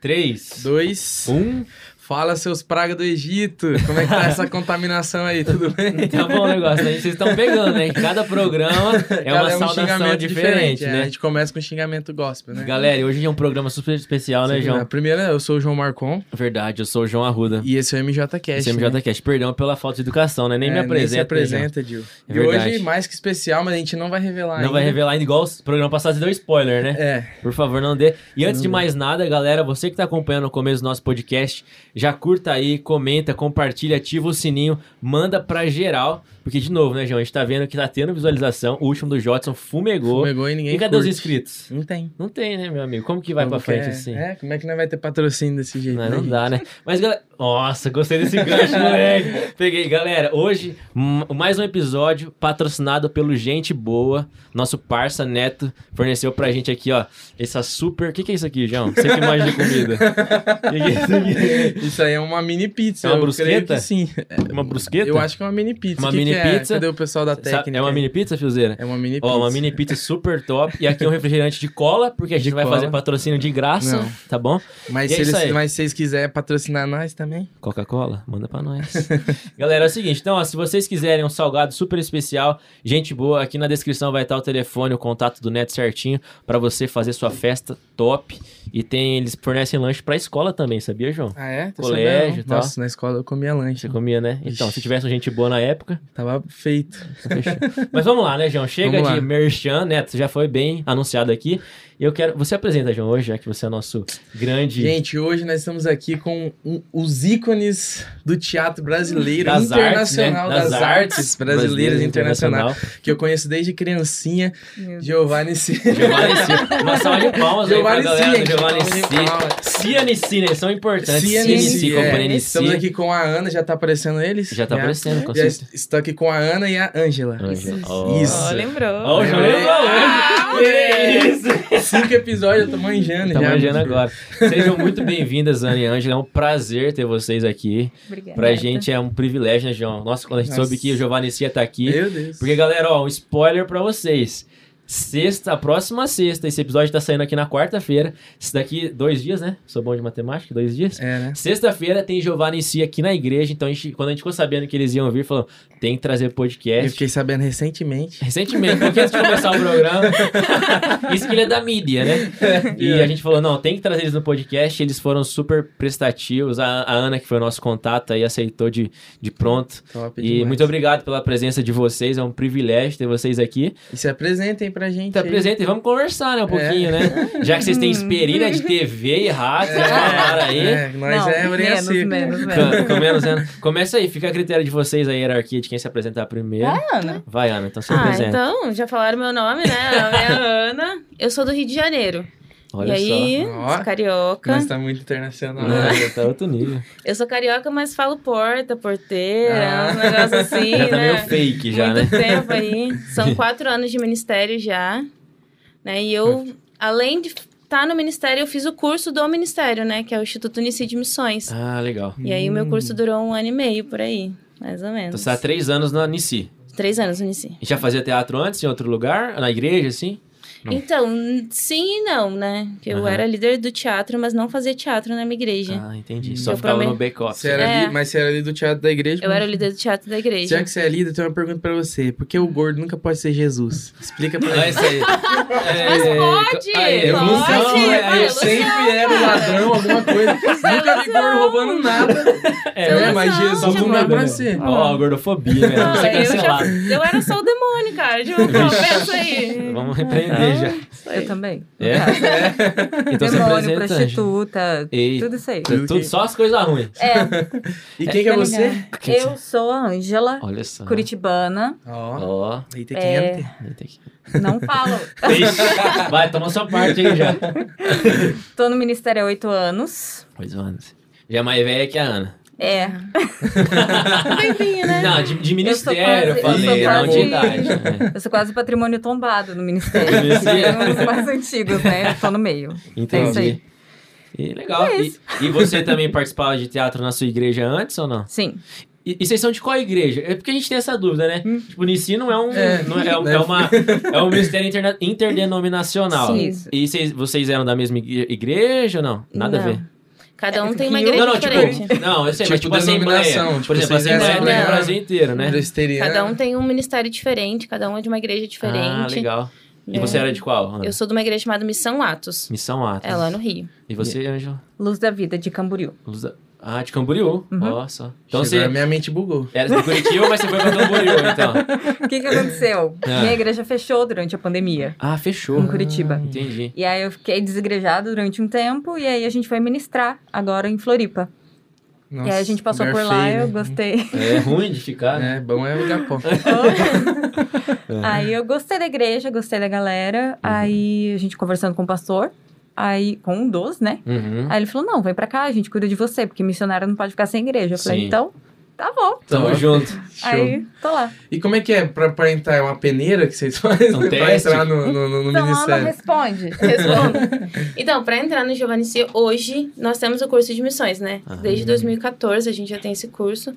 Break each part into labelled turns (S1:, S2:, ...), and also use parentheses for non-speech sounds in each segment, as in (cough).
S1: 3,
S2: Dois.
S1: 1.
S2: Fala, seus praga do Egito. Como é que
S3: (laughs)
S2: tá essa contaminação aí? Tudo bem?
S3: Tá bom o negócio, né? Vocês estão pegando, né? Que Cada programa é
S2: Cada um
S3: uma saudação diferente,
S2: é.
S3: né?
S2: A gente começa com xingamento gospel, né?
S3: Galera, hoje é um programa super especial, né, João?
S2: Primeiro, eu sou o João Marcon
S3: Verdade, eu sou o João Arruda.
S2: e esse é o MJCast.
S3: Esse é o
S2: né?
S3: MJCast. Perdão pela falta de educação, né? Nem
S2: É,
S3: me apresenta.
S2: Nem se
S3: né,
S2: apresenta, Dil.
S3: É
S2: e hoje,
S3: verdade.
S2: mais que especial, mas a gente não vai revelar
S3: João? Não vai
S2: ainda.
S3: revelar ainda, igual o programa passado, você deu spoiler, né?
S2: É,
S3: Por favor, não dê. E antes de mais nada, galera, você que tá acompanhando o começo do nosso podcast, já curta aí, comenta, compartilha, ativa o sininho, manda pra geral. Porque, de novo, né, João? A gente tá vendo que tá tendo visualização. O último do Jotson fumegou.
S2: pegou e ninguém
S3: E cadê os
S2: curte.
S3: inscritos?
S2: Não tem.
S3: Não tem, né, meu amigo? Como que vai
S2: Como
S3: pra frente
S2: que é?
S3: assim?
S2: É, como é que não vai ter patrocínio desse jeito?
S3: Não,
S2: né,
S3: não
S2: gente?
S3: dá, né? Mas, galera. Nossa, gostei desse gancho, moleque. Peguei. Galera, hoje, m- mais um episódio patrocinado pelo Gente Boa. Nosso parça Neto forneceu pra gente aqui, ó. Essa super. O que, que é isso aqui, João? Você que manja de
S2: (laughs)
S3: comida. Que que é isso aqui?
S2: (laughs) Isso aí é uma mini pizza.
S3: É uma
S2: eu creio
S3: brusqueta?
S2: que sim.
S3: Uma brusqueta?
S2: Eu acho que é uma mini pizza.
S3: Uma
S2: O que
S3: mini
S2: que é?
S3: pizza?
S2: Cadê o pessoal da
S3: Sa-
S2: técnica?
S3: É uma mini pizza, Fiozeira?
S2: É uma mini
S3: Ó,
S2: pizza.
S3: uma mini pizza super top. E aqui um refrigerante de cola, porque a gente
S2: De
S3: não vai
S2: cola.
S3: fazer patrocínio de graça,
S2: Não.
S3: tá bom?
S2: Mas,
S3: E
S2: se
S3: é isso
S2: eles,
S3: aí.
S2: mas se vocês quiserem patrocinar nós também.
S3: Coca-Cola, manda pra nós.
S2: (laughs)
S3: Galera, é o seguinte, então, ó, se vocês quiserem um salgado super especial, gente boa, aqui na descrição vai estar o telefone, o contato do Neto certinho, pra você fazer sua festa top. E tem, eles fornecem lanche pra escola também, sabia, João?
S2: Ah, é? Tô
S3: Colégio
S2: sabendo.
S3: e tal.
S2: Nossa, na escola eu comia lanche.
S3: Você comia, né? Então, se tivesse um gente boa na época,
S2: Tava feito.
S3: tá fechado. Mas vamos lá, né, João? Chega
S2: Vamos
S3: de
S2: lá.
S3: merchan, Neto, você já foi bem anunciado aqui. E eu quero... Você apresenta, João, hoje, já que você é nosso grande...
S2: Gente, hoje nós estamos aqui com um- os ícones do teatro brasileiro,
S3: das artes, né?
S2: internacional, das, artes, brasileiras,
S3: brasileiras,
S2: internacional, que eu conheço desde criancinha, Giovanni (laughs) Silva.
S3: Giovanni Cia. Uma salva de palmas aí pra
S2: Giovanni
S3: galera do
S2: Cia, gente.
S3: Giovanni
S2: Salva de palmas.
S3: Cia. Cia Nici, né? São importantes. Cia
S2: Cianici,
S3: Nici,
S2: é.
S3: compreende
S2: Estamos
S3: Cia.
S2: aqui com a Ana, já tá aparecendo eles?
S3: Já tá
S2: Já.
S3: aparecendo, com
S2: Já
S3: certeza.
S2: est- estou aqui com a Ana e a Ângela.
S3: Ângela.
S4: Isso.
S3: Ó.
S2: Isso.
S4: Ó, lembrou.
S3: Ó, o João
S2: Lembrei.
S3: lembrou,
S4: Ah,
S3: hein? Que isso?
S2: Cinco episódios, né? eu tô manjando
S3: Tá
S2: já.
S3: manjando agora. Sejam muito bem-vindas, Ana e Ângela. É um prazer ter vocês aqui.
S4: Obrigada.
S3: Pra gente é um privilégio, né, João? Nossa, quando a gente
S2: Nossa.
S3: soube que o Giovanni Cia tá aqui.
S2: Meu Deus.
S3: Porque, galera, ó, um spoiler pra vocês. Sexta, a próxima sexta, esse episódio tá saindo aqui na quarta-feira. Isso daqui, dois dias, né? Sou bom de matemática, dois dias.
S2: É, né?
S3: Sexta-feira tem Giovanni e Si aqui na igreja, então a gente- quando a gente ficou sabendo que eles iam vir, falou, tem que trazer
S2: Eu
S3: podcast.
S2: fiquei sabendo recentemente.
S3: Recentemente, porque antes de começar o programa, (laughs) isso que ele é da mídia, né? E a gente falou, não, tem que trazer eles no podcast, eles foram super prestativos, a, a Ana, que foi o nosso contato aí, aceitou de, de pronto.
S2: Top
S3: E
S2: demais.
S3: muito obrigado pela presença de vocês, é um privilégio ter vocês aqui.
S2: E se apresentem pra gente.
S3: Tá
S2: aí.
S3: presente e vamos conversar, né, um pouquinho, né? Já que vocês têm experiência de TV e rádio, vocês falaram aí.
S2: É, nós
S4: Não,
S2: é Aurea
S4: menos,
S2: Seca.
S4: menos, menos.
S3: Então,
S4: (laughs)
S3: Com- com menos anos. Começa aí, fica a critério de vocês a hierarquia de quem se apresentar primeiro.
S4: Ana.
S3: Vai, Ana, então se
S4: É? Ah,
S3: apresenta.
S4: então, já falaram meu nome, né? Meu nome é Ana. Eu sou do Rio de Janeiro.
S3: Olha
S4: e aí,
S2: Ó.
S4: sou carioca.
S2: Nós tá muito internacional.
S3: só.
S2: né?
S3: Né? Já tá outro nível.
S4: Eu sou carioca, mas falo porta, porteira,
S2: Ah.
S4: uns negócios assim,
S3: já tá
S4: né?
S3: meio fake já, né?
S4: Muito tempo
S3: (laughs)
S4: aí. São quatro anos de ministério já. Né? E eu, além de estar no ministério, eu fiz o curso do ministério, né? Que é o Instituto Unici de Missões.
S3: Ah, legal.
S4: E aí, o meu curso durou um ano e meio, por aí. Mais ou
S3: Então
S4: menos.
S3: você Hum. tá há três anos na Nici.
S4: Três anos, Unici.
S3: E já fazia teatro antes, em outro lugar? Na igreja, assim? Não.
S4: Então, n- sim e não, né? Que eu
S3: Aham.
S4: era líder do teatro, mas não fazia teatro na minha igreja.
S3: Ah, entendi.
S2: Hum.
S3: Só
S4: Eu
S3: ficava
S4: prome-
S3: no né? back-office.
S2: Você era
S4: É.
S2: ali- mas você era ali do teatro da igreja?
S4: eu era o líder do teatro da igreja.
S2: Já que você é líder, eu tenho uma pergunta pra você. Por que o gordo nunca pode ser Jesus? Explica pra
S3: Não, é
S2: nós.
S3: isso
S4: (laughs)
S3: aí.
S4: Mas
S3: É,
S4: pode,
S3: aí,
S4: pode,
S3: evolução, né?
S4: vai,
S3: Aí
S2: eu
S4: evolução.
S2: sempre era ladrão, alguma coisa.
S3: um
S2: Nunca vi gordo roubando nada.
S3: É,
S4: Evolução,
S3: né?
S2: mas Jesus
S4: tipo,
S2: não é pra
S3: né?
S2: ser.
S3: Ó, a gordofobia, né?
S4: Ah,
S3: Vamos ser
S4: eu, já,
S3: cancelado.
S4: eu era só o demônio, cara. Tipo, não, pensa aí.
S3: Vamos repreender já.
S5: Eu também.
S3: É?
S4: (laughs)
S3: Então você
S5: Demônio,
S3: apresenta. Ângela.
S5: prostituta,
S3: Eita.
S5: tudo isso aí.
S3: Tudo, tudo só as coisas ruins.
S5: É,
S2: E quem que é você?
S5: eu sou a Ângela,
S3: Olha só.
S5: curitibana.
S2: Ó,
S3: Ó.
S2: eita,
S5: É.
S2: quente.
S3: eita aqui.
S5: Não falo.
S3: Ixi, Vai, toma sua parte aí já.
S5: Tô no ministério há oito anos.
S3: Pois anos. Já é mais velha que a Ana.
S5: É.
S4: Tempinho, né?
S3: Não, de, de ministério, eu,
S5: quase- eu
S3: falei,
S2: sou
S3: não de
S2: quase-
S3: idade. né?
S5: (laughs) Eu sou quase patrimônio tombado no ministério.
S3: Ministério.
S5: É um dos mais antigos, né? Tô no meio. É isso
S3: Entendi.
S5: aí.
S3: E legal. E, e você também participava de teatro na sua igreja antes ou não?
S5: Sim.
S3: E, e vocês são de qual igreja? É porque a gente tem essa dúvida, né? Tipo, o Nissi não é um.
S6: É.
S3: não é, é um- é uma, é um ministério interna- interdenominacional.
S5: Sim.
S3: Isso. E vocês, vocês eram da mesma igre- igreja ou não? Nada a
S4: Não.
S3: ver.
S4: Cada
S3: É,
S4: um tem uma
S5: Rio-
S4: igreja
S3: Não, não,
S4: diferente.
S3: tipo, não, eu sei, mas
S6: Tipo,
S3: tipo assembleia.
S6: denominação, tipo,
S3: Por exemplo,
S6: vocês é
S3: assembleia tem
S4: assembleia.
S3: no Brasil inteiro, né?
S6: Presteriana.
S4: É, Cada um tem um ministério diferente, cada um é de uma igreja diferente.
S3: Ah, legal. E
S4: É.
S3: você era de qual? Ana?
S4: Eu sou de uma igreja chamada Missão Atos.
S3: Missão Atos.
S4: É lá no Rio.
S3: E você, Ângelo?
S5: Luz da Vida, de Camboriú.
S3: Luz da- Ah, de Camboriú.
S5: Uhum.
S3: Ó, só. Então
S6: Chegou,
S3: você
S6: Minha mente bugou.
S3: era de Curitiba, mas você foi pra Camboriú, então.
S6: (laughs)
S5: O que, que aconteceu?
S3: Ah.
S5: Minha igreja fechou durante a pandemia,
S3: Ah, fechou.
S5: em Curitiba.
S3: Entendi.
S5: E aí eu fiquei desigrejada durante um tempo, e aí a gente foi ministrar agora em Floripa.
S6: Nossa,
S5: e aí a gente passou
S6: lugar
S5: por lá,
S6: feio,
S5: eu
S6: né?
S5: gostei.
S3: É ruim de ficar, né?
S6: É, bom é lugar bom.
S5: (laughs)
S6: É.
S5: Aí eu gostei da igreja, gostei da
S6: Uhum.
S5: galera. Aí a gente conversando com o pastor, aí com um dos,
S6: É.
S5: né?
S3: Uhum.
S5: Aí ele falou: não, vem pra cá, a gente cuida de você, porque missionário não pode ficar sem igreja. Eu falei,
S3: Sim.
S5: então, tá bom.
S4: Ah,
S3: Tamo
S6: Top.
S4: (laughs)
S3: junto.
S6: Então, Show.
S5: Aí tô lá.
S6: E como é que é pra, pra entrar? É uma peneira que vocês (laughs) fazem
S3: Um
S6: pra
S3: teste?
S6: entrar no, no, no, no
S5: então, Ana
S6: ministério?
S5: responde.
S4: Respondo. Então, para entrar no Giovanni Cia, hoje nós temos o curso de missões, né?
S3: Ah.
S4: Desde 2014 a gente já tem esse curso.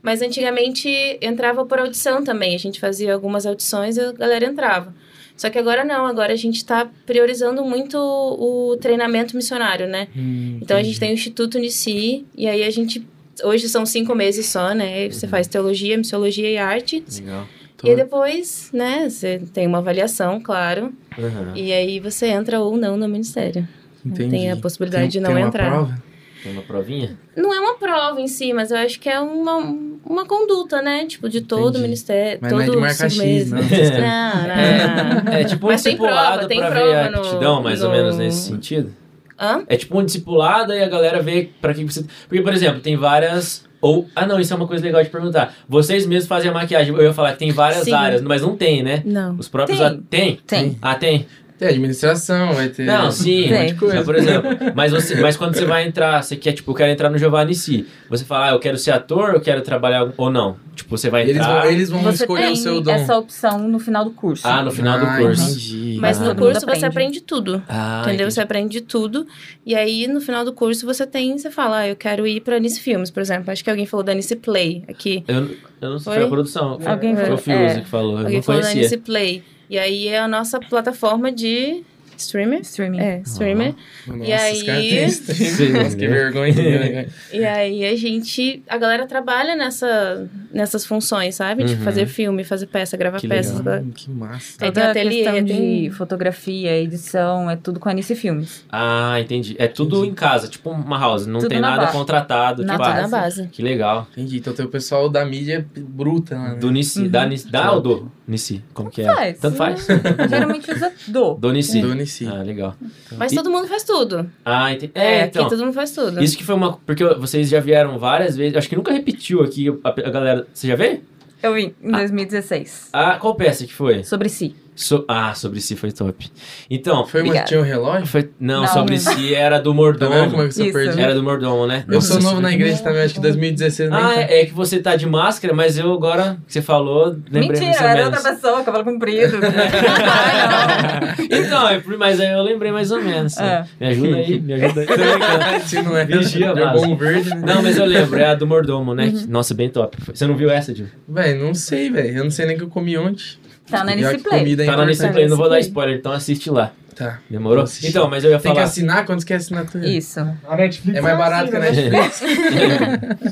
S4: Mas antigamente entrava por audição também. A gente fazia algumas audições e a galera entrava. Só que agora não, agora a gente está priorizando muito o o treinamento missionário, né?
S6: Hum,
S4: Então a gente tem o Instituto Unici, e aí a gente. Hoje são cinco meses só, né? Você faz teologia, missiologia e arte.
S3: Legal.
S2: Então é
S4: E depois, né, você tem uma avaliação, claro.
S3: Uhum.
S4: E aí você entra ou não no ministério.
S6: Entendi.
S4: Tem a possibilidade de não
S6: tem uma
S4: entrar.
S6: prova?
S3: Tem uma provinha?
S4: Não é uma prova em si, mas eu acho que é uma, uma conduta, né? Tipo, de todo
S6: Entendi.
S4: o ministério,
S6: Mas
S4: todo
S6: não é de marca
S4: marca
S6: X, não.
S4: (laughs) Não, não, não.
S3: É tipo um
S4: Uhum. Mas tem
S3: discipulado
S4: prova, tem
S3: pra ver
S4: prova
S3: a
S4: no-
S3: aptidão, mais ou
S4: no-
S3: menos nesse sentido?
S4: Hã?
S3: É tipo um discipulado e a galera vê pra que você. Porque, por exemplo, tem várias. Ou. Ah, não, isso é uma coisa legal de perguntar. Vocês mesmos fazem a maquiagem. Eu ia falar que tem várias
S4: Sim.
S3: áreas, mas não tem, né?
S4: Não.
S3: Os próprios.
S5: Tem.
S3: a- Tem?
S5: Tem.
S3: Ah, tem?
S6: Tem administração, vai ter...
S3: Não, sim.
S5: Tem.
S6: Um monte de coisa.
S3: Mas, por exemplo, mas, você- mas quando você vai entrar, você quer, tipo, eu quero entrar no Giovanni Si. Você fala, ah, eu quero ser ator, eu quero trabalhar ou não. Tipo, você vai
S6: Eles
S3: entrar.
S4: Ah,
S6: vão, eles vão
S5: Você
S6: escolher
S5: tem
S6: o
S4: é
S6: seu dom.
S5: essa opção no final do curso.
S3: Ah, no final
S6: Ah,
S3: do curso.
S6: entendi.
S4: Mas
S3: Ah.
S4: no
S5: Todo mundo
S4: curso você
S5: aprende.
S4: aprende tudo.
S3: Ah,
S4: entendeu?
S3: entendi.
S4: Você aprende tudo. E aí, no final do curso, você tem, você fala, ah, eu quero ir pra Nice Filmes, por exemplo. Acho que alguém falou da Nice Play aqui.
S3: Eu, eu não sei, foi
S4: Oi?
S3: a produção. Foi,
S5: Alguém
S3: foi o
S5: falou-
S3: Fiuza
S5: é.
S3: que falou, eu
S4: alguém
S3: não
S4: falou da
S3: conhecia.
S4: Nice Play. E aí é a nossa plataforma de streamer.
S5: Streaming.
S4: É, streamer.
S6: Nossa,
S4: E aí-
S6: os caras têm isso. (laughs)
S3: Sim.
S6: Nossa, que vergonha.
S4: (laughs)
S6: né?
S4: E aí a gente, a galera trabalha nessa, nessas funções, sabe? Tipo,
S3: Uhum.
S4: fazer filme, fazer peça, gravar
S3: Que
S4: peças.
S3: legal.
S4: gra-
S6: Hum, que massa.
S4: Aí
S5: Toda
S4: tem um
S5: a
S4: ateliê,
S5: questão
S4: tem-
S5: de fotografia, edição, é tudo com a Anice Filmes.
S3: Ah, entendi. É tudo em casa, tipo uma house. Não
S5: Tudo
S3: tem
S5: na
S3: nada
S5: base.
S3: contratado.
S5: Na
S3: tipo,
S4: Tá
S3: ah,
S5: base.
S4: na base.
S3: Que legal.
S6: Entendi. Então tem o pessoal da mídia bruta lá, né?
S3: Do Nissi, da Nissi, da
S6: Top.
S3: ou do Nissi? Como que é?
S5: faz. Uhum.
S3: Tanto faz.
S6: Tá
S5: Geralmente usa do.
S3: do Nissi.
S6: Do Unici.
S3: Ah, legal.
S4: Mas
S3: E-
S4: todo mundo faz tudo.
S3: Ah, entendi.
S4: É,
S3: É, então.
S4: aqui todo mundo faz tudo.
S3: Isso que foi uma. Porque vocês já vieram várias vezes. Acho que nunca repetiu aqui a, a galera. Você já vê?
S5: Eu vi em 2016.
S3: Ah, qual peça que foi?
S5: Sobre si.
S3: So- ah, sobre si foi top. Então.
S6: Foi uma que
S5: Obrigada.
S6: tinha um relógio?
S3: Foi, não,
S5: Não.
S3: sobre si era
S6: Tá
S3: do
S6: vendo como é
S3: mordomo.
S6: que eu sou
S5: Isso.
S6: perdido?
S3: Era do mordomo, né?
S6: Eu sou novo na
S3: igreja.
S6: igreja também, acho que 2016 nem
S3: Ah,
S6: tá.
S3: é, é que você tá de máscara, mas eu agora que você falou, lembrei mais
S5: Mentira,
S3: ou
S5: era
S3: menos.
S5: outra pessoa, cabelo comprido.
S3: (laughs) Então, é, por- mas aí eu lembrei mais ou menos. né? Me ajuda aí, me
S6: (laughs)
S3: ajuda aí. Tô brincando.
S6: Se não é, (laughs)
S3: Vigia,
S6: jogou
S3: vaza.
S6: um verde. né?
S3: Não, mas eu lembro, é a do mordomo, né? Que- Nossa, bem top. Você não viu essa, Gil?
S6: Véi, não sei, velho. Eu não sei nem o que eu comi ontem.
S5: tá
S6: Pior
S5: na Anice
S6: que
S5: Play.
S6: comida é
S3: Tá na lista
S6: importante.
S3: play, não vou dar
S4: Sim.
S3: spoiler, então assiste lá.
S6: Tá.
S3: Demorou?
S6: Vou assistir.
S3: Então, mas eu ia
S6: Tem que
S3: falar.
S6: assinar? Quanto que é a assinatura?
S5: Isso.
S7: A Netflix
S6: É mais barato que a
S5: né?
S6: Netflix.
S3: (laughs)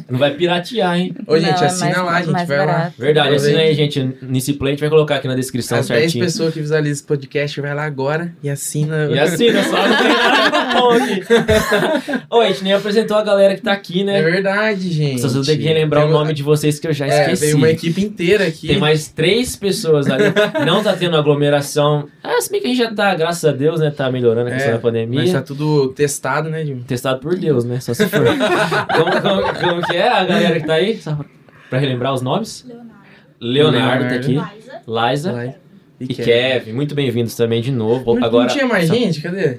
S3: não vai piratear, hein?
S6: Ô,
S5: Não,
S6: gente,
S5: é
S6: assina
S5: mais-
S6: lá, a gente
S5: mais
S6: vai lá.
S5: barato.
S3: Verdade, assina aí,
S6: Aproveita.
S3: gente. Nesse play a gente vai colocar aqui na descrição
S6: As 10
S3: certinho.
S6: pessoas que visualizam esse podcast, vai lá agora e assina. (laughs)
S3: E assina, só não tem nada de bom
S6: (laughs)
S3: aqui. Ô, a gente nem apresentou a galera que tá aqui,
S6: É
S3: né?
S6: verdade, gente.
S3: Só você tem que lembrar o
S6: Tem uma-
S3: nome de vocês que eu já
S6: É,
S3: esqueci.
S6: veio uma equipe inteira aqui.
S3: Tem mais três pessoas
S6: (laughs)
S3: ali. Não tá tendo aglomeração. Ah, se bem que a gente já tá, graças a Deus, né? Tá melhorando a questão
S6: É,
S3: da pandemia.
S6: Mas tá tudo testado, né, Jim?
S3: Testado por Deus, né?
S6: (laughs)
S3: Só se for. como, como- como que é a galera que tá aí? Só pra relembrar os nomes? Leonardo. tá aqui. Liza.
S6: Vai.
S3: é. E Kevin. Muito bem-vindos também de novo.
S6: Não,
S3: Agora,
S6: não tinha mais
S3: só-
S6: gente? Cadê?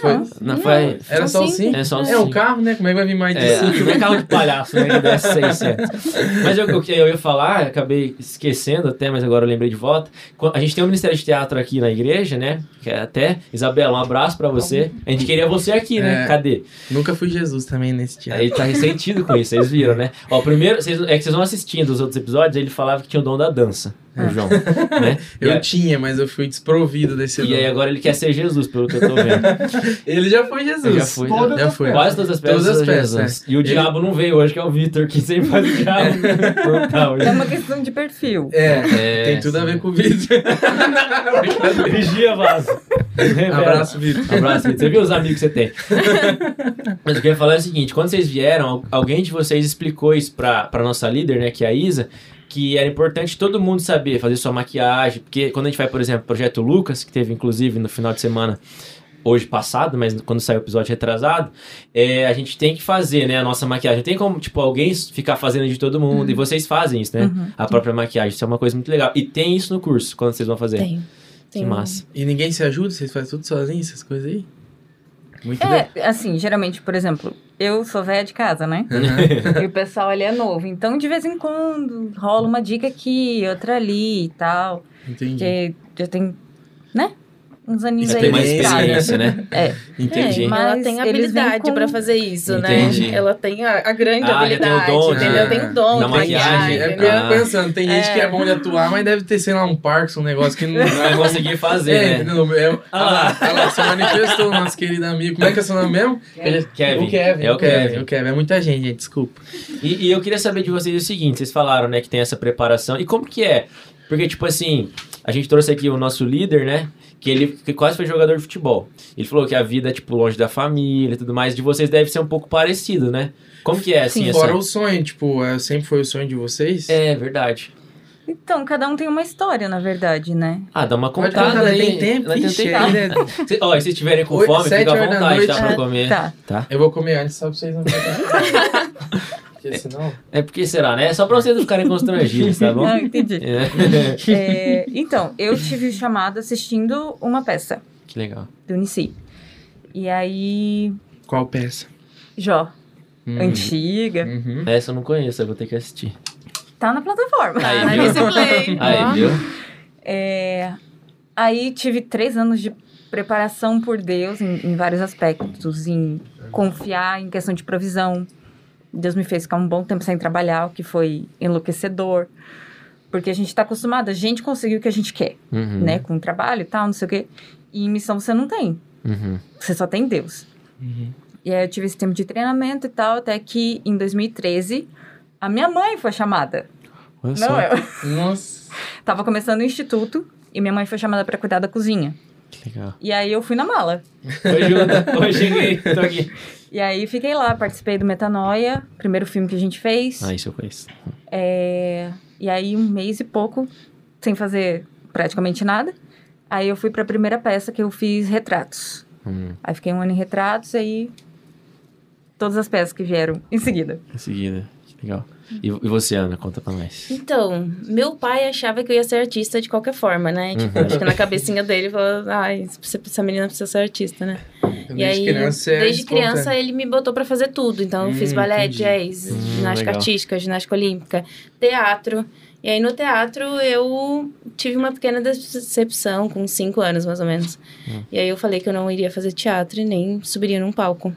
S6: Foi.
S3: Não, foi.
S6: Era só o cinco?
S3: É só
S6: É um carro, né? Como é que vai vir mais de
S3: É,
S6: cinco?
S3: não é carro de palhaço, né? que dá 600. Mas eu- o que eu ia falar, acabei esquecendo até, mas agora eu lembrei de volta. Qu- A gente tem um Ministério de Teatro aqui na igreja, né? Que é até. Isabela, um abraço pra você. A gente queria você aqui, né?
S6: É.
S3: Cadê?
S6: Nunca fui Jesus também nesse dia.
S3: Aí ele tá ressentido com isso, vocês viram, né? Ó, primeiro, vocês- é que vocês vão assistindo os outros episódios, ele falava que tinha o dom da dança, o
S6: (laughs)
S3: João. Né?
S6: É. eu
S3: e, aí-
S6: tinha, mas eu fui desprovido desse
S3: e
S6: nome.
S3: aí agora ele quer ser Jesus, pelo que eu
S6: (laughs)
S3: tô vendo.
S6: Ele já foi Jesus.
S3: Eu já fui,
S6: já,
S7: né?
S6: foi.
S3: Quase todas as peças.
S6: Todas as
S3: são
S6: peças,
S3: Jesus. E o
S6: Ele-
S3: diabo não veio hoje, que é o Vitor, que sempre faz o diabo.
S6: (laughs)
S3: Brutal,
S5: É uma questão de perfil.
S6: É,
S3: É,
S6: tem tudo a
S3: sim.
S6: ver com o vídeo.
S3: (laughs) Vigia, Vaso. É
S6: Abraço, Vitor.
S3: Abraço, Vitor. Você viu os amigos que você tem. (laughs) Mas o que eu ia falar é o seguinte: quando vocês vieram, al- alguém de vocês explicou isso pra, pra nossa líder, né, que é a Isa, que era importante todo mundo saber fazer sua maquiagem. Porque quando a gente vai, por exemplo, Projeto Lucas, que teve inclusive no final de semana. Hoje passado, mas quando saiu o episódio retrasado, é, a gente tem que fazer, né, a nossa maquiagem. Não Tem como, tipo, alguém ficar fazendo de todo mundo. E vocês fazem isso, né?
S5: Uhum.
S3: A própria maquiagem. Isso é uma coisa muito legal. E tem isso no curso, quando vocês vão fazer.
S4: Tem.
S3: é. Que
S4: Tem um-
S3: massa.
S6: E ninguém se ajuda? Vocês fazem tudo sozinhos, essas coisas aí? Muito bem.
S5: É, assim, geralmente, por exemplo, eu sou velha de casa, né? (laughs) e o pessoal ali é novo. Então, de vez em quando, rola uma dica aqui, outra ali e tal.
S6: Entendi.
S5: Porque já tem, né? Uns aninhos
S3: Isso
S5: aí.
S3: tem mais
S5: de
S6: É Experiência.
S5: estrada.
S3: experiência, né?
S5: É.
S3: Entendi.
S4: É,
S5: Mas
S4: ela tem
S5: eles vêm
S4: habilidade
S5: com-
S4: pra fazer isso,
S3: Entendi.
S4: né? Ela tem a, a grande
S3: Ah, já tem o
S4: habilidade,
S3: dom,
S4: entendeu?
S6: né?
S4: Tem o dom,
S3: Na
S4: de maquiagem,
S3: maquiagem,
S6: É porque
S4: entendeu?
S6: eu
S3: Ah.
S6: tô pensando, tem gente que é bom de atuar, mas deve ter, sei lá, um Parkinson, um negócio que não.
S3: (laughs) Não
S6: (laughs)
S3: consegui
S6: É,
S3: fazer, né?
S6: não, é,
S3: Ah lá.
S6: Olha lá, se manifestou o nosso querido amigo. Como é que é seu nome mesmo? Ele-
S3: Kevin.
S6: O Kevin.
S3: É o Kevin.
S6: O Kevin. É muita gente, gente, desculpa.
S3: E, e eu queria saber de vocês o seguinte: vocês falaram, né, que tem essa preparação. E como que é? Porque, tipo assim, a gente trouxe aqui o nosso líder, né? Que ele que quase foi jogador de futebol. Ele falou que a vida é, tipo, longe da família e tudo mais. De vocês deve ser um pouco parecido, né? Como que é, assim,
S6: Fora
S3: essa...
S6: o sonho, tipo, é, sempre foi o sonho de vocês.
S3: É, verdade.
S5: Então, cada um tem uma história, na verdade, né?
S3: Ah, dá uma
S6: Pode
S3: contada
S6: contar, né?
S3: aí.
S6: tem tempo.
S3: Ela tem
S6: Ixi,
S3: um
S6: né?
S3: tempo.
S6: ainda-
S3: Se- Ó, e se estiverem com
S6: Oito,
S3: fome,
S6: sete
S3: fica à
S6: horas da
S3: vontade, dá
S6: noite.
S3: pra
S4: É,
S3: comer.
S5: Tá.
S6: Eu vou comer antes, só pra vocês não ficarem-
S3: (laughs)
S6: Porque senão...
S3: É porque será, né? É só pra vocês não ficarem constrangidos, tá bom?
S5: (laughs) Ah,
S6: (laughs)
S5: entendi.
S3: É.
S5: É, então, eu tive chamado assistindo uma peça
S3: Que legal.
S5: do Unici. E aí,
S6: Qual peça?
S5: Jó,
S3: Uhum.
S6: Hum.
S5: antiga,
S6: Uhum.
S3: Essa eu não conheço, eu vou ter que assistir.
S5: tá na plataforma. assim,
S3: Aí,
S4: Ah,
S3: viu?
S4: nesse play, ó.
S3: Aí, viu?
S5: É, aí tive três anos de preparação por Deus em, em vários aspectos, em confiar, em questão de provisão. Deus me fez ficar um bom tempo sem trabalhar, o que foi enlouquecedor. Porque a gente tá acostumado, a gente conseguiu o que a gente quer,
S3: Uhum,
S5: né? Com trabalho e tal, não sei o quê. E em missão você não tem,
S3: uhum.
S5: você só tem Deus.
S6: Uhum.
S5: E aí eu tive esse tempo de treinamento e tal, até que em 2013 a minha mãe foi chamada.
S3: Olha
S5: Não,
S3: só,
S5: eu
S6: Nossa.
S5: (laughs) tava começando o instituto e minha mãe foi chamada pra cuidar da cozinha.
S3: que legal.
S5: E aí eu fui na mala.
S3: Oi, Juna. Oi, cheguei. Tô aqui.
S5: E aí fiquei lá, participei do Metanoia, primeiro filme que a gente fez.
S3: Ah, isso eu conheço.
S5: É, E aí um mês e pouco, sem fazer praticamente nada. Aí eu fui pra primeira peça que eu fiz retratos.
S3: Hum,
S5: Aí fiquei um ano em retratos e aí todas as peças que vieram em seguida.
S3: em seguida. Que legal. E, e você, Ana, conta pra nós.
S4: Então, meu pai achava que eu ia ser artista de qualquer forma, né? Tipo,
S3: Uhum.
S4: acho que na cabecinha dele, falou, ai, você- essa menina precisa ser artista, né?
S6: Desde
S4: e aí,
S6: criança, você é
S4: desde
S6: espontâneo.
S4: criança, ele me botou pra fazer tudo. Então, eu fiz
S6: Hum,
S4: balé,
S6: entendi.
S4: jazz,
S3: Hum,
S4: ginástica
S3: legal.
S4: artística, ginástica olímpica, teatro. E aí, no teatro, eu tive uma pequena decepção, com cinco anos, mais ou menos.
S3: Hum.
S4: E aí, eu falei que eu não iria fazer teatro e nem subiria num palco.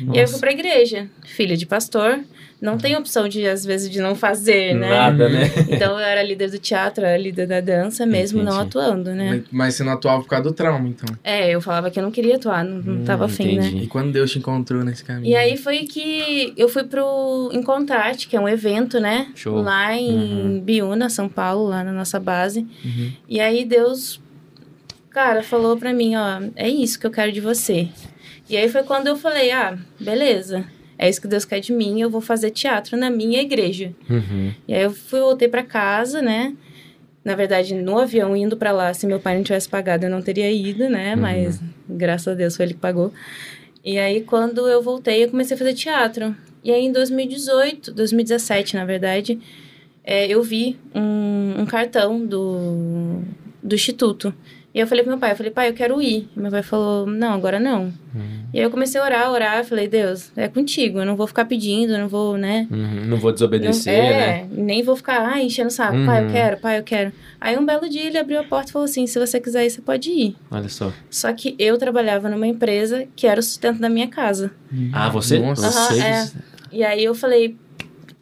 S4: E aí, eu fui
S3: Nossa,
S4: pra igreja, filha de pastor. Não tem opção, de às vezes, de não fazer, né?
S3: Nada, né?
S4: Então eu era líder do teatro, eu era líder da dança, mesmo não
S3: Entendi.
S4: atuando, né?
S6: Mas- Mas você não atuava por causa do trauma, então.
S4: É, eu falava que eu não queria atuar, não, não tava afim, né?
S3: Hum, Entendi.
S6: E quando Deus te encontrou nesse caminho?
S4: E aí foi que eu fui pro Encontrarte, que é um evento, né?
S3: Show.
S4: Lá em
S3: Uhum.
S4: Biúna, São Paulo, lá na nossa base.
S6: Uhum.
S4: E aí Deus, cara, falou pra mim, ó, é isso que eu quero de você. E aí foi quando eu falei, ah, beleza. É isso que Deus quer de mim, eu vou fazer teatro na minha igreja.
S3: Uhum.
S4: E aí eu fui, voltei pra casa, né? Na verdade, no avião, indo pra lá, se meu pai não tivesse pagado, eu não teria ido, né?
S3: Uhum.
S4: Mas graças a Deus foi ele que pagou. E aí, quando eu voltei, eu comecei a fazer teatro. E aí, em 2018, 2017, na verdade, é, eu vi um, um cartão do, do Instituto E eu falei pro meu pai, eu falei, pai, eu quero ir. E meu pai falou, não, agora não.
S3: uhum.
S4: E aí eu comecei a orar, orar, eu falei, Deus, é contigo, eu não vou ficar pedindo, eu não vou, né?
S3: Uhum, Não vou desobedecer,
S4: não,
S3: né?
S4: é, nem vou ficar, ah, enchendo o saco, pai, eu
S3: Uhum.
S4: quero, pai, eu quero. Aí um belo dia ele abriu a porta e falou assim, se você quiser ir, você pode ir.
S3: Olha só.
S4: Só que eu trabalhava numa empresa que era o sustento da minha casa.
S3: Ah, você?
S6: Uhum. Nossa.
S4: Aham,
S3: Você?
S4: é. E aí eu falei,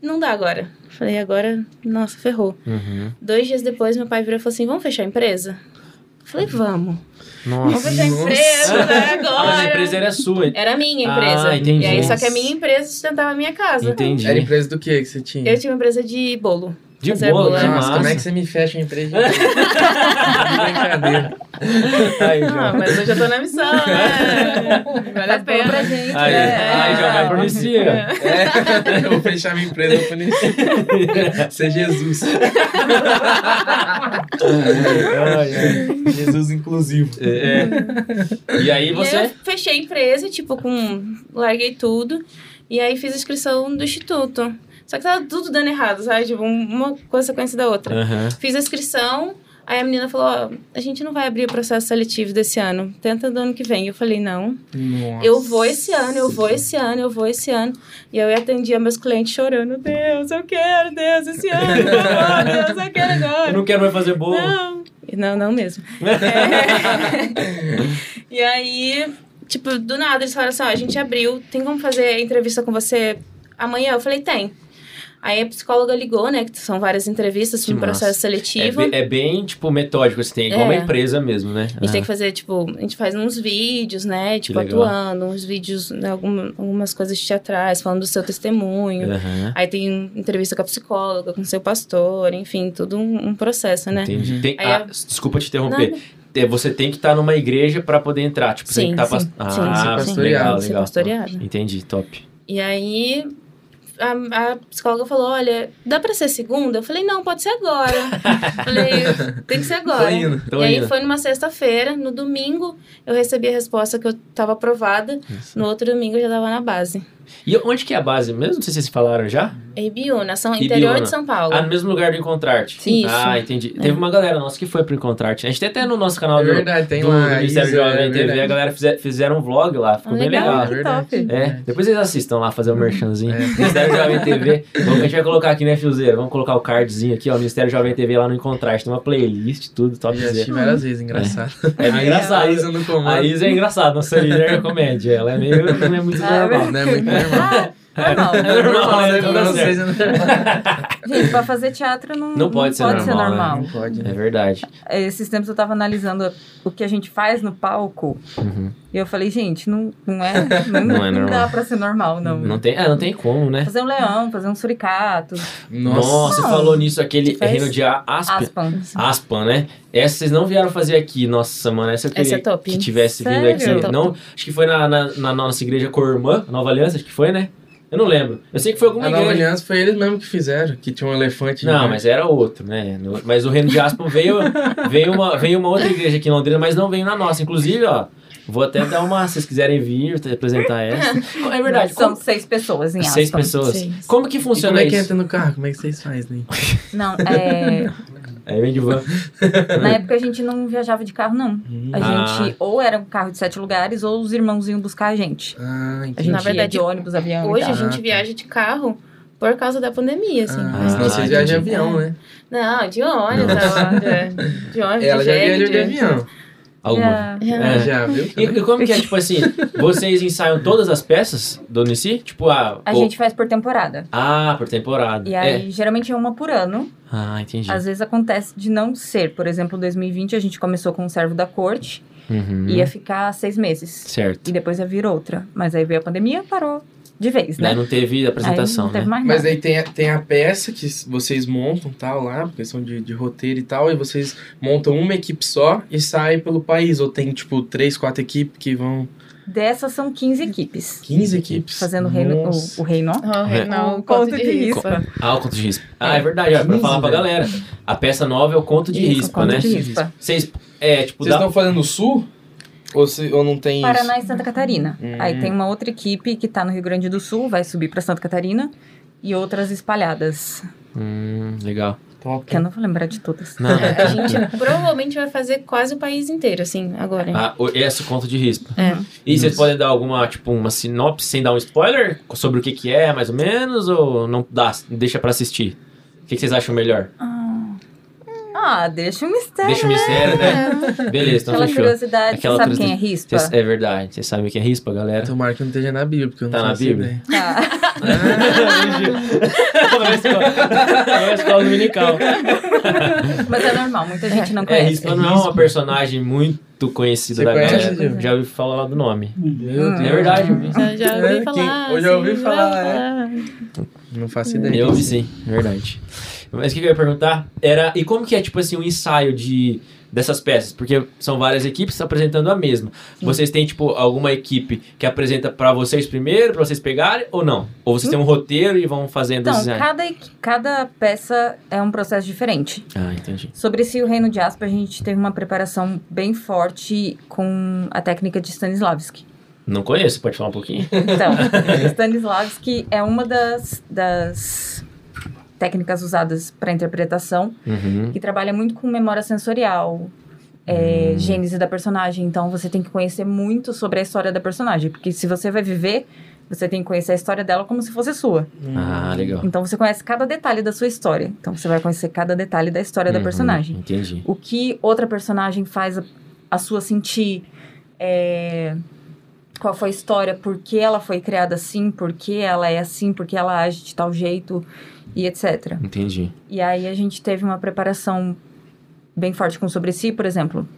S4: não dá agora. Falei, agora, nossa, ferrou.
S3: Uhum.
S4: Dois dias depois, meu pai virou e falou assim, vamos fechar a empresa? Falei, vamos. Vamos
S3: Nossa.
S4: fechar a
S6: Nossa.
S4: é empresa né,
S3: Mas a
S4: agora.
S3: empresa era sua.
S4: Era a minha empresa.
S3: Ah, entendi.
S4: E aí, só que a minha empresa sustentava é a minha casa.
S3: Entendi.
S6: Era empresa do que que você tinha?
S4: Eu tinha uma empresa de bolo.
S3: De
S4: Mas era
S3: é boa,
S4: boa.
S3: que
S6: Nossa, como é
S3: massa.
S6: que você me fecha a empresa de
S4: (laughs)
S6: Brincadeira.
S3: tá Aí,
S4: Ah,
S3: João.
S4: mas eu já tô na missão,
S3: (laughs)
S4: né? Vale a
S5: Faz bom pra
S4: pena.
S5: gente,
S3: Aí,
S5: né?
S3: aí já vai pro Messia.
S4: É.
S6: É, (laughs) eu vou fechar minha empresa, eu vou punir. (laughs) Ser Jesus. Jesus inclusivo. (laughs)
S3: É. E aí
S4: E aí eu
S3: você?
S4: fechei a empresa, tipo, com. Larguei tudo. E aí fiz a inscrição do instituto. Só que tava tudo dando errado, sabe? Tipo, um- uma consequência da outra.
S3: Aham.
S4: Fiz a inscrição, aí a menina falou: ó, a gente não vai abrir o processo seletivo desse ano. Tenta do ano que vem. Eu falei, não.
S6: Nossa.
S4: Eu vou esse ano, eu vou esse ano, eu vou esse ano. E eu atendia meus clientes chorando: Deus, eu quero, Deus, esse ano, por favor, Deus, eu quero
S3: Eu
S4: agora.
S3: não quero mais fazer bolo.
S4: Não, não,
S3: (laughs)
S4: não mesmo. É. (laughs) e aí, tipo, do nada eles falaram assim: ó, a gente abriu, tem como fazer a entrevista com você amanhã? Eu falei: tem. Aí a psicóloga ligou, né? Que são várias entrevistas
S3: Que
S4: de um
S3: massa.
S4: processo
S3: É,
S4: seletivo.
S3: be- é bem, tipo, metódico, assim, tem igual uma
S4: É.
S3: empresa mesmo, né?
S4: A gente tem que fazer, tipo, a gente faz uns vídeos, né? Tipo,
S3: legal.
S4: atuando, uns vídeos, né, alguma- algumas coisas teatrais, falando do seu testemunho.
S3: Aham.
S4: Aí né? tem entrevista com a psicóloga, com o seu pastor, enfim, tudo um, um processo, né?
S6: Uhum.
S3: Entendi. Tem-
S4: Aí
S3: ah,
S4: a-
S3: Desculpa te interromper. É, Você tem que estar numa igreja pra poder entrar. Tipo, você tem
S4: Sim,
S3: que estar
S4: sim,
S3: pas-
S4: sim, é
S3: Ah,
S6: sim, sim.
S3: legal,
S4: Ser
S3: legal.
S4: pastoreada.
S3: Entendi, top.
S4: E aí a, a psicóloga falou: olha, dá pra ser segunda? Eu falei, não, pode
S6: (laughs)
S4: ser agora. falei, tem que ser
S6: Tô
S4: agora.
S6: indo.
S3: Tô
S4: e aí
S3: indo.
S4: foi numa sexta-feira, no domingo eu recebi a resposta que eu tava aprovada,
S3: Isso.
S4: no outro domingo eu já tava na base.
S3: E onde que é a base mesmo? Não sei se vocês falaram já.
S4: Em Biúna, são
S3: Ibiúna.
S4: interior de São Paulo.
S3: Ah, no mesmo lugar do Encontrarte.
S4: Sim. Isso. É.
S3: Ah, entendi. Teve uma galera nossa que foi pro Encontrarte. A gente tem até no nosso canal
S6: É
S3: Ah, do,
S6: verdade, tem
S3: do, do
S6: lá.
S3: Ministério
S6: Isa,
S3: Jovem
S6: é
S3: TV, a
S6: verdade.
S3: galera fizer- fizeram um vlog lá. Ficou
S5: Ah,
S3: bem
S5: legal.
S3: legal.
S5: Que
S6: verdade,
S5: top.
S3: É,
S6: verdade.
S3: depois vocês assistam lá fazer o merchanzinho.
S6: É.
S3: Ministério Jovem TV. Vamos que a gente vai colocar aqui, né, Fiuzeira? Vamos colocar o cardzinho aqui, ó. Ministério Jovem TV lá no Encontraste. Tem uma playlist, tudo, top
S6: Já assisti
S3: dizer.
S6: várias vezes, engraçado.
S3: É bem
S6: A
S3: engraçado.
S6: Isa no comando.
S3: A Isa é engraçada, nossa líder é comédia. Ela é meio. não é muito
S5: Ah,
S3: normal.
S6: Não é muito normal.
S5: Ah, normal.
S3: É normal, né?
S6: Eu
S3: Tá
S6: (laughs) não
S3: dando
S6: sei
S3: certo.
S6: se é normal.
S5: Gente, pra fazer teatro não,
S3: Não pode ser normal, né?
S5: normal.
S6: Não pode,
S3: É
S6: né?
S3: verdade.
S5: Esses tempos eu tava analisando o que a gente faz no palco
S3: Uhum.
S5: e eu falei, gente, não, não é. Não,
S3: Não é
S5: não
S3: normal.
S5: dá pra ser normal, não.
S3: Não tem, ah, não tem como, né?
S5: Fazer um leão, fazer um suricato,
S3: Nossa, você falou nisso, aquele
S5: Faz-
S3: reino de a- Aspen.
S5: aspan.
S3: Aspan, né? Essa vocês não vieram fazer aqui. Nossa, mano, essa eu queria
S4: Essa é top.
S3: que tivesse vindo
S5: Sério?
S3: aqui. Você
S4: Top.
S3: Não, acho que foi na, na, na nossa igreja Cormã, Nova Aliança, acho que foi, né? Eu não lembro. Eu sei que foi alguma
S2: É
S6: A nova
S3: igreja.
S6: aliança foi eles mesmo que fizeram, que tinha um elefante.
S3: Não,
S6: gigante.
S3: mas era outro, né? No- Mas o Reino de Aspen veio, veio, uma, veio uma outra igreja aqui em Londrina, mas não veio na nossa. Inclusive, ó, vou até dar uma. Se vocês quiserem vir apresentar
S5: (laughs)
S3: essa. É verdade,
S5: São
S3: como-
S5: seis pessoas em
S3: seis
S5: aspan.
S3: pessoas.
S4: Seis.
S3: Como que
S6: E como
S3: funciona
S6: é que
S3: isso?
S6: entra no carro? Como é que vocês fazem? Né?
S5: Não, é.
S3: (laughs) Aí vem de van.
S5: Na época a gente não viajava de carro, não.
S6: Hum.
S5: A
S3: Ah.
S5: gente ou era um carro de sete lugares ou os irmãos iam buscar a gente.
S6: Ah,
S5: A gente
S6: entendi.
S4: Na
S5: ia
S4: verdade,
S5: de ônibus, avião. e
S4: Hoje
S5: tal.
S4: a gente
S6: tá.
S4: viaja de carro por causa da pandemia, assim.
S6: Ah,
S4: mas-
S6: senão vocês
S3: entendi.
S6: viajam de avião, né?
S4: Não, de ônibus, é, de, de
S5: É,
S6: (laughs)
S4: ônibus,
S6: Ela
S4: de
S6: já
S4: jegue,
S6: viajou de
S4: de-
S6: avião.
S3: Alguma.
S5: Yeah.
S3: É.
S6: Ela Já, viu?
S3: E, e como que é, tipo
S5: (laughs)
S3: assim, vocês ensaiam todas as peças do Nici? Tipo, ah,
S5: A
S3: ou-
S5: gente faz por temporada.
S3: ah, por temporada.
S5: E
S3: É.
S5: aí, geralmente é uma por ano.
S3: Ah, entendi.
S5: Às vezes acontece de não ser. Por exemplo, em 2020 a gente começou com o servo da corte,
S3: Uhum.
S5: ia ficar seis meses.
S3: Certo.
S5: E depois ia vir outra. Mas aí veio a pandemia parou de vez, né?
S3: Né, Não teve apresentação,
S5: aí não teve
S3: né?
S5: mais
S6: Mas
S5: nada.
S6: aí tem a, tem a peça que s- vocês montam tal lá, por questão de, de roteiro e tal, e vocês montam uma equipe só e saem pelo país. Ou tem, tipo, três, quatro equipes que vão.
S5: Dessas são 15 equipes.
S6: 15 equipes.
S5: Fazendo o reino,
S6: Nossa.
S5: o, o reino, ó.
S4: Ah,
S3: É.
S4: não,
S5: o conto de
S4: risco.
S5: rispa.
S3: Ah, o conto de rispa. Ah, é verdade, ó, pra
S6: 15,
S3: falar pra
S6: velho.
S3: galera. A peça nova é o conto de
S5: Isso,
S3: rispa,
S5: conto
S3: né?
S5: de rispa.
S3: Vocês, é, tipo,
S6: Vocês
S3: dá...
S6: estão fazendo no sul? Ou, se, ou não tem isso?
S5: Paraná e Santa Catarina.
S6: Hum.
S5: Aí tem uma outra equipe que tá no Rio Grande do Sul, vai subir pra Santa Catarina. E outras espalhadas. (laughs)
S3: Hum, legal.
S2: Top.
S5: um Que é eu não vou lembrar de todas.
S3: Não, é não.
S4: A (laughs) gente provavelmente vai fazer quase o país inteiro, assim, agora.
S3: Ah, o- esse é o conto de risco.
S4: É.
S3: E vocês
S2: Isso.
S3: podem dar alguma, tipo, uma sinopse sem dar um spoiler sobre o que que é, mais ou menos, ou não dá, deixa pra assistir? O que, que vocês acham melhor?
S5: Ah, deixa um mistério.
S3: Deixa o mistério, né? Beleza, então
S5: Aquela
S3: fechou.
S5: curiosidade,
S3: Aquela
S5: você sabe
S3: curiosidade.
S5: quem é rispa?
S3: Vocês- é verdade, vocês sabem quem é rispa,
S2: (laughs)
S3: galera?
S2: Tomara que não esteja na Bíblia, porque eu não
S3: Tá na
S2: faço
S3: Bíblia?
S2: ideia.
S5: Tá.
S3: Na (laughs) escola- na É escola dominical.
S5: Mas é normal, muita gente não
S3: É,
S5: conhece.
S3: Rispa não é uma personagem muito conhecida
S2: Você
S3: da
S2: conhece,
S3: galera.
S2: Gil?
S3: Já ouvi falar do nome.
S5: Uhum.
S2: Meu
S3: É verdade, eu vi.
S4: Já, já
S2: É,
S4: ouvi
S2: quem-
S4: falar.
S2: eu já ouvi
S4: assim,
S2: falar,
S4: já ouvi
S2: é.
S4: falar.
S2: Não faço ideia.
S3: Eu ouvi sim, é verdade. Mas o que que eu ia perguntar era, e como que é, tipo assim, o ensaio de, dessas peças? Porque são várias equipes apresentando a mesma. Vocês têm, tipo, alguma equipe que apresenta pra vocês primeiro, pra vocês pegarem, ou não? Ou vocês
S5: Hum.
S3: têm um roteiro e vão fazendo
S5: Então,
S3: os ensaios?
S5: cada, equi- cada peça é um processo diferente.
S3: Ah, entendi.
S5: Sobre esse O Reino de Aspa, a gente teve uma preparação bem forte com a técnica de Stanislavski.
S3: Não conheço, pode falar um
S5: (laughs)
S3: pouquinho?
S5: Então, Stanislavski é uma das, das técnicas usadas para interpretação,
S3: Uhum.
S5: que trabalha muito com memória sensorial, é,
S3: Hum.
S5: gênese da personagem. Então, você tem que conhecer muito sobre a história da personagem, porque se você vai viver, você tem que conhecer a história dela como se fosse sua.
S2: Hum.
S3: Ah, legal.
S5: Então, você conhece cada detalhe da sua história. Então, você vai conhecer cada detalhe da história da
S3: Uhum,
S5: personagem
S3: Entendi.
S5: o que outra personagem faz a, a sua sentir, é, qual foi a história, por que ela foi criada assim, por que ela é assim, por que ela age de tal jeito e etc.
S3: Entendi.
S5: E aí a gente teve uma preparação bem forte com sobre si, por exemplo.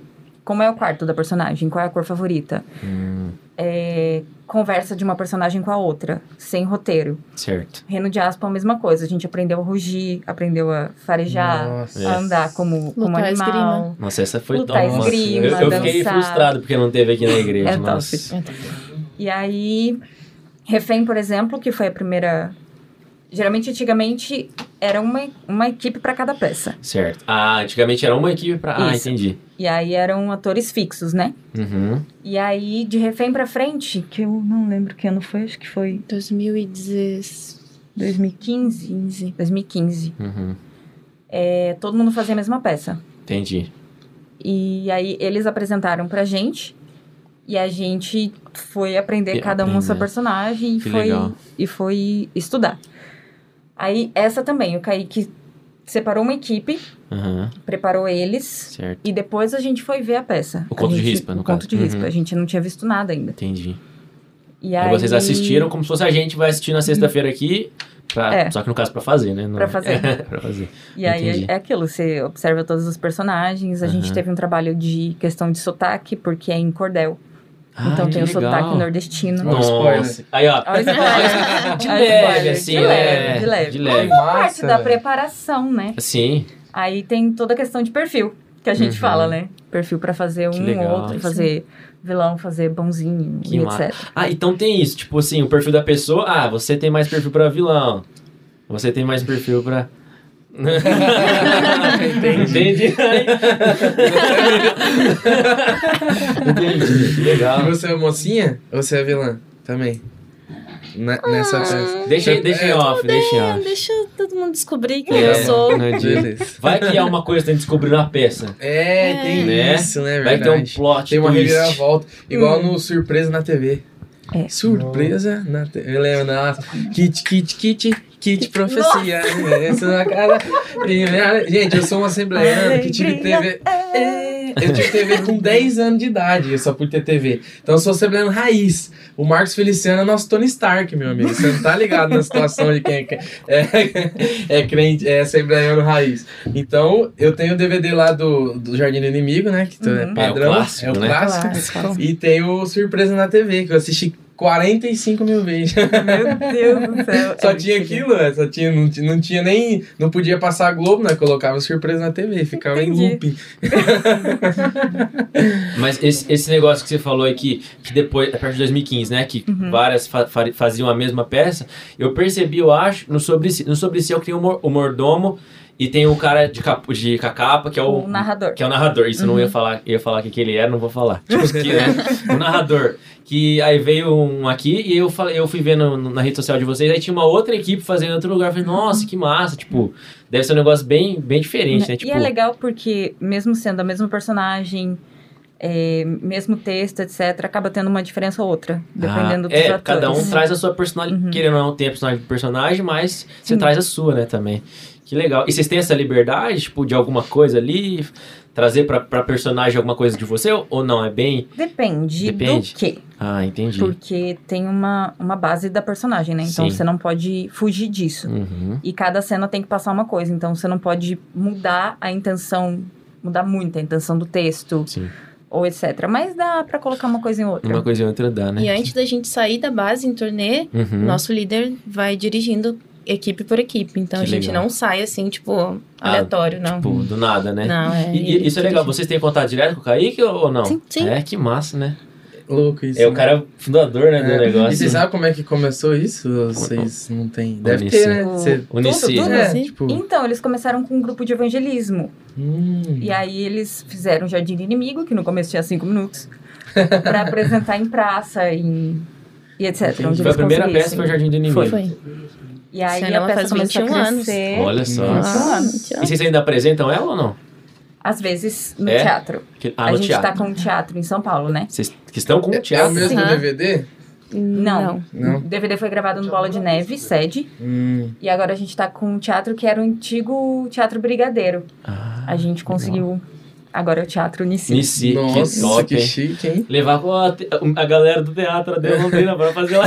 S5: Como é o quarto da personagem? Qual é a cor favorita?
S3: Hum,
S5: É, conversa de uma personagem com a outra, sem roteiro.
S3: certo.
S5: Reno de aspa é a mesma coisa. A gente aprendeu a rugir, aprendeu a farejar,
S2: Nossa.
S5: a andar como, como
S4: Lutar,
S5: animal.
S4: esgrima.
S3: Nossa, essa foi
S5: Lutar,
S3: Nossa,
S5: esgrima,
S3: Eu, eu fiquei
S5: dançar.
S3: frustrado porque não teve aqui na igreja.
S5: É
S3: nossa.
S5: E aí, Refém, por exemplo, que foi a primeira. Geralmente, antigamente, era uma, uma equipe para cada peça.
S3: Certo. Ah, antigamente era uma equipe pra. Ah,
S5: Isso.
S3: entendi.
S5: E aí eram atores fixos, né?
S3: Uhum.
S5: E aí, de Refém pra frente, que eu não lembro que ano foi, acho que foi
S4: 2015.
S5: 2015. 2015.
S3: Uhum.
S5: É, todo mundo fazia a mesma peça.
S3: Entendi.
S5: E aí, eles apresentaram pra gente. E a gente foi aprender
S3: E
S5: cada um o seu
S3: aprender.
S5: personagem e
S3: Que
S5: foi,
S3: legal.
S5: e foi estudar. Aí, essa também, o Kaique separou uma equipe
S3: Aham,
S5: preparou eles
S3: Uhum, certo.
S5: e depois a gente foi ver a peça.
S3: O
S5: A
S3: conto de
S5: gente-
S3: rispa, no
S5: O conto
S3: caso.
S5: de rispa.
S3: Uhum.
S5: A gente não tinha visto nada ainda.
S3: Entendi.
S5: E
S3: E
S5: aí,
S3: vocês assistiram como se fosse a gente vai assistir na sexta-feira aqui. pra-
S5: É.
S3: Só que no caso pra fazer, né? Não-
S5: Pra fazer.
S3: É, (laughs) pra fazer.
S5: E aí
S3: Entendi.
S5: é aquilo, você observa todos os personagens. A gente
S3: Uhum.
S5: teve um trabalho de questão de sotaque, porque é em cordel.
S3: Ah,
S5: então
S3: que
S5: tem o
S3: legal.
S5: sotaque nordestino.
S2: Olha o
S3: Nossa.
S2: spoiler.
S3: Aí,
S5: (laughs)
S3: ó.
S5: Olha o spoiler. Olha o
S3: (laughs) De
S5: spoiler.
S3: leve, assim,
S5: É. de leve,
S3: é,
S5: de leve.
S3: de leve. Assim,
S5: Parte da preparação, né?
S3: Sim.
S5: Aí tem toda a questão de perfil, que a gente
S3: Uhum.
S5: fala, né? Perfil pra fazer
S3: Que
S5: um,
S3: legal.
S5: outro, fazer vilão, fazer bonzinho,
S3: Que
S5: e
S3: massa.
S5: etc.
S3: Ah, então tem isso. Tipo assim, o perfil da pessoa. Ah, você tem mais perfil pra vilão. Você tem mais perfil pra. Entendi. Entendi. Que
S2: E
S3: Legal.
S2: você é mocinha ou você é vilã? Também. Na- nessa
S5: Ah.
S2: peça.
S3: Deixa, em-
S2: É.
S3: deixa em off, deixa em
S4: Ah,
S3: off.
S4: deixa todo mundo descobrir quem
S3: É,
S4: eu sou.
S3: não diz.
S2: Beleza.
S3: Vai que é uma coisa que a gente descobriu na peça.
S2: É,
S4: É.
S2: tem
S3: Né?
S2: isso, né?
S3: Vai
S2: Verdade.
S3: que tem um plot.
S2: Tem uma
S3: twist.
S2: reviravolta. Igual no Surpresa na TV.
S5: Hum. É.
S2: Surpresa na TV. Eu lembro, nossa. Kit, kit, kit, kit profecia. né? Essa na cara. Primeira- Gente, eu sou um assembleano que tive TV. É, Eu tive TV com 10 anos de idade, eu só pude ter TV. Então eu sou assembleano raiz. O Marcos Feliciano é nosso Tony Stark, meu amigo. Você não tá ligado na situação de quem é, é, é crente, é assembleano raiz. Então, eu tenho o DVD lá do, do Jardim do Inimigo, né? Que tu-
S5: Uhum. É
S2: é
S5: o
S2: padrão.
S3: clássico,
S2: é o
S3: né?
S2: clássico. E tem o Surpresa na TV, que eu assisti 45 mil vezes.
S5: Meu Deus do céu.
S2: (laughs) Só
S5: É
S2: tinha
S5: muito
S2: aquilo, né? Só tinha, não, ti- não tinha nem. Não podia passar a Globo, né? Colocava surpresa na TV, ficava em
S5: Entendi.
S2: looping.
S3: Mas esse, esse negócio que você falou aí que, que depois, a partir de 2015, né? Que várias fa- fa- faziam a mesma peça, eu percebi, eu acho, no sobre si, no sobre si eu criei o, mor- o um mordomo. E tem um cara de, cap, de cacapa, que é
S2: um.
S3: o,
S5: O narrador.
S3: Que é o narrador. Isso eu não ia falar, ia falar o que, que ele era, não vou falar. Tipo, que, né? o narrador. Que aí veio um aqui e eu falei, eu fui vendo na rede social de vocês, aí tinha uma outra equipe fazendo em outro lugar. Eu falei, nossa, que massa, tipo, deve ser um negócio bem, bem diferente, né? Tipo,
S5: E é legal porque, mesmo sendo a mesma personagem, é, mesmo texto, etc., acaba tendo uma diferença ou outra, dependendo
S3: ah,
S5: dos
S3: é,
S5: atores.
S3: cada um traz a sua personalidade, querendo ou não tem a personalidade do personagem, mas você traz a sua, né, também. Que legal. E vocês têm essa liberdade, tipo, de alguma coisa ali, trazer pra, pra personagem alguma coisa de você, ou não? É bem...
S5: Depende,
S3: Depende.
S5: do quê?
S3: Ah, entendi.
S5: Porque tem uma, uma base da personagem, né? Então
S3: Sim.
S5: você não pode fugir disso.
S3: Uhum.
S5: E cada cena tem que passar uma coisa, então você não pode mudar a intenção, mudar muito a intenção do texto,
S3: Sim.
S5: ou etc. Mas dá pra colocar uma coisa em outra.
S3: Uma coisa e outra dá, né?
S4: E antes da gente sair da base em turnê,
S3: Uhum.
S4: nosso líder vai dirigindo equipe por equipe. Então
S3: Que
S4: a gente
S3: legal.
S4: não sai assim, tipo,
S3: Ah,
S4: aleatório, não.
S3: Tipo, do nada, né?
S4: Não, é.
S3: E- e-
S4: ele
S3: isso é legal.
S4: dirige.
S3: Vocês têm contato direto com o Kaique ou ou não?
S4: Sim, sim.
S3: É, que massa, né?
S6: Louco isso.
S3: É o
S6: né?
S3: cara fundador, né, do
S6: É.
S3: negócio.
S6: E vocês sabem como é que começou isso? Vocês não têm. Deve
S3: Unici.
S6: ter, né? Você-
S3: Unici.
S5: Tudo, tudo.
S6: É,
S4: Unici.
S6: tipo.
S5: Então, eles começaram com um grupo de evangelismo.
S6: hum,
S3: Uhum.
S5: E aí eles fizeram Jardim do Inimigo, que no começo tinha cinco minutos, pra apresentar em praça em, e etc.
S6: Entendi.
S5: Onde
S3: Foi a
S5: eles
S3: primeira peça
S5: conseguissem.
S3: foi o Jardim do Inimigo.
S4: Foi. Foi.
S5: E aí
S4: Senão
S5: a
S4: ela
S5: peça
S4: faz
S5: começou a
S4: 21 anos.
S5: crescer.
S3: Olha só.
S6: Nossa.
S4: Ah,
S3: E vocês ainda apresentam ela ou não?
S5: Às vezes no
S3: É?
S5: teatro.
S3: Que- ah,
S5: a
S3: no
S5: gente
S3: teatro.
S5: tá com um teatro em São Paulo, né?
S3: Vocês que estão com o
S6: É o
S3: teatro.
S6: mesmo
S4: Sim.
S6: DVD?
S5: Não.
S4: não.
S6: Não.
S5: O DVD foi gravado no Bola de Neve, sede.
S6: Hum,
S5: E agora a gente tá com um teatro que era o antigo Teatro Brigadeiro.
S3: Ah,
S5: A gente conseguiu. Agora é o Teatro Unici.
S3: Nici, que
S6: Nossa,
S3: top,
S6: que,
S3: hein?
S6: chique, hein?
S3: Levar com a, te- a galera do teatro de Londrina pra fazer lá.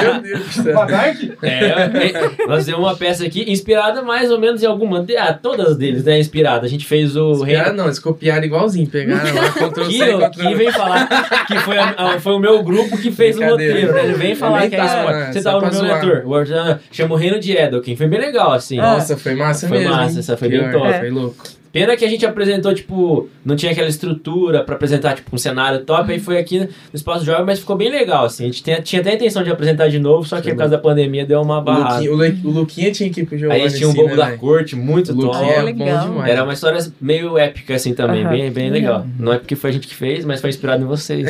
S6: Meu Deus do céu.
S7: Padark?
S3: (laughs) É, é, nós fizemos uma peça aqui inspirada mais ou menos em alguma. de- Ah, todas deles, né? Inspirada. A gente fez (laughs) o Rei.
S6: Pegaram, Ah, não, eles copiaram igualzinho. Pegaram
S3: (laughs)
S6: lá, Ctrl
S3: Que,
S6: C, Ctrl
S3: que
S6: V.
S3: vem falar que foi, a- a- foi o meu grupo que fez o
S6: Brincadeira.
S3: roteiro, né? Ele vem falar
S6: nem
S3: que é
S6: tava,
S3: isso.
S6: né?
S3: Você
S6: Só
S3: tava no
S6: pra
S3: meu
S6: zoar.
S3: leitor. O Arthur, ah, Chama o Reino de Edokin. Foi bem legal, assim.
S2: Ah,
S6: Nossa, foi massa
S3: Foi
S6: mesmo. hein?
S3: massa, essa foi
S6: Que
S3: bem
S6: hora,
S3: top.
S6: Foi louco.
S3: Pena que a gente apresentou, tipo, não tinha aquela estrutura pra apresentar, tipo, um cenário top, aí foi aqui no Espaço Jovem, mas ficou bem legal, assim. A gente tinha, tinha até a intenção de apresentar de novo, só que por causa da pandemia deu uma
S6: O Luquinha,
S3: barrada.
S6: o Le- o Luquinha tinha que ir pro Giovanni.
S3: Tá Aí tinha um
S6: assim,
S3: bobo
S6: né,
S3: da
S6: velho?
S3: corte, muito
S6: O Luquinha
S3: top.
S6: é
S5: Legal.
S6: bom demais.
S3: Era uma história meio épica, assim, também,
S5: Aham.
S3: bem, bem legal. Não é porque foi a gente que fez, mas foi inspirado
S6: (laughs)
S3: em vocês.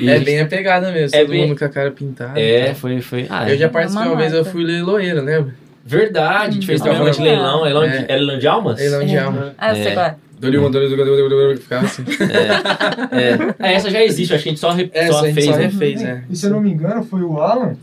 S3: E-
S6: É bem a pegada mesmo.
S3: É
S6: todo
S3: bem-
S6: mundo com a cara pintada. e
S3: É,
S6: tal.
S3: foi, foi. Ah,
S6: Eu já
S5: É uma
S6: participei uma vez, eu
S5: marca.
S6: fui leiloeira, lembra?
S3: Verdade, a gente fez
S6: Hum.
S3: também um monte de leilão, leilão de,
S6: É.
S3: era leilão de almas?
S6: Leilão de alma.
S5: Ah, eu sei
S3: É.
S5: agora.
S6: Dole uma, dole duas, dole duas, dole duas, ficava (laughs) assim.
S3: É. É, essa já existe, acho que a gente só, re-
S6: Essa
S3: só
S6: a gente
S3: fez,
S6: É, só
S3: né?
S6: refez, é.
S7: E se eu não me engano, foi o Alan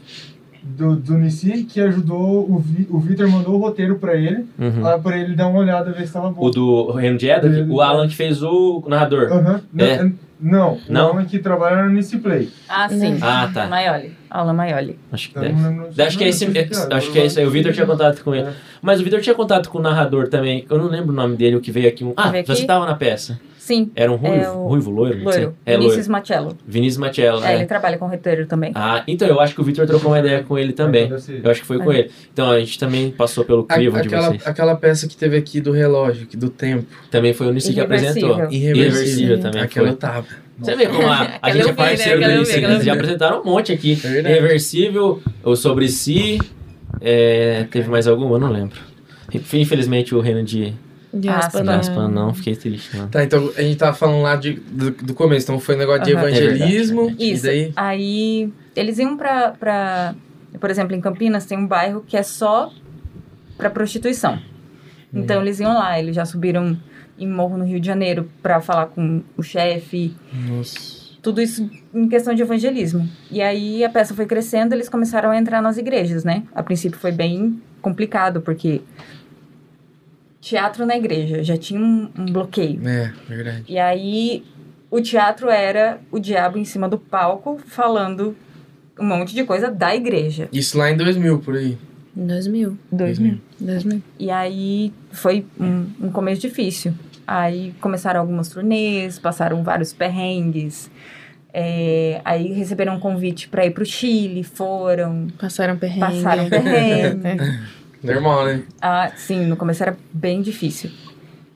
S7: do, do Nici que ajudou o, Vi, o Victor mandou o roteiro pra ele,
S3: Uhum.
S7: lá pra ele dar uma olhada ver se tava bom.
S3: O do Reino de Edoc, o Alan que fez o narrador.
S7: Aham.
S3: É.
S7: N- n- Não,
S3: Não?
S7: o Alan que trabalha no Nici Play.
S5: Ah, sim.
S3: Ah, tá.
S5: Maioli. Aula Maioli.
S3: Acho que
S7: Eu
S3: é.
S7: não lembro-
S3: Acho que é esse.
S7: não sei se
S3: é- Acho que é isso aí. O Vitor tinha contato com ele.
S7: É.
S3: Mas o Vitor tinha contato com o narrador também. Eu não lembro o nome dele, o que veio aqui. Um... Ah,
S5: Veio aqui?
S3: você tava na peça.
S5: Sim.
S3: Era um ruivo,
S5: É o-
S3: ruivo loiro? não sei.
S5: Loiro.
S3: É
S5: Vinícius
S3: loiro.
S5: Machello.
S3: Vinícius Matiello.
S5: É,
S3: É.
S5: ele trabalha com roteiro também.
S3: Ah, então eu acho que o Vitor trocou uma ideia com ele também.
S7: É, Deve ser.
S3: Eu acho que foi com
S5: É.
S3: ele. Então a gente também passou pelo
S6: A-
S3: crivo de
S6: aquela,
S3: vocês.
S6: aquela peça que teve aqui do relógio, que do tempo.
S3: Também foi o Unici que
S5: assim,
S3: apresentou.
S5: Irreversível.
S6: Irreversível.
S3: Irreversível também
S6: Aquela
S3: foi.
S6: eu tava.
S3: Você vê como a, a
S4: Aquela
S3: gente é
S4: eu vi, né?
S3: parceiro
S4: Aquela eu
S3: do
S4: vi,
S3: Unici.
S4: aquela eu
S3: Eles
S4: vi.
S3: já apresentaram um monte aqui.
S6: É verdade.
S3: Irreversível, o Sobre Si. é, teve mais alguma? Eu não lembro. Infelizmente o reino de
S4: De
S5: Ah,
S4: aspa,
S5: sim.
S4: não.
S3: Aspa não, fiquei triste, mano.
S6: Tá, então a gente tava falando lá de, do, do começo. Então foi um negócio de
S5: Aham. É
S3: verdade,
S6: evangelismo.
S5: Isso.
S6: E daí.
S5: Aí eles iam pra, pra. Por exemplo, em Campinas tem um bairro que é só pra prostituição. Então eles iam lá, eles já subiram em morro no Rio de Janeiro pra falar com o chefe.
S6: Nossa.
S5: Tudo isso em questão de evangelismo. E aí a peça foi crescendo, eles começaram a entrar nas igrejas, né? A princípio foi bem complicado, porque teatro na igreja já tinha um- um bloqueio.
S6: É, verdade.
S5: E aí o teatro era o diabo em cima do palco falando um monte de coisa da igreja.
S6: Isso lá em 2000, por aí.
S4: Em 2000.
S6: 2000.
S4: 2000.
S5: E aí foi um, um começo difícil. Aí começaram algumas turnês, passaram vários perrengues. É, aí receberam um convite para ir pro Chile, foram,
S4: Passaram perrengue.
S5: passaram perrengue.
S6: Normal, né?
S5: ah, sim, no começo era bem difícil.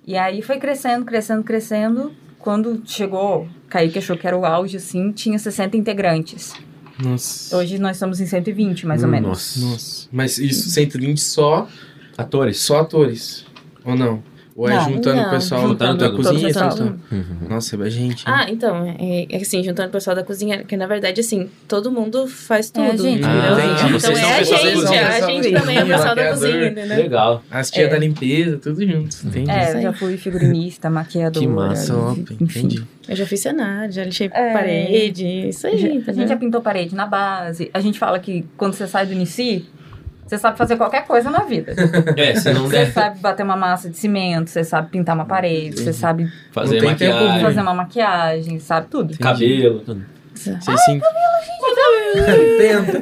S5: E aí foi crescendo, crescendo, crescendo. Quando chegou, Kaique achou que era o auge, assim, tinha 60 integrantes.
S6: Nossa.
S5: Hoje nós estamos em 120, mais ou menos.
S3: Nossa.
S6: Nossa. Mas isso, 120 só
S3: Atores.
S6: Só atores. Ou não? Ou é
S5: Não,
S6: juntando o
S4: não,
S6: pessoal
S3: juntando
S6: da
S3: todo
S5: mundo.
S6: cozinha?
S5: Todo
S6: juntando-
S3: Uhum.
S6: Nossa, é gente.
S4: (laughs) Ah, então, é, é assim, juntando o pessoal da cozinha, que na verdade, assim, todo mundo faz tudo.
S5: É a gente.
S4: entendeu?
S3: Ah,
S5: entendi.
S4: então
S3: vocês são né?
S4: é a
S3: pessoal da
S4: gente,
S3: cozinha.
S4: a gente também é o pessoal da cozinha, entendeu?
S3: Legal.
S6: As tias
S5: É.
S6: da limpeza, tudo junto. Entendi.
S5: É, eu já
S3: (laughs)
S5: fui figurinista, maquiadora.
S3: Que massa,
S6: Top,
S5: enfim.
S6: entendi.
S4: Eu já fiz cenário, já lixei
S5: É.
S4: parede, isso aí.
S5: a
S4: entendeu?
S5: gente já pintou parede na base. A gente fala que quando você sai do Unici, você sabe fazer qualquer coisa na vida.
S3: (laughs) É, se não
S5: Você
S3: der
S5: sabe bater uma massa de cimento, você sabe pintar uma parede, você
S6: Entendi.
S5: sabe
S3: fazer
S6: Não tem tempo
S3: maquiagem,
S5: fazer uma maquiagem, sabe tudo.
S3: cabelo, tudo.
S6: Vocês se... (laughs) Tenta.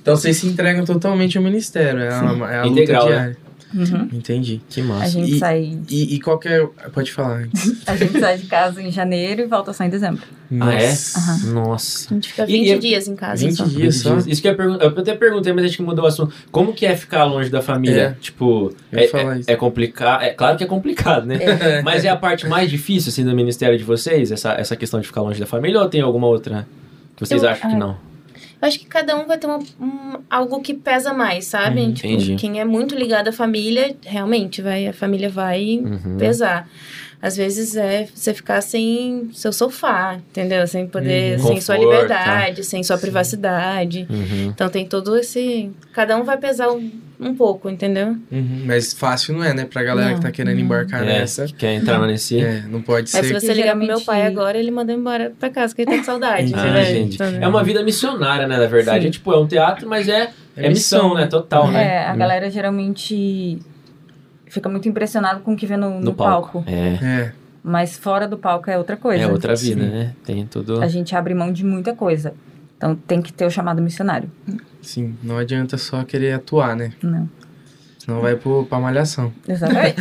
S6: então vocês se entregam totalmente ao ministério. É uma, é a luta
S3: Integral, né?
S6: diária.
S5: Uhum.
S6: Entendi.
S3: Que
S5: A
S3: massa.
S5: gente
S6: E-
S5: sai,
S6: E, e qual que é. Pode falar antes.
S5: a gente sai de casa em janeiro e volta só em dezembro.
S3: Ah, é?
S6: Nossa.
S3: Nossa.
S4: A gente fica
S3: E- é
S4: 20
S3: e-
S4: dias em casa
S6: 20
S4: só.
S6: dias. Isso.
S3: Isso, né? isso que eu, ia pergun- eu até perguntei, mas acho que mudou o assunto. Como que é ficar longe da família? Tipo,
S6: Eu ia
S3: é,
S6: falar
S3: é,
S6: isso.
S3: é complicado. É claro que é complicado, né? Mas é
S6: (laughs)
S3: a parte mais difícil, assim, do ministério de vocês? Essa, essa questão de ficar longe da família? Ou tem alguma outra que vocês
S4: Eu-
S3: acham que
S4: ai.
S3: não?
S4: Eu acho que cada um vai ter uma- um, algo que pesa mais, sabe?
S6: Uhum,
S4: Tipo,
S3: Hum, entendi.
S4: quem é muito ligado à família, realmente, vai, a família vai
S6: Uhum.
S3: né?
S4: pesar. Às vezes é você ficar sem seu sofá, entendeu? Sem poder,
S3: Uhum.
S4: sem sua
S3: Conforto,
S4: liberdade, sem sua
S6: Sim.
S4: privacidade.
S3: Uhum.
S4: Então tem todo esse. Cada um vai pesar um, um pouco, entendeu?
S6: (laughs) Uhum, Mas fácil não é, né? Pra galera
S4: Não,
S6: que tá querendo embarcar
S3: É.
S6: nessa.
S3: Quer entrar nesse?
S6: É, não pode
S4: Mas
S6: ser.
S4: se você ligar pro meu
S5: geralmente-
S4: pai agora, ele manda embora pra casa, que ele tá com saudade.
S6: Ah,
S3: (laughs) Ah,
S4: entendeu?
S3: gente.
S4: Então,
S3: É uma vida missionária, né, na verdade.
S5: Sim.
S3: É tipo, é um teatro, mas é, é missão, né? Total, né?
S5: É,
S6: Hum.
S5: a galera geralmente fica muito impressionada com o que vê no,
S3: No
S5: no palco.
S3: É.
S6: É.
S5: Mas fora do palco é outra coisa.
S3: É outra
S6: Sim.
S3: vida, né? Tem tudo.
S5: A gente abre mão de muita coisa. Então tem que ter o chamado missionário.
S6: Sim, não adianta só querer atuar, né?
S5: Não.
S6: Senão vai pro, pra malhação. (laughs)
S5: Exatamente.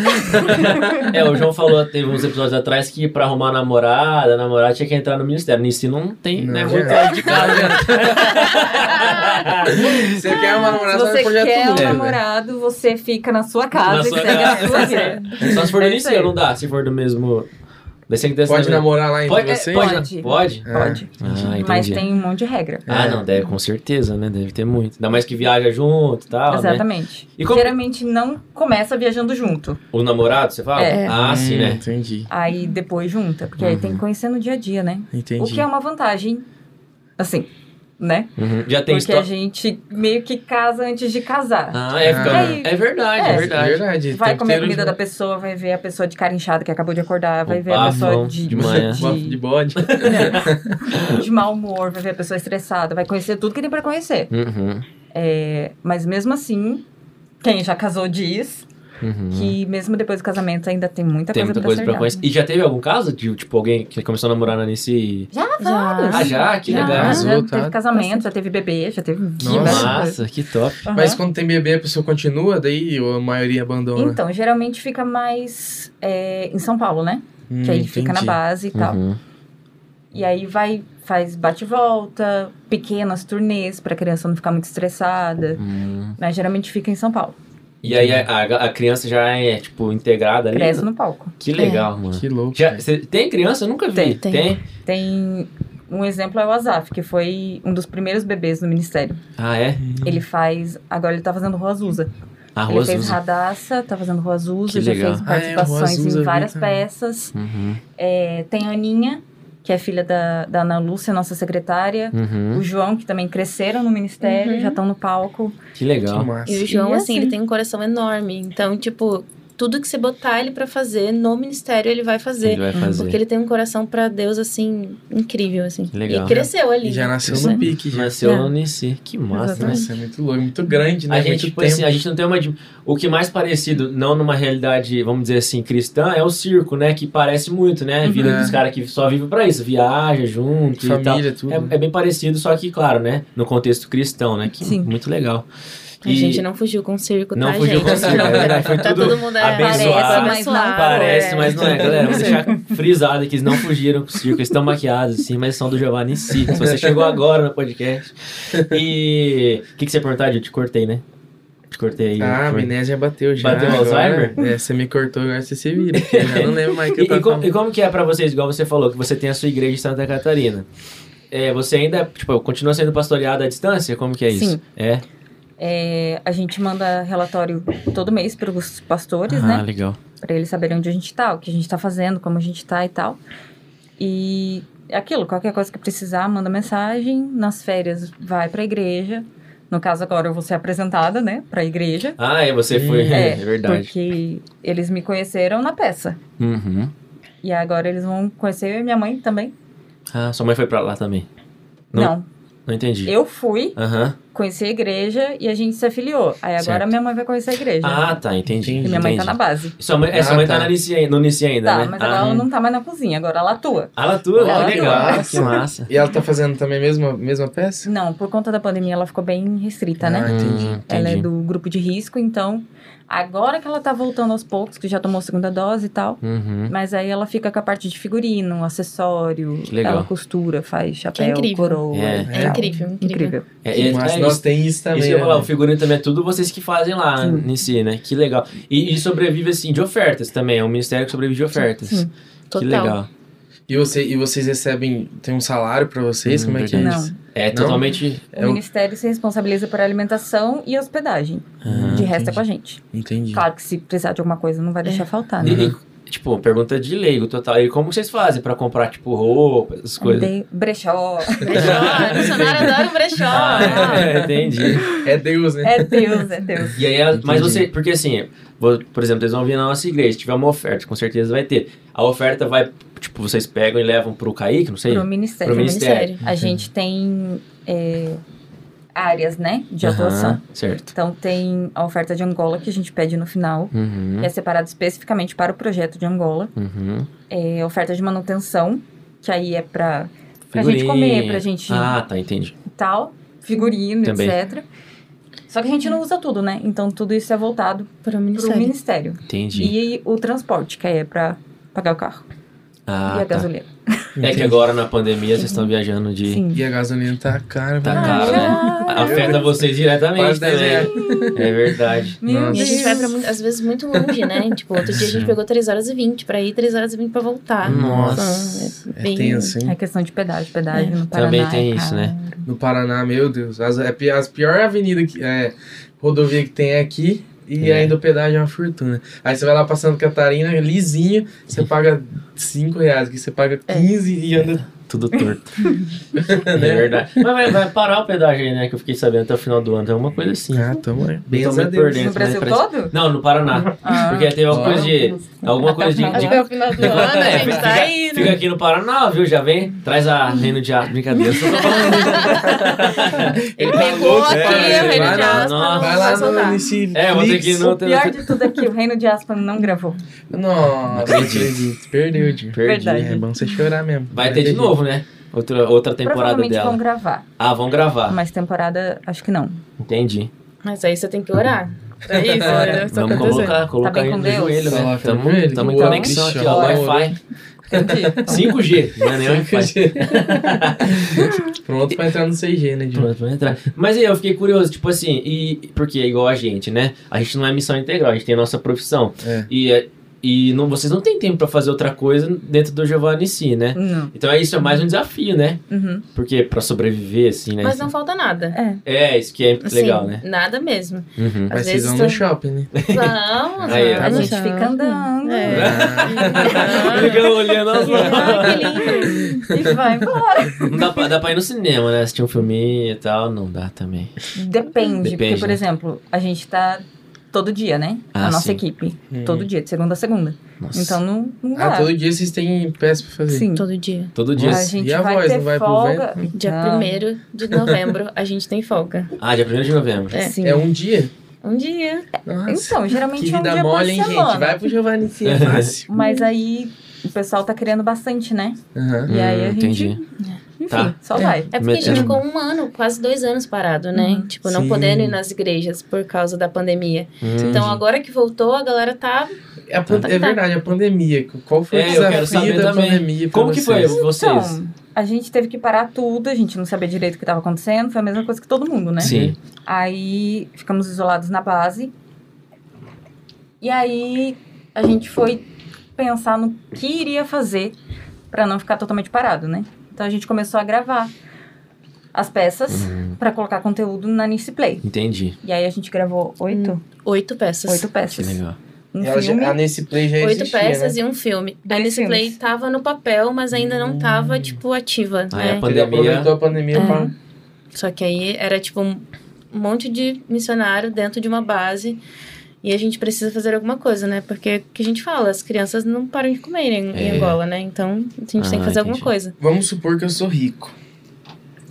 S3: É, o João falou, teve uns episódios atrás, que pra arrumar namorada, namorada tinha que entrar no ministério. Nisso não tem,
S6: Não
S3: né?
S6: adianta.
S3: Vontade de
S5: (laughs)
S3: casa.
S6: Você quer uma
S5: se
S6: namorada, você vai pro
S5: você
S6: projeto
S5: quer um
S6: Lula,
S3: É,
S6: né?
S5: namorado, você fica na sua casa
S3: Na
S5: e
S3: sua
S5: segue
S3: casa.
S5: a sua vida. (laughs)
S3: Só se for do
S5: É isso aí.
S3: ministério, não dá. Se for do mesmo. Daí você tem que ter
S6: Pode
S3: essa-
S6: namorar lá entre
S3: Pode, é,
S6: vocês?
S3: pode, pode.
S6: (laughs) É.
S5: Pode.
S3: Ah, entendi.
S5: Mas tem um monte de regra.
S3: Ah, não, deve, com certeza, né? Deve ter muito. Ainda mais que viaja junto e tal, né?
S5: Exatamente.
S3: E como-
S5: Geralmente não começa viajando junto.
S3: O namorado, você fala?
S5: É.
S3: Ah, sim,
S6: Hum,
S3: né?
S6: Entendi,
S5: Aí depois junta. Porque aí
S3: Uhum.
S5: tem que conhecer no dia a dia, né?
S6: entendi.
S5: O que é uma vantagem. Assim, né?
S3: Uhum. Já tem
S5: porque a
S3: história.
S5: gente meio que casa antes de casar.
S3: Ah, é, fica-
S5: Aí-
S3: é verdade, é,
S5: É.
S3: verdade.
S5: Vai comer a comida da pessoa, vai ver a pessoa de cara inchada que acabou de acordar, vai
S3: Um
S5: ver a
S3: bafão
S5: pessoa de,
S3: de manhã.
S6: De, de
S5: de,
S6: bode.
S5: (laughs) de mau humor, vai ver a pessoa estressada, vai conhecer tudo que tem pra conhecer.
S3: Uhum,
S5: É, mas mesmo assim, quem já casou diz
S3: uhum.
S5: que mesmo depois do casamento ainda tem muita
S3: Tem
S5: coisa
S3: muita
S5: pra
S3: coisa pra
S5: acertar.
S3: conhecer. E já teve algum caso de, tipo, alguém que começou a namorar na Nice e...
S5: Já,
S4: Já.
S5: vários.
S3: Ah, já? Que
S5: Já,
S3: legal.
S5: já
S6: Azul, tá?
S5: teve casamento, já teve bebê, já teve diversas coisas.
S3: Nossa, que top.
S5: Aham.
S6: Mas quando tem bebê, a pessoa continua, daí ou a maioria abandona.
S3: né?
S5: Então, geralmente fica mais é, em São Paulo, né?
S6: Hum,
S5: que aí fica na
S6: entendi.
S5: base e tal.
S3: Uhum.
S5: E aí vai, faz bate e volta, pequenas turnês pra criança não ficar muito estressada.
S3: Hum.
S5: Mas geralmente fica em São Paulo.
S3: E aí a, a- a criança já é, tipo, integrada ali.
S5: Cresce no palco.
S3: Que legal, mano.
S6: Que louco.
S3: Já,
S6: cara.
S3: cê- tem criança? Eu nunca vi.
S5: Tem,
S4: tem.
S5: Tem um exemplo é o Azaf, que foi um dos primeiros bebês no ministério.
S3: Ah, é?
S5: Ele faz. Agora ele tá fazendo Rua Azusa.
S3: Arroz.
S5: ele fez
S3: usa.
S5: Radassa, tá fazendo Rua Azusa,
S3: Ah, Que
S5: já
S3: legal.
S5: fez
S6: Ah, é, Rua
S5: participações
S6: Azusa, eu
S5: em
S6: vi
S5: várias
S6: também.
S5: peças.
S3: Uhum,
S5: É, tem a Aninha, que é filha da, da Ana Lúcia, nossa secretária.
S3: uhum.
S5: O João, que também cresceram no ministério,
S4: Uhum.
S5: já estão no palco.
S3: Que
S6: Que
S3: legal.
S6: massa.
S4: E o João,
S5: E
S4: assim,
S5: assim-
S4: ele tem um coração enorme. Então, tipo, tudo que você botar ele pra fazer no ministério, ele vai fazer.
S3: Ele vai fazer.
S4: Porque ele tem um coração pra Deus, assim, incrível, assim.
S3: Que legal.
S4: E cresceu ali.
S6: E já
S4: né?
S6: nasceu
S4: Isso é-
S6: no pique, já.
S3: Nasceu
S4: É.
S3: no Nice. Que massa, né?
S5: Exatamente.
S6: Nossa, é muito louco, muito grande, né?
S3: A gente,
S6: muito
S3: tipo assim, a gente não tem uma. di- O que é mais parecido, não numa realidade, vamos dizer assim, cristã, é o circo, né? Que parece muito, né? A vida
S6: Uhum.
S3: dos caras que só vivem pra isso, viaja junto e tal.
S6: família, tudo.
S3: É, é bem parecido, só que, claro, né? No contexto cristão, né? Que
S5: Sim.
S3: Muito legal.
S4: A gente não fugiu com o circo,
S3: Não
S4: tá,
S3: fugiu
S4: gente?
S3: com o circo, é verdade, foi
S4: tá
S3: tudo
S4: todo mundo
S3: abençoado.
S4: Parece, mas não
S5: Abençoado.
S3: Ah, Parece,
S5: é.
S3: mas não é, galera. Vou deixar frisado que eles não fugiram com o circo, eles estão maquiados, sim, mas são do Giovanni em si. Se você chegou agora no podcast. E. O que, que você ia perguntar, Gil? Te cortei, né? Te cortei aí.
S6: Ah, a
S3: Foi.
S6: amnésia bateu já.
S3: Bateu o
S6: agora.
S3: Alzheimer?
S6: É, você me cortou, agora você se vira. porque Eu já não lembro mais o que
S3: E,
S6: eu
S3: e,
S6: tava
S3: como, e
S6: falando.
S3: como que é pra vocês, igual você falou, que você tem a sua igreja em Santa Catarina? É, você ainda, tipo, continua sendo pastoreado à distância? Como que é isso?
S5: Sim.
S3: É?
S5: É, a gente manda relatório todo mês para os pastores,
S3: Ah,
S5: né?
S3: legal.
S5: Para eles saberem onde a gente tá, o que a gente tá fazendo, como a gente tá e tal. E é aquilo, qualquer coisa que precisar, manda mensagem. Nas férias, vai para a igreja. No caso, agora eu vou ser apresentada, né? Para a igreja.
S3: Ah, e você foi.
S6: Hum.
S3: (laughs) É,
S5: É,
S3: verdade.
S5: Porque eles me conheceram na peça.
S3: Uhum.
S5: E agora eles vão conhecer eu e minha mãe também.
S3: Ah, sua mãe foi pra lá também. Não.
S5: Não,
S3: Não entendi.
S5: eu fui,
S3: Aham.
S5: conheci a igreja e a gente se afiliou. Aí agora
S3: Certo.
S5: minha mãe vai conhecer a igreja.
S3: Ah, tá, entendi.
S5: e minha mãe tá
S3: entendi.
S5: na base.
S3: Sua mãe, é, sua
S6: Ah,
S3: mãe tá,
S6: tá.
S3: na Nici ainda, no Nici ainda,
S5: Tá,
S3: né?
S5: mas
S3: ah,
S5: agora ela não tá mais na cozinha, agora ela atua.
S3: Ala tua,
S5: Ela
S3: que
S5: atua.
S3: legal, que
S6: Nossa.
S3: massa.
S6: E ela tá fazendo também a mesma, mesma peça?
S5: Não, por conta da pandemia ela ficou bem restrita, né?
S6: Ah, entendi.
S3: Hum,
S5: Ela é
S3: entendi.
S5: do grupo de risco, então agora que ela tá voltando aos poucos, que já tomou a segunda dose e tal.
S3: Uhum.
S5: Mas aí ela fica com a parte de figurino, acessório,
S3: Que legal.
S5: ela costura, faz chapéu,
S4: incrível.
S5: coroa.
S3: É.
S5: e
S4: É
S5: tal.
S4: incrível, incrível.
S5: Incrível.
S3: É, é,
S6: Mas
S3: é
S6: nós
S3: isso.
S6: tem isso também.
S3: Isso que eu ia falar,
S6: né?
S3: o figurino também é tudo vocês que fazem lá
S5: Sim.
S3: em si, né? Que legal. E, e sobrevive, assim, de ofertas também. É um ministério que sobrevive de ofertas.
S5: Sim.
S3: Que
S4: Total.
S3: legal.
S6: E, você, e vocês recebem, tem um salário pra vocês?
S3: Hum,
S6: como é que é
S3: verdade.
S5: Não,
S6: isso?
S3: É
S6: Não?
S3: totalmente.
S5: o
S6: É o-
S5: Ministério se responsabiliza por alimentação e hospedagem.
S3: Ah,
S5: de resto
S6: entendi.
S5: é com a gente.
S6: Entendi.
S5: Claro que se precisar de alguma coisa, não vai
S4: É.
S5: deixar faltar, né?
S3: E- e, tipo, pergunta de leigo total. E como vocês fazem pra comprar, tipo, roupa, essas coisas?
S5: De brechó. (laughs)
S4: Brechó, a missionária adora o brechó.
S3: Ah, é, entendi.
S6: É Deus, né?
S5: É Deus, é Deus.
S3: E aí, a-
S6: Entendi.
S3: mas você, porque assim, vou- por exemplo, eles vão vir na nossa igreja, se tiver uma oferta, com certeza vai ter. A oferta vai, tipo, vocês pegam e levam pro Kaique, não sei?
S5: Pro Ministério.
S3: Pro ministério.
S5: A gente tem é, áreas, né, de
S3: Aham,
S5: atuação.
S3: certo.
S5: Então tem a oferta de Angola que a gente pede no final,
S3: Uhum,
S5: que é separada especificamente para o projeto de Angola.
S3: uhum.
S5: É, a oferta de manutenção, que aí é pra, pra gente
S3: Figurinha.
S5: comer, pra gente
S3: Ah, tá, entendi.
S5: tal, figurino,
S3: Também.
S5: etc. Só que a gente não usa tudo, né? Então tudo isso é voltado
S4: Para o
S5: pro
S4: ministério.
S5: ministério.
S3: Entendi.
S5: E o transporte, que aí é pra pagar o carro
S3: ah,
S5: e
S3: tá.
S5: a gasolina.
S3: É que
S6: Entendi.
S3: agora na pandemia vocês estão viajando de.
S5: Sim. Ah,
S6: E a gasolina tá cara,
S3: Tá
S6: velho.
S3: caro, né? Afeta vocês diretamente.
S6: Quase 10
S3: Também.
S6: reais.
S3: É verdade.
S5: Meu
S6: Nossa.
S4: E a gente
S5: Deus.
S4: vai, pra, mu- às vezes, muito longe, né?
S3: (laughs)
S4: Tipo, outro dia a gente pegou 3 horas e 20 pra ir, 3 horas e 20 pra voltar.
S3: Hum.
S6: Nossa,
S4: Então,
S6: é
S4: bem-
S6: tenso, hein?
S5: É questão de pedágio, pedágio no Paraná.
S3: Também
S5: é
S3: tem isso,
S5: caro.
S3: né?
S6: No Paraná, meu Deus. As, é pi- as pior avenida que é rodovia que tem é aqui e
S3: É.
S6: ainda o pedágio é uma fortuna. Aí você vai lá passando Catarina, lisinho, você paga 5 reais, que você paga
S5: É.
S6: 15 e anda. (laughs)
S3: Tudo torto. é verdade. Mas vai, vai parar o pedágio aí, né? Que eu fiquei sabendo até o final do ano. É uma coisa assim.
S6: Ah, toma. Benção
S3: muito
S6: a Deus.
S3: por dentro. né,
S5: No Brasil
S3: Parece-
S5: todo?
S3: Não, no Paraná.
S5: Ah.
S3: Porque teve alguma coisa de. Alguma coisa de. de-
S4: Até o final (laughs) do ano a
S3: É,
S4: gente tá
S3: fica-
S4: aí,
S3: Fica aqui no Paraná, viu? Já vem, traz a Reino de Aspas. Brincadeira, só tô falando.
S4: Ele
S6: Tá
S4: pegou
S6: louco,
S4: aqui,
S6: é,
S4: o reino
S6: vai
S4: de
S6: lá,
S4: aspas,
S3: nossa.
S4: não
S6: Vai
S4: vai
S6: lá no,
S4: soltar.
S6: nesse.
S3: É, vou ter que ir no.
S5: O pior de tudo é que o Reino de Aspa não gravou.
S6: Nossa,
S3: Perdi.
S6: acredito. Perdeu, Di.
S3: Perdi.
S5: Verdade.
S6: É bom você chorar mesmo.
S3: Vai ter de
S6: Jeito. (laughs)
S3: novo, né? Outra, outra temporada
S5: Provavelmente
S3: dela.
S5: vão gravar,
S3: Ah, vão gravar.
S5: mas temporada acho que não.
S3: Entendi.
S4: Mas aí você tem que orar. É isso, né? Isso
S3: Vamos
S4: acontecendo.
S3: colocar, colocar
S5: bem
S3: aí
S5: com
S3: no
S5: Deus?
S3: joelho,
S6: Tá lá,
S3: né?
S6: fica
S3: Tamo,
S6: com ele.
S3: tamo em
S5: Boa,
S3: conexão aqui, ó.
S6: bicho,
S3: Wi-Fi.
S5: Entendi.
S3: (laughs)
S5: Então,
S3: 5G, não é nem Wi-Fi.
S6: Pronto pra entrar no 6G, né, Di?
S3: Pronto, vamos entrar. Mas aí eu fiquei curioso, tipo assim, e porque é igual a gente, né? A gente não é missão integral, a gente tem a nossa profissão.
S6: É.
S3: E, é- e não, vocês não têm tempo pra fazer outra coisa dentro do Giovanni em si, né?
S5: não.
S3: Então é isso é mais um desafio, né?
S5: Uhum.
S3: Porque pra sobreviver, assim, né?
S4: Mas não falta nada.
S5: É.
S3: É, isso que é
S4: Assim,
S3: legal, né?
S4: Nada
S3: (laughs)
S4: mesmo.
S3: Uhum.
S4: Às
S6: Mas vocês
S4: vezes
S6: vão
S4: tam-
S6: no shopping, né?
S4: Vamos,
S3: Aí,
S4: a
S3: tá
S4: gente
S5: bom.
S4: fica andando.
S5: É.
S6: Ah,
S3: Ele fica olhando as
S4: Ah,
S5: (laughs)
S4: que
S3: mãos.
S4: lindo.
S5: E vai embora.
S3: Não dá pra, dá pra ir no cinema, né? Assistir um filminho e tal, não dá também.
S5: Depende,
S3: Depende,
S5: porque, por
S3: né?
S5: exemplo, a gente tá todo dia, né?
S3: Ah,
S5: a nossa
S3: sim. Uhum.
S5: equipe.
S6: Hum.
S5: Todo dia, de segunda a segunda.
S3: Nossa.
S5: Então não, não dá.
S6: Ah, todo dia vocês têm peça pra fazer.
S5: Sim.
S4: Todo dia.
S3: Todo dia.
S5: A
S6: Mas-
S5: gente
S6: E a
S5: vai
S6: voz,
S5: ter
S6: não vai pro
S5: folga.
S4: Dia
S5: Não.
S4: 1 de novembro a gente tem folga.
S3: Ah, dia 1 de novembro.
S4: É.
S5: Sim.
S6: É um dia?
S4: Um dia.
S6: Nossa,
S5: Então,
S6: que
S5: geralmente é um
S6: vida
S5: dia
S6: mole, hein,
S5: por semana.
S6: gente? Vai pro Giovanni sim, é fácil.
S5: Mas aí o pessoal tá querendo bastante, né?
S6: Aham.
S5: E aí a
S3: Hum,
S5: gente-
S3: Entendi.
S5: Enfim,
S3: Tá.
S5: só vai.
S4: É porque a gente
S3: Metendo.
S4: ficou um ano, quase dois anos parado, né?
S5: Uhum.
S4: Tipo, não
S6: Sim.
S4: podendo ir nas igrejas por causa da pandemia.
S3: Hum.
S4: Então agora que voltou, a galera tá.
S6: É, a pan-
S4: Tá.
S6: é verdade, a pandemia. Qual foi
S3: É,
S6: o
S3: eu quero
S6: desafio
S3: saber
S6: da
S3: também.
S6: pandemia pra
S3: Como que foi
S6: vocês?
S3: vocês?
S5: Então, a gente teve que parar tudo, a gente não sabia direito o que estava acontecendo, foi a mesma coisa que todo mundo, né?
S3: Sim.
S5: Aí ficamos isolados na base. E aí a gente foi pensar no que iria fazer para não ficar totalmente parado, né? Então a gente começou a gravar. as peças
S3: Uhum.
S5: pra colocar conteúdo na Nice Play.
S3: Entendi.
S5: E aí a gente gravou oito,
S4: Oito peças.
S5: oito
S3: Que
S5: peças.
S3: legal.
S5: Um
S2: E ela já-
S5: filme.
S2: ah, nesse play já
S4: Oito
S2: existia,
S4: peças
S2: né?
S4: e um filme.
S5: Dois
S4: a Nestlé
S5: filmes.
S4: tava no papel, mas ainda não tava, tipo, ativa,
S3: Ah, é
S4: né?
S3: a
S2: Ele
S3: pandemia.
S2: aproveitou a pandemia
S5: É.
S2: pra...
S4: Só que aí era, tipo, um monte de missionário dentro de uma base. E a gente precisa fazer alguma coisa, né? Porque é o que a gente fala, as crianças não param de comer em, em
S3: É.
S4: Angola, né? Então, a gente tem
S3: Ah,
S4: que fazer alguma
S3: entendi.
S4: coisa.
S2: Vamos supor que eu sou rico.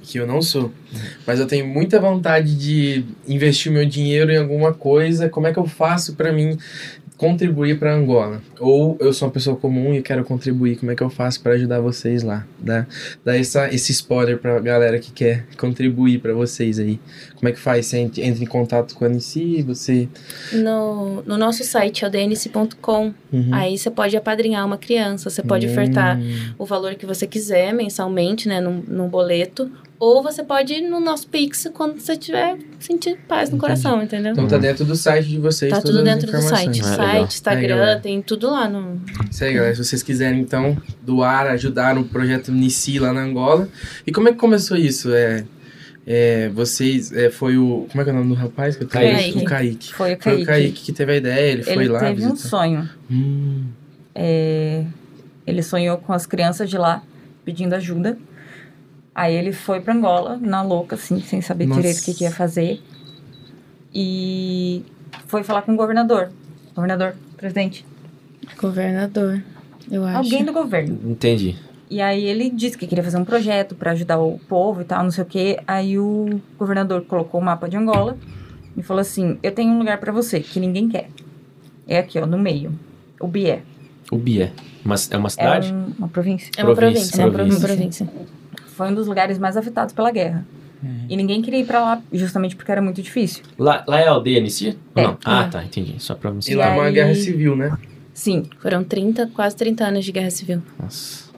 S2: Que eu não sou. Mas eu tenho muita vontade de investir o meu dinheiro em alguma coisa. Como é que eu faço pra mim contribuir pra Angola? Ou eu sou uma pessoa comum e quero contribuir. Como é que eu faço pra ajudar vocês lá? Dá, dá essa, esse spoiler pra galera que quer contribuir pra vocês aí. Como é que faz? Você ent- entra em contato com a NC, você...
S4: No, no nosso site, é o dnc.com.
S3: Hum.
S2: Uhum.
S4: Aí você pode apadrinhar uma criança, você pode ofertar o valor que você quiser mensalmente, né, num, num boleto, ou você pode ir no nosso Pix quando você tiver sentir paz no
S2: Entendi.
S4: coração, entendeu?
S2: Então tá dentro do site de vocês.
S4: Tá
S2: todas
S4: tudo
S2: as
S4: dentro do
S2: informações.
S4: site,
S3: Ah,
S4: site,
S3: legal.
S2: Aí,
S4: Instagram,
S2: galera.
S4: tem tudo lá no
S2: Isso aí, galera. Se vocês quiserem, então, doar, ajudar no projeto Nici lá na Angola. E como é que começou isso? É, é, vocês. É, foi o. Como é que é o nome do rapaz? que eu tô-
S3: Kaique.
S2: O Kaique.
S5: Foi
S2: Foi
S5: o Kaique.
S2: o Kaique que teve a ideia, ele, foi
S5: Ele
S2: lá.
S5: teve um
S2: visitou.
S5: sonho.
S2: Hum,
S5: É, ele sonhou com as crianças de lá pedindo ajuda. Aí ele foi pra Angola, na louca, assim, sem saber
S2: Nossa.
S5: direito o que, que ia fazer. E foi falar com o governador. Governador, presidente.
S4: governador, eu acho.
S5: Alguém do governo.
S3: Entendi.
S5: E aí ele disse que queria fazer um projeto pra ajudar o povo e tal, não sei o quê. Aí o governador colocou o mapa de Angola e falou assim: "Eu tenho um lugar pra você que ninguém quer. É aqui, ó, no meio. O Bié.
S3: O Bié. Mas é uma
S5: É
S3: cidade?
S5: um- uma província.
S4: É uma
S3: Província,
S4: província, é uma província.
S5: província. Foi um dos lugares mais afetados pela guerra. E ninguém queria ir pra lá justamente porque era muito difícil.
S3: Lá, lá é a aldeia NC?
S5: É.
S3: Não. Ah,
S4: É.
S3: tá. Entendi. Só pra me
S2: E lá é uma
S5: aí-
S2: guerra civil, né?
S5: Sim.
S4: Foram 30, quase 30 anos de guerra civil.
S3: Nossa.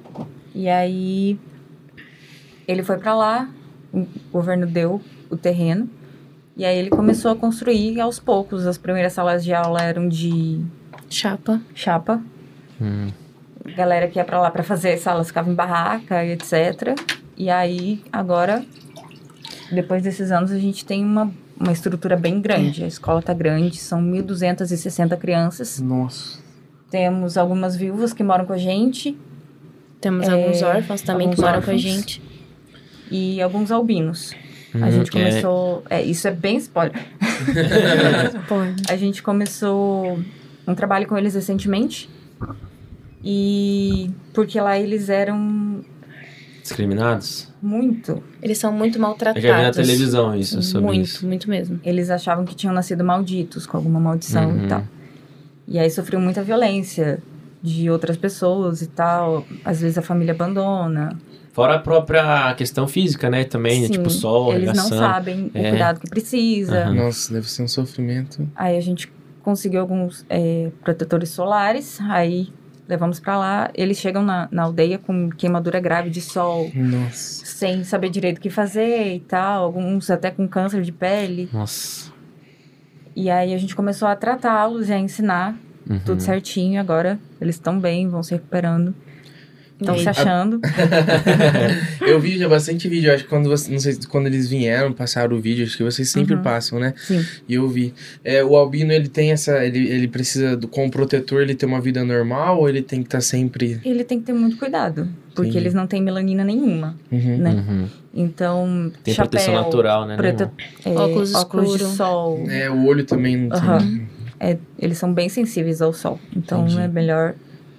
S5: E aí ele foi pra lá, o governo deu o terreno. E aí ele começou a construir aos poucos. As primeiras salas de aula eram de
S4: Chapa.
S5: chapa.
S3: Hum.
S5: Galera que ia pra lá pra fazer salas ficava em barraca e etc. E aí, agora, depois desses anos, a gente tem uma, uma estrutura bem grande. A escola tá grande, são 1.260 crianças.
S2: Nossa.
S5: Temos algumas viúvas que moram com a gente
S4: Temos
S5: É,
S4: alguns órfãos também
S5: alguns
S4: que moram com a
S5: órfãos.
S4: gente.
S5: e alguns albinos.
S3: Hum,
S5: A gente
S3: é.
S5: começou. É, isso é bem spoiler.
S4: Pode.
S5: A gente começou um trabalho com eles recentemente. E porque lá eles eram
S3: Discriminados?
S5: muito.
S4: Eles são muito
S3: Eu
S4: maltratados.
S3: já vi na televisão isso, sobre
S4: Muito,
S3: isso.
S4: muito mesmo.
S5: Eles achavam que tinham nascido malditos, com alguma maldição
S3: Uhum.
S5: e tal. E aí sofreu muita violência de outras pessoas e tal. Às vezes a família abandona.
S3: Fora a própria questão física, né? Também, né,
S5: Sim,
S3: tipo sol,
S5: Eles não
S3: regaçando.
S5: sabem
S3: É. Uhum.
S5: o cuidado que precisa.
S3: Aham.
S2: Nossa, deve ser um sofrimento.
S5: Aí a gente conseguiu alguns é, protetores solares, aí levamos pra lá. Eles chegam na, na aldeia com queimadura grave de sol,
S2: Nossa.
S5: sem saber direito o que fazer e tal, alguns até com câncer de pele.
S3: Nossa.
S5: E aí a gente começou a tratá-los e a ensinar
S3: Uhum.
S5: tudo certinho. Agora eles estão bem, vão se recuperando, estão
S4: E-
S3: (laughs)
S5: se achando.
S2: (laughs) eu vi já bastante vídeo, acho que quando você, não sei, quando eles vieram, passaram o vídeo, acho que vocês sempre
S5: Uhum.
S2: passam, né?
S5: Sim,
S2: E eu vi. É, o albino, ele tem essa. Ele, ele precisa, do, com o protetor, ele tem uma vida normal ou ele tem que estar sempre.
S5: ele tem que ter muito cuidado, porque
S2: Entendi.
S5: eles não têm melanina nenhuma,
S2: Uhum.
S5: né?
S3: Uhum.
S5: Então,
S3: Tem
S5: chapéu,
S3: proteção natural, né?
S5: preta-
S3: Nenhuma.
S5: é,
S4: Óculos
S5: óculos, de
S4: escuro.
S5: sol.
S2: É, o olho também não tem.
S5: Aham. É, eles são bem sensíveis ao sol, então
S2: Entendi.
S5: é melhor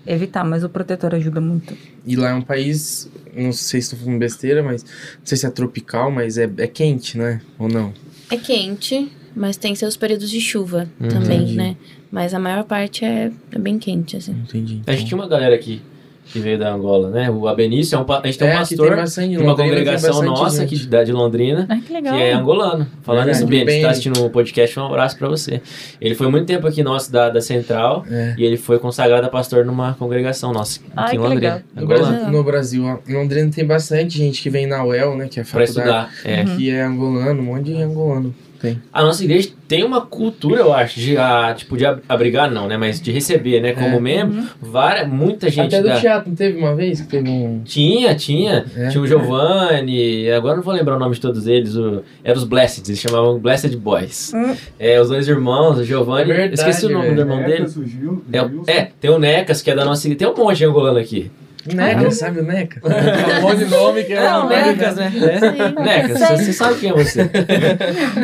S5: evitar, mas o protetor ajuda muito.
S2: E lá é um país, não sei se estou falando besteira, mas. Não sei se é tropical, mas é, é quente, né? Ou não?
S4: É quente, mas tem seus períodos de chuva
S3: Uhum.
S4: também,
S2: Entendi.
S4: né? Mas a maior parte é, é bem quente, assim.
S2: Entendi.
S3: A gente tinha uma galera aqui que veio da Angola, né? O Abenício é um. pa- A gente tem um
S2: que
S3: pastor
S2: bastante
S3: de
S2: em
S3: uma
S2: Londrina, Então, tem
S3: congregação
S2: bastante
S3: nossa
S2: gente.
S3: aqui de- da- de Londrina.
S5: Ai, que
S3: Que
S5: legal.
S3: é angolano. Falando
S2: Verdade.
S3: isso, Beni, se
S2: Beni.
S3: tá assistindo o podcast, um abraço pra você. Ele foi muito tempo aqui nosso da, da Central
S2: É.
S3: e ele foi consagrado a pastor numa congregação nossa aqui
S5: Ai,
S3: em
S5: que
S3: Londrina.
S5: legal.
S2: No
S3: Angolano.
S2: Brasil, no Brasil, ó, em Londrina tem bastante gente que vem na UEL, né? Que é a
S3: Pra
S2: faculdade.
S5: Uhum.
S6: Uhum.
S3: estudar. É.
S2: Que é angolano, um monte de angolano.
S6: Tem.
S3: A nossa igreja tem uma cultura, eu acho, de, ah, tipo, de ab- abrigar, não, né? Mas de receber, né? Como
S6: É.
S3: membro,
S5: Uhum.
S3: várias, muita gente
S6: Até do
S3: da-
S6: teatro, não teve uma vez que teve um.
S3: Tinha, tinha.
S6: É.
S3: Tinha o Giovanni, agora não vou lembrar o nome de todos eles. O, eram os Blessed, eles chamavam Blessed Boys.
S5: Hum.
S3: É, os dois irmãos, o Giovanni.
S6: É verdade,
S3: esqueci o nome
S6: velho.
S3: do irmão dele.
S7: Surgiu,
S3: É, o- é, tem o Necas, que é da nossa igreja. Tem um monte de angolano aqui.
S6: Neca, Ah, sabe o (laughs) Neca? um monte de nome que é.
S3: Não, Necas, né?
S4: Sim.
S3: É. Necas,
S4: Sim.
S3: você você sabe quem é
S6: (laughs)
S3: você.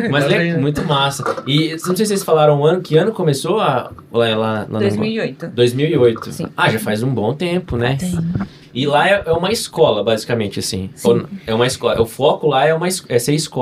S3: Mas
S6: Tá
S3: le-
S6: bem, né?
S3: muito massa. E eu não sei se vocês falaram o ano, que ano começou a, lá, lá, lá no
S5: 2008.
S3: 2008.
S5: Sim.
S3: Ah, já faz um bom tempo, né? E lá é, é uma escola, basicamente, assim. Ou- é uma escola. O foco lá é, uma, es- é ser escola.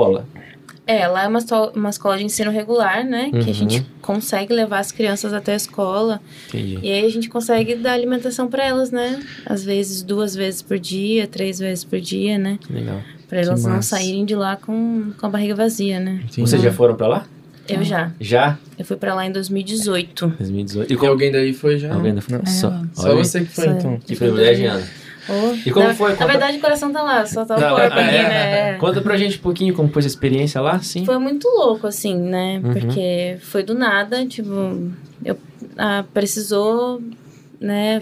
S4: É, lá é uma, esto- uma escola de ensino regular, né? Que
S3: Uhum.
S4: a gente consegue levar as crianças até a escola.
S3: Entendi.
S4: E aí a gente consegue dar alimentação pra elas, né? Às vezes duas vezes por dia, três vezes por dia, né?
S3: Legal.
S4: Pra elas não
S6: massa.
S4: saírem de lá com, com a barriga vazia,
S6: É.
S4: né?
S3: Vocês já foram pra lá?
S4: Eu já.
S3: Já?
S4: Eu fui pra lá em 2018.
S3: 2018. E
S6: E
S3: como...
S6: alguém daí foi já.
S3: Alguém ainda foi?
S6: Não.
S3: Só,
S6: Só
S3: olha aí.
S6: você que foi
S4: Só eu.
S6: então.
S3: Que privilegiado.
S4: Oh,
S3: E como
S4: na,
S3: foi?
S4: Na
S3: Conta-
S4: verdade, o coração tá lá, só tá o
S3: Não,
S4: corpo
S3: é,
S4: ali,
S3: é,
S4: né? É.
S3: Conta pra gente um pouquinho como foi essa experiência lá, sim.
S4: Foi muito louco, assim, né?
S3: Uhum.
S4: Porque foi do nada, tipo, eu ah, precisou, né?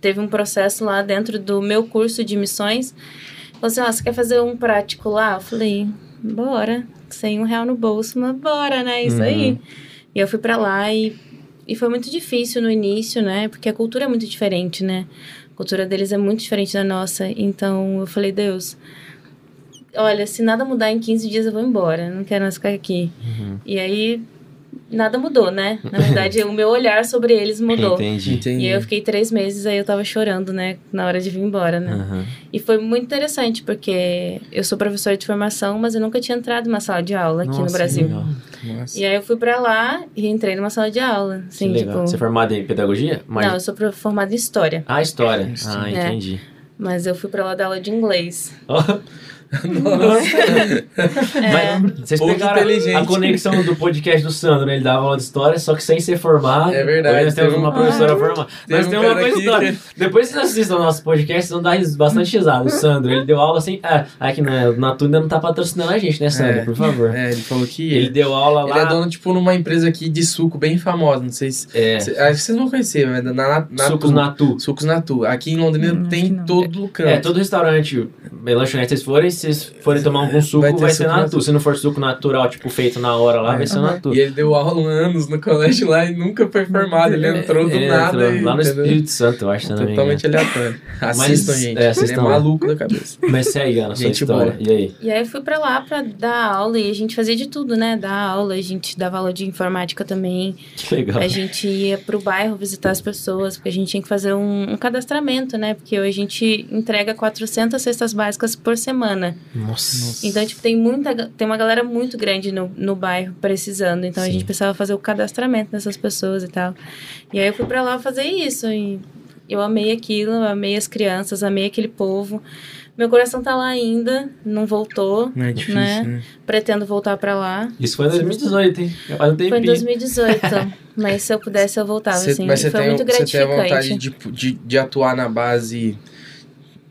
S4: Teve um processo lá dentro do meu curso de missões. Falou assim, ó, você quer fazer um prático lá? Eu falei, bora. Sem um real no bolso, mas bora, né? Isso aí. E eu fui pra lá e, e foi muito difícil no início, né? Porque a cultura é muito diferente, né? A cultura deles é muito diferente da nossa. Então eu falei, Deus, olha, se nada mudar em 15 dias eu vou embora, não quero mais ficar aqui.
S3: Uhum.
S4: E aí, nada mudou, né? Na
S3: (laughs)
S4: verdade, o meu olhar sobre eles mudou.
S3: Entendi.
S4: E
S6: Entendi.
S4: aí eu fiquei três meses, aí eu tava chorando, né? Na hora de vir embora, né?
S3: Aham.
S4: E foi muito interessante, porque eu sou professora de formação, mas eu nunca tinha entrado numa sala de aula aqui no
S3: Nossa,
S4: Brasil.
S3: legal.
S6: Nossa.
S4: E aí eu fui pra lá e entrei numa sala de aula. Assim,
S3: que
S4: tipo.
S3: legal. Você é formada em pedagogia? Mas...
S4: Não, eu sou pro- formada em história,
S3: Ah, história.
S6: Sim.
S3: Ah,
S4: É. (laughs)
S3: entendi.
S4: mas eu fui pra lá dar aula de inglês.
S3: Ó,
S4: É,
S3: Mas vocês
S6: Pouco
S3: pegaram
S6: inteligente.
S3: a conexão do podcast do Sandro, né? Ele dava aula de história, só que sem ser formado.
S6: É verdade,
S3: Nós temos
S6: teve um-
S3: uma professora formada.
S6: Teve
S3: Nós
S6: um
S3: temos uma
S6: cara
S3: coisa
S6: aqui
S3: história.
S6: (laughs)
S3: Depois vocês assistam o nosso podcast, vocês vão dar ris- bastante risada. O Sandro, ele deu aula sem. Ah, aqui na, na Tuna ainda não tá patrocinando a gente, né, Sandro?
S6: É.
S3: Por favor.
S6: É, ele falou que
S3: Ele
S6: ele,
S3: deu aula
S6: ele é
S3: lá.
S6: dono, tipo, numa empresa aqui de suco bem famosa. Não sei se.
S3: É,
S6: se- acho que vocês vão conhecer, mas na, na, na
S3: sucos
S6: Tu.
S3: Natu.
S6: Sucos Natu. Aqui em Londrina
S5: Hum, acho
S6: tem
S5: que
S6: em
S5: não.
S6: todo canto.
S3: É, todo restaurante, bem, lanchonete, vocês forem, se vocês forem tomar algum suco,
S6: Vai
S3: vai,
S6: ter
S3: ser
S6: suco
S3: natu.
S6: Natu.
S3: Se não for suco natural, tipo, feito na hora lá,
S6: É.
S3: vai ser
S5: Aham.
S3: natu.
S6: E ele deu aula anos no colégio lá e nunca foi formado. Ele entrou do
S3: É, Ele
S6: nada.
S3: entrou
S6: e,
S3: lá no
S6: entendeu?
S3: Espírito Santo, eu acho, se eu não me engano.
S6: Totalmente
S3: (laughs)
S6: aleatório. Assistam, gente.
S3: é,
S6: ele é
S3: assistam.
S6: maluco da cabeça.
S3: Mas segue a sua
S6: Gente
S3: história. E aí?
S4: E aí eu fui pra lá pra dar aula e a gente fazia de tudo, né? Dar aula, a gente dava aula de informática também.
S3: Que legal.
S4: A gente ia pro bairro visitar as pessoas, porque a gente tinha que fazer um, um cadastramento, né? Porque hoje a gente entrega 400 cestas básicas por semana.
S3: Nossa.
S4: Então, tipo, tem muita ga- tem uma galera muito grande no, no bairro precisando. Então a
S3: Sim.
S4: gente precisava fazer o cadastramento dessas pessoas e tal. E aí eu fui pra lá fazer isso e eu amei aquilo, eu amei as crianças, amei aquele povo. Meu coração tá lá ainda, não voltou
S6: Não é difícil,
S4: Né?
S6: né?
S4: pretendo voltar pra lá.
S3: Isso foi em 2018, hein? Já Faz um tempinho.
S4: Foi
S6: (laughs)
S4: em 2018, mas se eu pudesse eu voltava,
S6: Cê-
S4: assim.
S6: mas
S4: e
S6: você
S4: foi
S6: tem,
S4: muito
S6: você tem a vontade
S4: gratificante.
S6: de, de, de atuar na base,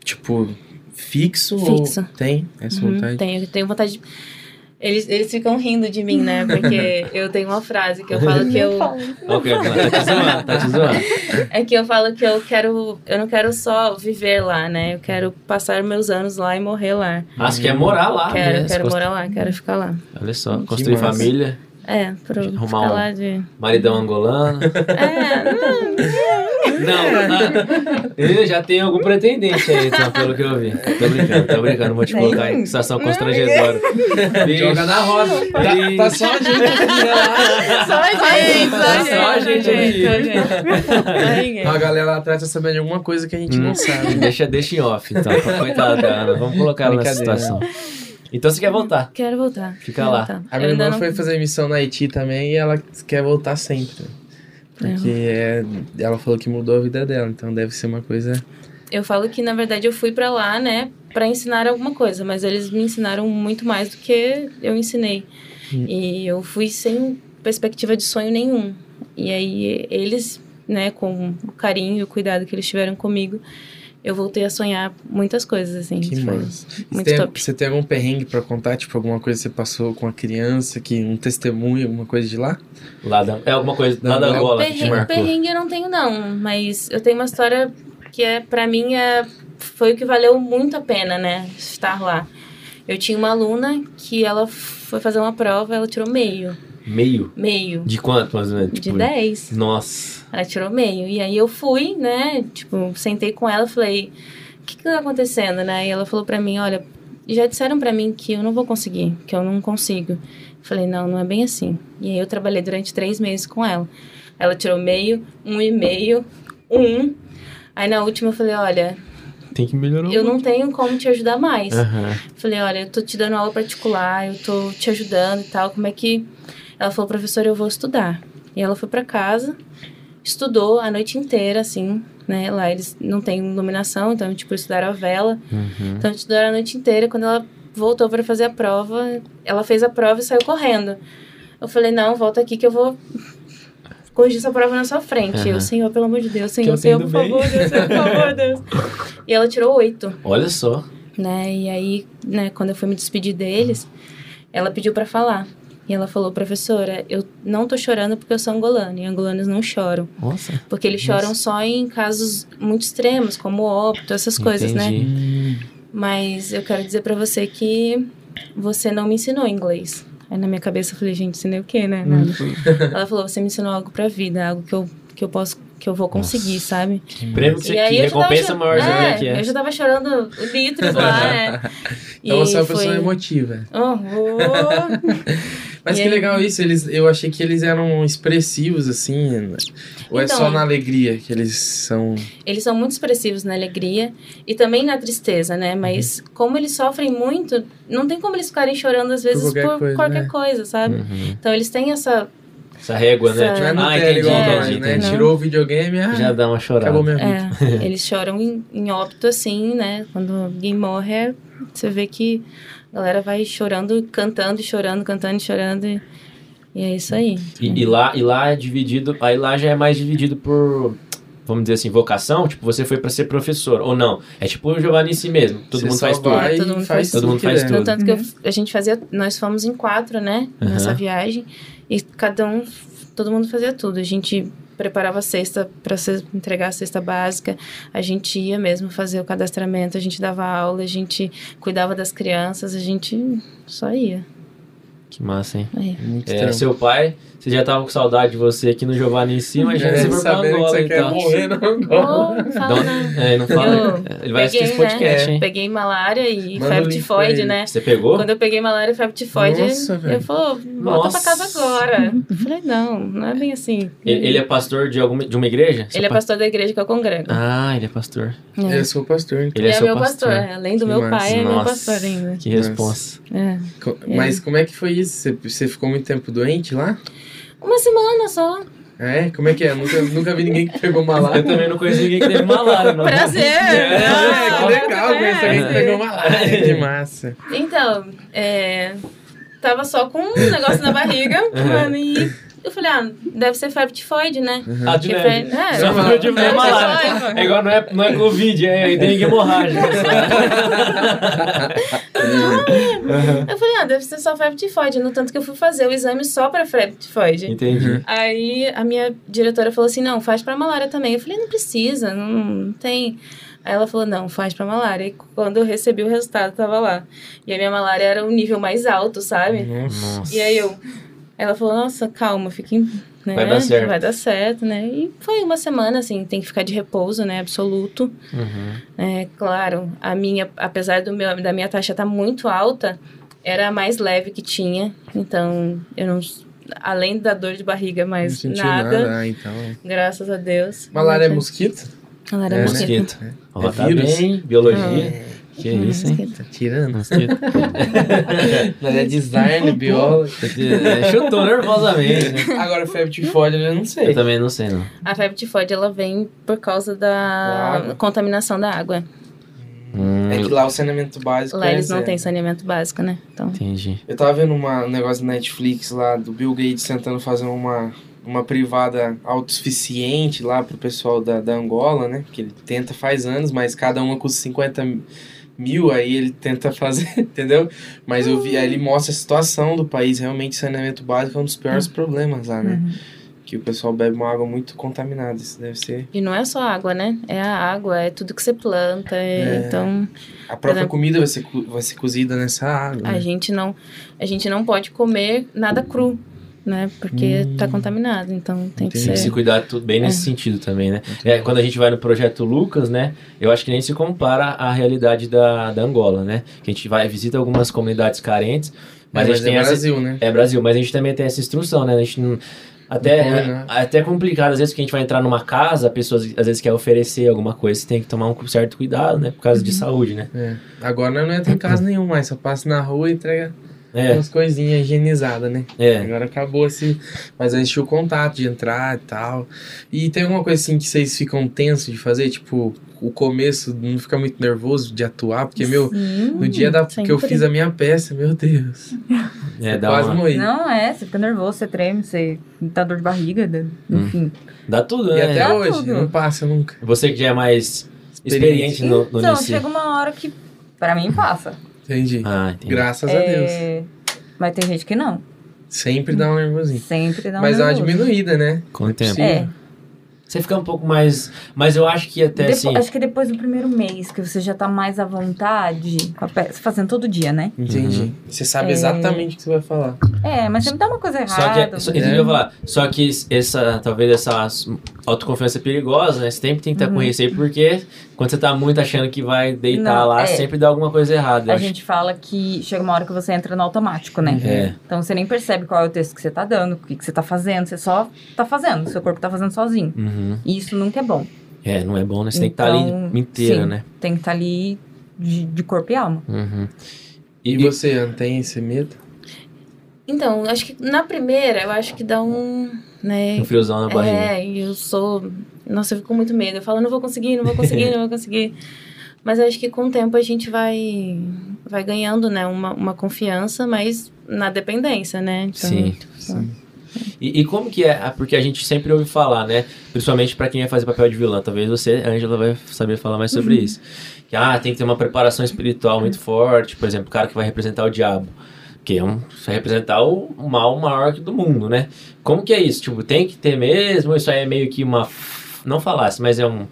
S6: tipo, fixo? ou-
S4: Fixo.
S6: Tem essa
S4: Uhum,
S6: vontade?
S4: tenho, tenho vontade de... Eles, eles ficam rindo de mim,
S6: (laughs)
S4: né? Porque eu tenho uma frase que eu falo que eu...
S3: Ok, ok, tá te zoando, tá te zoando.
S4: É que eu falo que eu quero... Eu não quero só viver lá, né? Eu quero passar meus anos lá e morrer lá.
S3: Ah, você quer morar lá,
S4: quero,
S3: né? Você
S4: quero
S3: const-
S4: morar lá, quero ficar lá.
S3: Olha só,
S6: Que
S3: construir
S6: massa.
S3: família,
S4: É, pro
S3: Arrumar
S4: ficar
S3: um-
S4: lá de...
S3: maridão
S6: (laughs)
S3: angolano.
S4: É, hum,
S6: É.
S3: Não, tá. Eu já tenho algum pretendente aí, então, pelo que eu vi. Tô brincando, tô brincando, vou te
S5: Tem?
S3: colocar em situação constrangedora.
S6: Joga na roda.
S3: Tá,
S6: Tá só a gente
S4: (laughs)
S6: aqui, né?
S4: só a gente, só a
S3: Tá só a
S4: gente,
S3: gente
S4: só a gente, só a gente.
S6: A galera lá atrás tá sabendo de alguma coisa que a gente
S3: Hum.
S6: não
S3: (laughs)
S6: sabe.
S3: Deixa, deixa em off, então. Coitada da Ana, vamos colocar ela nessa
S6: Brincadeira.
S3: situação. Então você quer voltar.
S4: Quero voltar.
S3: Fica
S4: quero
S3: lá.
S4: voltar.
S6: A minha
S4: Eu ainda
S6: irmã
S4: não-
S6: foi fazer missão na Haiti também e ela quer voltar sempre.
S4: É.
S6: Porque é- ela falou que mudou a vida dela, então deve ser uma coisa.
S4: Eu falo que, na verdade, eu fui pra lá, né, pra ensinar alguma coisa, mas eles me ensinaram muito mais do que eu ensinei. E eu fui sem perspectiva de sonho nenhum. E aí eles, né, com o carinho e o cuidado que eles tiveram comigo, eu voltei a sonhar muitas coisas, assim.
S6: Que
S4: Foi
S6: massa. Você
S4: Muito
S6: tem,
S4: top.
S6: você tem algum perrengue pra contar? Tipo, alguma coisa que você passou com a criança, que um testemunho, alguma coisa de lá?
S3: Lá da, é alguma coisa lá
S6: Não,
S3: da
S6: não.
S3: Angola que te
S4: Perrengue,
S3: marcou.
S4: perrengue eu não tenho, não. Mas eu tenho uma história que, é para mim, é, foi o que valeu muito a pena, né? Estar lá. Eu tinha uma aluna que ela foi fazer uma prova, ela tirou meio.
S3: Meio.
S4: Meio.
S3: De quanto, mais ou menos?
S4: De
S3: Tipo,
S4: 10.
S3: Nossa.
S4: Ela tirou meio. E aí eu fui, né? Tipo, sentei com ela falei: o que que tá acontecendo, né? E ela falou pra mim: olha, já disseram pra mim que eu não vou conseguir, que eu não consigo. Eu Falei: não, não é bem assim. E aí eu trabalhei durante três meses com ela. Ela tirou meio, um e meio, um. Aí na última eu falei: olha,
S3: Tem que melhorar. um
S4: eu não tenho como te ajudar mais.
S3: Aham.
S4: Falei, olha, eu tô te dando aula particular, eu tô te ajudando e tal, como é que... Ela falou, professora, eu vou estudar. E ela foi pra casa, estudou a noite inteira, assim, né? Lá eles não têm iluminação, então, tipo, estudaram a vela.
S3: Uhum.
S4: Então, estudaram a noite inteira. Quando ela voltou pra fazer a prova, ela fez a prova e saiu correndo. Eu falei, não, volta aqui que eu vou corrigir essa prova na sua frente.
S3: Aham.
S4: Eu, senhor, pelo amor de Deus,
S6: Uhum. eu
S4: senhor,
S6: tenho do
S4: senhor, por
S6: bem."
S4: favor, Deus, senhor, por favor,
S6: (laughs)
S4: Deus. E ela tirou oito
S3: Olha só.
S4: né? E aí, né, quando eu fui me despedir deles, ela pediu pra falar. E ela falou, professora, eu não tô chorando porque eu sou angolana, e angolanos não choram.
S3: Nossa.
S4: Porque eles choram só em casos muito extremos, como óbito, essas coisas, né?
S3: Entendi.
S4: Mas eu quero dizer pra você que você não me ensinou englês. Aí na minha cabeça eu falei, gente, ensinei o quê, né? Nada.
S3: Uhum.
S4: Ela falou, você me ensinou algo pra vida, algo que eu, que eu posso, que eu vou conseguir,
S3: Nossa.
S4: sabe?
S6: Hum.
S3: Prêmio que você
S4: E aí
S3: que
S4: eu já tava
S3: recompensa
S4: cho-
S3: maior
S4: é,
S3: é, que é.
S4: Eu já tava chorando
S3: (laughs)
S4: litros lá, né?
S6: Então você é uma
S4: foi-
S6: pessoa emotiva.
S4: Oh,
S6: Mas
S4: E
S6: que
S4: aí?
S6: legal isso, eles, eu achei que eles eram expressivos, assim. né? Ou é
S4: Então-
S6: só na alegria que eles são. Tipo,
S4: Eles são muito expressivos na alegria e também na tristeza, né?
S3: Uhum.
S4: Mas como eles sofrem muito, não tem como eles ficarem chorando às vezes por
S6: qualquer
S4: qualquer, coisa,
S6: coisa, né?
S4: sabe?
S3: Uhum.
S4: Então eles têm essa.
S3: Essa régua, né?
S4: Essa-
S6: Não
S3: Tipo,
S6: é
S3: ah,
S6: Nutella
S3: entendi,
S6: igual
S4: É,
S6: nós,
S3: entendi,
S6: né?
S3: entendi.
S4: não.
S6: Tirou o videogame, ah,
S3: Já dá uma chorada.
S6: acabou minha vida.
S3: Uhum.
S4: É, eles choram em, em óbito assim, né? Quando alguém morre, é- você vê que a galera vai chorando, cantando, chorando, cantando, chorando. E, e é isso aí.
S3: E, e lá, e lá é dividido, aí lá já é mais dividido por, vamos dizer assim, vocação, tipo, você foi pra ser professor, ou não. É tipo o Giovanni em si mesmo, todo
S6: Você
S3: mundo
S6: só
S3: faz tudo.
S6: vai
S4: É,
S6: e
S4: todo mundo
S6: faz
S4: faz
S6: tudo.
S3: tudo. Todo mundo faz
S6: que
S3: tudo.
S6: der.
S4: No Né? tanto que eu- a gente fazia, nós fomos em quatro, né?
S3: Aham.
S4: Nessa viagem. E cada um, todo mundo fazia tudo. A gente preparava a cesta para entregar a cesta básica. A gente ia mesmo fazer o cadastramento, a gente dava aula, a gente cuidava das crianças, a gente só ia.
S3: Que massa, hein?
S4: Aí.
S6: Muito
S3: É,
S6: tempo.
S3: seu pai, você já tava com saudade de você aqui no Giovanni em si, mas já
S6: É,
S3: você foi pra
S6: sabendo que
S3: Angola,
S6: você quer
S3: então.
S6: morrer na Angola.
S4: Oh, não fala,
S3: Não,
S4: não.
S3: é, não fala.
S4: Eu
S3: Ele vai assistir
S4: peguei, É,
S3: esse podcast,
S6: né?
S3: hein?
S4: Peguei malária e
S6: Manda o
S4: febre
S6: link pra
S4: tifoide,
S6: ele.
S4: né?
S3: Você pegou?
S4: Quando eu peguei malária e febre tifoide,
S6: Nossa, velho.
S4: eu falei, volta pra casa
S3: Nossa.
S4: agora. Eu falei, não, não é bem assim.
S3: Ele, ele é pastor de, alguma, de uma igreja? Seu
S4: Ele é
S3: pai-
S4: pastor da igreja que eu congrego.
S3: Ah, ele é pastor.
S6: Eu sou pastor, então.
S3: Ele é,
S4: é,
S3: seu
S4: meu pastor. Além do
S6: Que
S4: meu
S6: massa.
S4: pai, é meu
S3: Nossa,
S4: pastor ainda.
S3: Que
S6: Nossa.
S3: responsa.
S4: É.
S6: Co- Mas como é que foi isso? Você, você ficou muito tempo doente lá?
S4: Uma semana só.
S6: É? Como é que é? Nunca, nunca vi ninguém que pegou (laughs)
S3: Eu
S6: malária.
S3: também não conheço ninguém que teve malária, não.
S4: Prazer!
S3: É,
S4: Ah,
S6: que legal
S4: prazer.
S6: conhecer alguém que pegou
S4: É.
S6: malária. Que massa.
S4: Então, é, tava só com
S6: (laughs)
S4: um negócio na barriga. mano, e eu falei, ah, deve ser febre tifoide, né?
S3: Ah, de
S4: Que
S3: neve.
S4: fe- é,
S3: Só falou de
S4: febre
S3: febre malária.
S4: tifoide.
S3: É igual não é, não é Covid, (laughs) é dengue hemorrágica.
S4: Eu falei, ah, deve ser só febre tifoide. No tanto que eu fui fazer o exame só pra febre tifoide.
S3: Entendi.
S4: Aí a minha diretora falou assim: não, faz pra malária também. Eu falei: não precisa, não, não tem. Aí ela falou: não, faz pra malária. E quando eu recebi o resultado, tava lá. E a minha malária era um nível mais alto, sabe?
S3: Uhum.
S6: Nossa.
S4: E aí eu. Ela falou: nossa, calma, fique. Né?
S3: Vai dar certo.
S4: Vai dar certo, né? E foi uma semana, assim, tem que ficar de repouso, né? Absoluto.
S3: Uhum.
S4: É, claro, a minha, apesar do meu, da minha taxa estar muito alta, era a mais leve que tinha. Então, eu não. Além da dor de barriga,
S6: Não
S4: mais
S6: senti
S4: nada,
S6: nada. Ah, então.
S4: Graças a Deus.
S6: Malária é
S4: Não
S6: mosquito?
S4: (laughs) tem- Malária é
S6: É, né?
S4: mosquito.
S3: Mosquito. Ó,
S6: É
S3: tá
S6: vírus.
S3: bem, biologia. Que
S4: Não,
S3: isso, hein?
S4: mosquito.
S6: Tá tirando.
S3: Mosquito.
S6: Mas é design, biólogo.
S3: É, Chutou nervosamente, (laughs) né?
S6: Agora febre tifoide, eu não sei.
S3: Eu também não sei, não.
S4: A febre tifoide ela vem por causa
S6: Da
S4: da
S6: água.
S4: contaminação da água.
S6: É que lá o saneamento básico
S4: Lá
S6: é
S4: eles não
S6: zero.
S4: têm saneamento básico, né? Então,
S3: Entendi.
S6: Eu tava vendo uma, um negócio na Netflix lá do Bill Gates tentando fazer uma,
S2: uma privada autossuficiente lá pro pessoal da, da Angola, né? Que ele tenta faz anos, mas cada uma custa 50 mil, aí ele tenta fazer, (laughs) entendeu? Mas eu vi, aí ele mostra a situação do país, realmente saneamento básico é um dos piores problemas lá, né? Que o pessoal bebe uma água muito contaminada, isso deve ser.
S4: E não é só água, né? É a água, é tudo que você planta. é-
S2: É.
S4: Então,
S2: A própria
S4: Mas é-
S2: comida vai ser, co- vai ser cozida nessa
S3: é.
S2: água.
S4: a
S2: né?
S4: gente não, a gente não pode comer nada cru, né? Porque
S3: Hum.
S4: tá contaminado. Então tem que
S3: Tem que
S4: ser.
S3: se cuidar tudo bem nesse sentido também, né? É, quando a gente vai no projeto Lucas, né? Eu acho que nem se compara à realidade da, da Angola, né? Que a gente vai visita algumas comunidades carentes, mas, a gente
S2: é
S3: tem essa-
S2: Brasil, né?
S3: É Brasil, mas a gente também tem essa instrução, né? A gente não. Até,
S2: Não pode, né?
S3: é até complicado, às vezes, que a gente vai entrar numa casa, a pessoa às vezes quer oferecer alguma coisa, você tem que tomar um certo cuidado, né? Por causa
S5: Uhum.
S3: de saúde, né?
S2: É. Agora nós não entra em casa nenhum mais, só passa na rua e entrega
S5: Uhum.
S3: É,
S2: umas coisinhas higienizadas, né?
S3: é.
S2: Agora acabou assim. Mas existe o contato de entrar e tal. E tem alguma coisa assim que vocês ficam tensos de fazer? Tipo, o começo não fica muito nervoso de atuar, porque, meu,
S5: Sim.
S2: no dia da, que eu
S4: sempre.
S2: fiz a minha peça, meu Deus.
S3: é
S2: eu
S3: dá,
S2: quase
S3: uma-
S2: morri.
S5: Não é, você fica nervoso, você treme, você dá dor de barriga,
S3: Hum.
S5: dá- enfim.
S3: dá tudo,
S2: E
S3: né?
S2: até
S5: Dá
S2: hoje,
S5: tudo.
S2: não passa nunca.
S3: Você que já é mais experiente no, no
S5: então,
S3: Nissi.
S5: chega uma hora que pra mim passa.
S2: Entendi.
S3: Ah, entendi.
S2: Graças a Deus.
S5: É, Mas tem gente que não.
S2: Sempre dá um nervosinho.
S5: Sempre dá um
S2: Mas dá uma
S5: nervoso.
S2: diminuída, né?
S3: Com o tempo.
S2: Sim.
S5: É.
S3: Você fica um pouco mais. Mas eu acho que até
S5: Depo-
S3: assim.
S5: Acho que depois do primeiro mês, que você já tá mais à vontade com a peça, fazendo todo dia, né?
S2: Entendi.
S3: Uhum.
S2: Você sabe
S5: É.
S2: exatamente o que você vai falar.
S5: É, né? mas sempre dá uma coisa
S3: Só
S5: errada.
S3: que, é- só, isso que eu ia falar. Só que essa, talvez essa autoconfiança é perigosa, né? Você sempre tem que
S5: Uhum.
S3: estar com receio, porque quando você tá muito achando que vai deitar
S5: Não,
S3: lá,
S5: é.
S3: sempre dá alguma coisa errada. eu
S5: A
S3: acho.
S5: gente fala que chega uma hora que você entra no automático, né?
S3: É.
S5: Então você nem percebe qual é o texto que você tá dando, o que, que você tá fazendo, você só tá fazendo, seu corpo tá fazendo sozinho.
S3: Uhum.
S5: E isso nunca é bom.
S3: É, não é bom, né? Você tem que estar
S5: Então,
S3: ali inteiro,
S5: sim.
S3: né?
S5: Tem que estar tá ali de, de corpo e alma.
S3: Uhum.
S2: E,
S3: E,
S2: você, Ana, tem esse medo?
S4: Então, acho que na primeira, eu acho que dá um, né?
S3: um friozão na barriga.
S4: É, e eu sou. Nossa, eu fico com muito medo. Eu falo, não vou conseguir, não
S3: (laughs)
S4: vou conseguir, não vou conseguir. Mas eu acho que com o tempo a gente vai, vai ganhando, né? Uma, uma confiança, mas na dependência, né? Então,
S3: Sim. E, e como que é? Ah, Porque a gente sempre ouve falar, né? Principalmente pra quem vai fazer papel de vilã. Talvez você, Ângela, vai saber falar mais sobre isso. Que, ah, tem que ter uma preparação espiritual muito forte. Por exemplo, o cara que vai representar o diabo. Que é um, vai representar o mal maior do mundo, né? Como que é isso? Tipo, tem que ter mesmo? Isso aí é meio que uma... Não falasse, mas é um...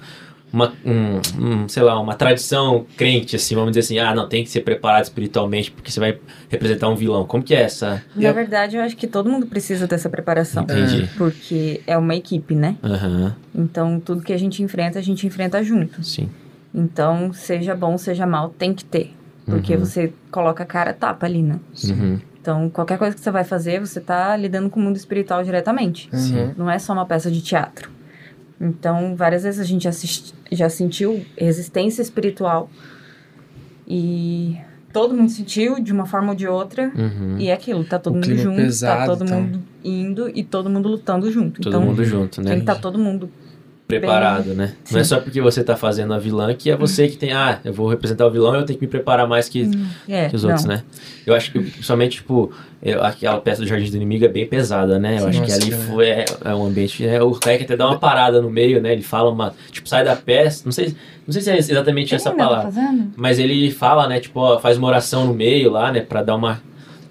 S3: Uma, um- um, sei lá, uma tradição crente, assim, vamos dizer assim, ah, não, tem que ser preparado espiritualmente, porque você vai representar um vilão. Como que é essa?
S5: Na
S2: Eu-
S5: verdade, eu acho que todo mundo precisa dessa preparação.
S3: Entendi.
S5: Porque Então, é uma equipe, né?
S3: Aham,
S5: Então tudo que a gente enfrenta, a gente enfrenta junto.
S3: sim.
S5: Então, seja bom, seja mal, tem que ter. Porque
S3: Uhum.
S5: você coloca a cara a tapa ali, né?
S3: Uhum.
S5: Então, qualquer coisa que você vai fazer, você tá lidando com o mundo espiritual diretamente.
S2: Uhum.
S5: Não é só uma peça de teatro. Então, várias vezes a gente assisti- já sentiu resistência espiritual. E todo mundo sentiu de uma forma ou de outra.
S3: Uhum.
S5: E é aquilo, tá todo
S2: O
S5: mundo
S2: clima
S5: junto, tá
S2: pesado,
S5: todo
S2: então.
S5: mundo indo e todo mundo lutando junto.
S3: Todo
S5: então,
S3: mundo junto,
S5: tem que
S3: né?
S5: estar tá todo mundo.
S3: Preparado,
S5: (laughs)
S3: né? Não é
S5: Sim.
S3: só porque você tá fazendo a vilã que é você que tem. Ah, eu vou representar o vilão, eu tenho que me preparar mais que,
S5: É,
S3: que os
S5: não.
S3: outros, né? Eu acho que, principalmente, tipo, eu, aquela peça do Jardim do Inimigo é bem pesada, né? Eu
S2: Sim.
S3: acho que
S2: Nossa,
S3: ali
S2: cara.
S3: foi, é, é um ambiente. É, o Kaique até dá uma parada no meio, né? Ele fala uma. Tipo, sai da peça. Não sei, não sei se é exatamente essa
S5: Ainda tá
S3: palavra.
S5: fazendo?
S3: Mas ele fala, né? Tipo, ó, faz uma oração no meio lá, né? Pra dar uma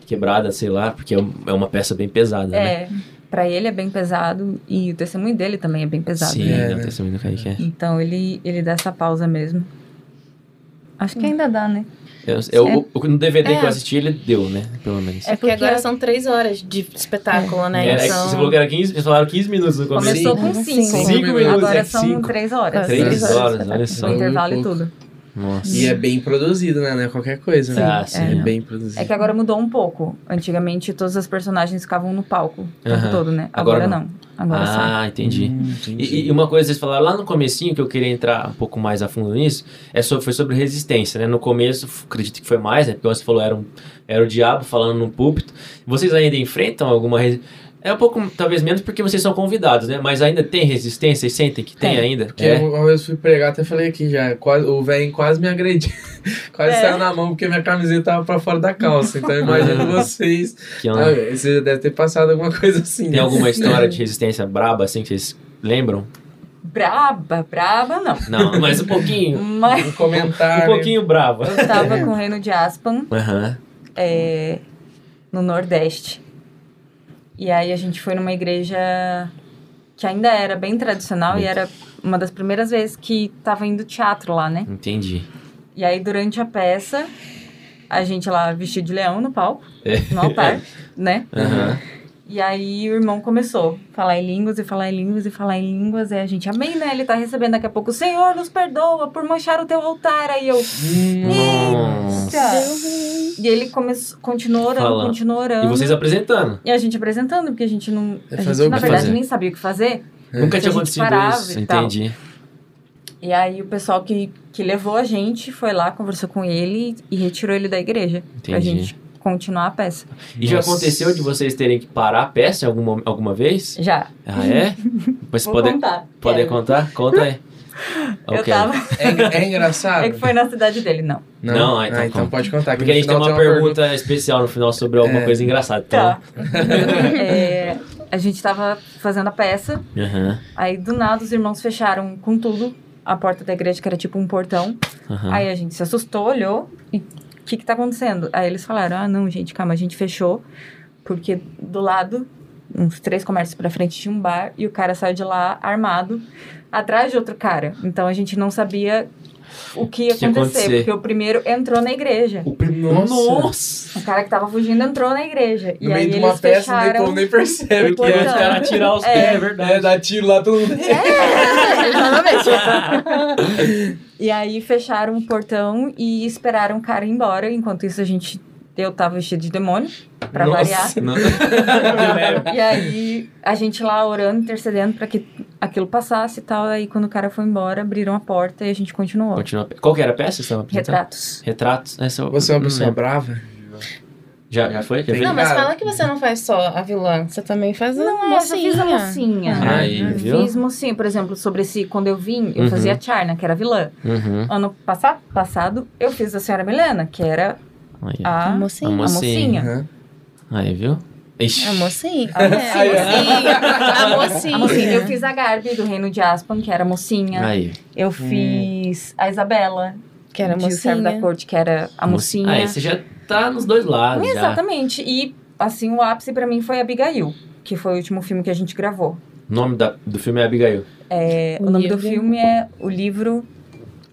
S3: quebrada, sei lá, porque é um- é uma peça bem pesada, né?
S5: É, pra ele é bem pesado e o testemunho dele também é bem pesado.
S3: Sim,
S2: É,
S3: é, o
S2: né?
S3: testemunho do Kaique é.
S5: Então ele, ele dá essa pausa mesmo. Acho que ainda dá, né?
S3: Eu, eu- o- o- no DVD que
S4: É.
S3: eu assisti, ele deu, né? Pelo menos.
S4: É porque,
S5: porque
S4: agora
S5: a-
S4: são três horas de espetáculo, né?
S3: Era-
S4: então,
S3: Você falou É. que era 15, vocês falaram 15 minutos no começo.
S5: Começou
S2: Sim.
S5: com
S4: Sim.
S5: cinco,
S2: Cinco minutos, é
S5: agora são
S2: cinco.
S5: três horas.
S4: Três
S3: horas,
S5: espetáculo,
S3: olha só.
S5: Com intervalo
S2: Um
S5: e
S2: pouco.
S5: tudo.
S3: Nossa.
S2: E é bem produzido, né? Não é qualquer coisa, né?
S3: Ah, sim,
S2: é,
S3: é.
S2: bem produzido.
S5: É que agora mudou um pouco. Antigamente todas as personagens ficavam no palco o tempo
S3: Aham.
S5: todo, né?
S3: Agora
S5: Agora,
S3: não.
S5: não. Agora sai.
S3: Ah, entendi.
S2: Hum,
S3: E, e uma coisa que vocês falaram lá no comecinho, que eu queria entrar um pouco mais a fundo nisso, é sobre, foi sobre resistência, né? No começo, f- acredito que foi mais, né? Porque você falou, era, um, era o diabo falando no púlpito. Vocês ainda enfrentam alguma... resi- É um pouco, talvez menos porque vocês são convidados, né? Mas ainda tem resistência e sentem que tem,
S5: Tem.
S3: ainda? É?
S2: Que eu- É, uma vez fui pregar, até falei aqui já. quase- o velho quase me agrediu. (laughs) quase
S5: É.
S2: saiu na mão porque minha camiseta tava pra fora da calça.
S3: (laughs)
S2: Então imagino vocês.
S3: Que
S2: Ah,
S3: onda.
S2: velho, você já deve ter passado alguma coisa assim.
S3: Tem alguma história de resistência braba assim que vocês lembram?
S5: Braba, braba não.
S3: Não, mas um
S5: (laughs)
S3: pouquinho.
S2: (laughs) (laughs)
S5: Mas
S2: Um
S3: Um
S2: comentário.
S3: pouquinho brava.
S5: eu tava com o reino de Aspan
S3: Aham.
S5: é, no Nordeste. E aí a gente foi numa igreja que ainda era bem tradicional e era uma das primeiras vezes que tava indo teatro lá, né?
S3: Entendi.
S5: E aí, durante a peça, a gente lá vestido de leão no palco,
S3: É. (laughs)
S5: no altar, né?
S3: Aham.
S5: E aí o irmão começou a falar em línguas e falar em línguas e falar em línguas. E a gente, amém, né? Ele tá recebendo daqui a pouco, Senhor, nos perdoa por manchar o teu altar. Aí eu,
S2: Hum,
S3: Nossa.
S5: e ele começou, continuou orando,
S3: Fala.
S5: continuou orando.
S3: E vocês apresentando.
S5: E a gente apresentando, porque a gente não.
S2: É
S5: a gente,
S2: fazer o
S5: na
S2: que
S5: verdade,
S3: fazer.
S5: nem sabia o que fazer.
S2: É.
S3: Nunca tinha
S5: a gente
S3: acontecido
S5: parava
S3: isso.
S5: e tal.
S3: Entendi.
S5: E aí o pessoal que, que levou a gente foi lá, conversou com ele e retirou ele da igreja. Pra
S3: Entendi.
S5: gente continuar a peça.
S3: E já
S2: Nossa.
S3: aconteceu de vocês terem que parar a peça em alguma, alguma
S5: (laughs)
S3: vez?
S5: Já.
S3: Ah, é? Vocês
S5: Vou
S3: podem
S5: contar.
S3: podem
S5: É,
S3: contar? Conta aí.
S5: (laughs)
S2: (laughs)
S5: Eu tava.
S2: É, é engraçado?
S5: É que foi na cidade dele, não.
S3: Não, ah, então
S2: Ah, então
S3: conta.
S2: pode contar. que
S3: Porque a
S2: no
S3: gente tem
S2: final
S3: uma pergunta especial no final sobre alguma
S2: É.
S3: coisa engraçada. Então.
S5: Tá. (laughs) É, a gente tava fazendo a peça,
S3: Aham.
S5: aí do nada os irmãos fecharam com tudo a porta da igreja, que era tipo um portão.
S3: Aham.
S5: Aí a gente se assustou, olhou e o que que tá acontecendo? Aí eles falaram: ah, não, gente, calma, a gente fechou, porque do lado, uns três comércios pra frente, tinha um bar e o cara saiu de lá armado, atrás de outro cara. Então a gente não sabia o que ia
S3: O que ia
S5: acontecer,
S3: acontecer.
S5: porque o primeiro entrou na igreja.
S2: O prim... Nossa.
S5: O cara que tava fugindo entrou na igreja.
S2: No
S5: e aí
S2: meio de
S5: eles
S2: uma peça, nem o
S5: fecharam.
S2: povo nem percebe
S5: o
S2: que é.
S5: portão.
S3: Porque os É. caras atirar os
S5: É.
S3: pés, é
S2: É,
S3: verdade.
S2: dá tiro lá, todo mundo...
S5: (laughs) E aí fecharam o portão e esperaram o cara ir embora. Enquanto isso, a gente. Eu tava vestida de demônio, pra
S3: Nossa.
S5: variar.
S2: (laughs)
S3: Não- De leve.
S5: E aí a gente lá orando, intercedendo pra que aquilo passasse e tal. Aí quando o cara foi embora, abriram a porta e a gente continuou.
S3: Continua. Qual que era a peça que vocês estavam apresentando?
S5: Retratos.
S3: Retratos. Essa eu-
S2: Você é uma
S3: não
S2: pessoa
S3: lembro.
S2: brava?
S3: Já, já foi? Já
S2: Tem.
S3: fez?
S4: Não, mas
S2: Cara-
S4: fala que você não faz só a vilã, você também faz a
S5: Não, é, eu só
S4: mocinha.
S5: fiz a mocinha.
S3: Aí,
S5: Eu
S3: Ah, viu?
S5: Fiz mocinha, por exemplo, sobre esse. Quando eu vim, eu
S3: Uhum.
S5: fazia a Charna, que era vilã.
S3: Uhum.
S5: Ano passado, passado, eu fiz a senhora Milena, que era
S3: Aí.
S5: a,
S4: A
S5: a
S4: mocinha.
S3: A mocinha.
S5: mocinha.
S2: Aham.
S3: Aí, viu? Ixi. (laughs)
S4: A mocinha.
S5: A mocinha.
S4: É, A mocinha.
S5: A mocinha. Eu fiz a Garbi do Reino de Aspan, que era mocinha.
S3: Aí.
S5: Eu fiz a Isabela,
S4: Que era a
S5: de Servo da
S4: mocinha.
S5: Corte, que era a mocinha.
S3: Aí, você já tá nos dois lados. já.
S5: Exatamente. E, assim, o ápice pra mim foi Abigail, que foi o último filme que a gente gravou.
S3: O nome da- do filme é Abigail.
S5: É, o nome do
S4: Livro.
S5: filme é O Livro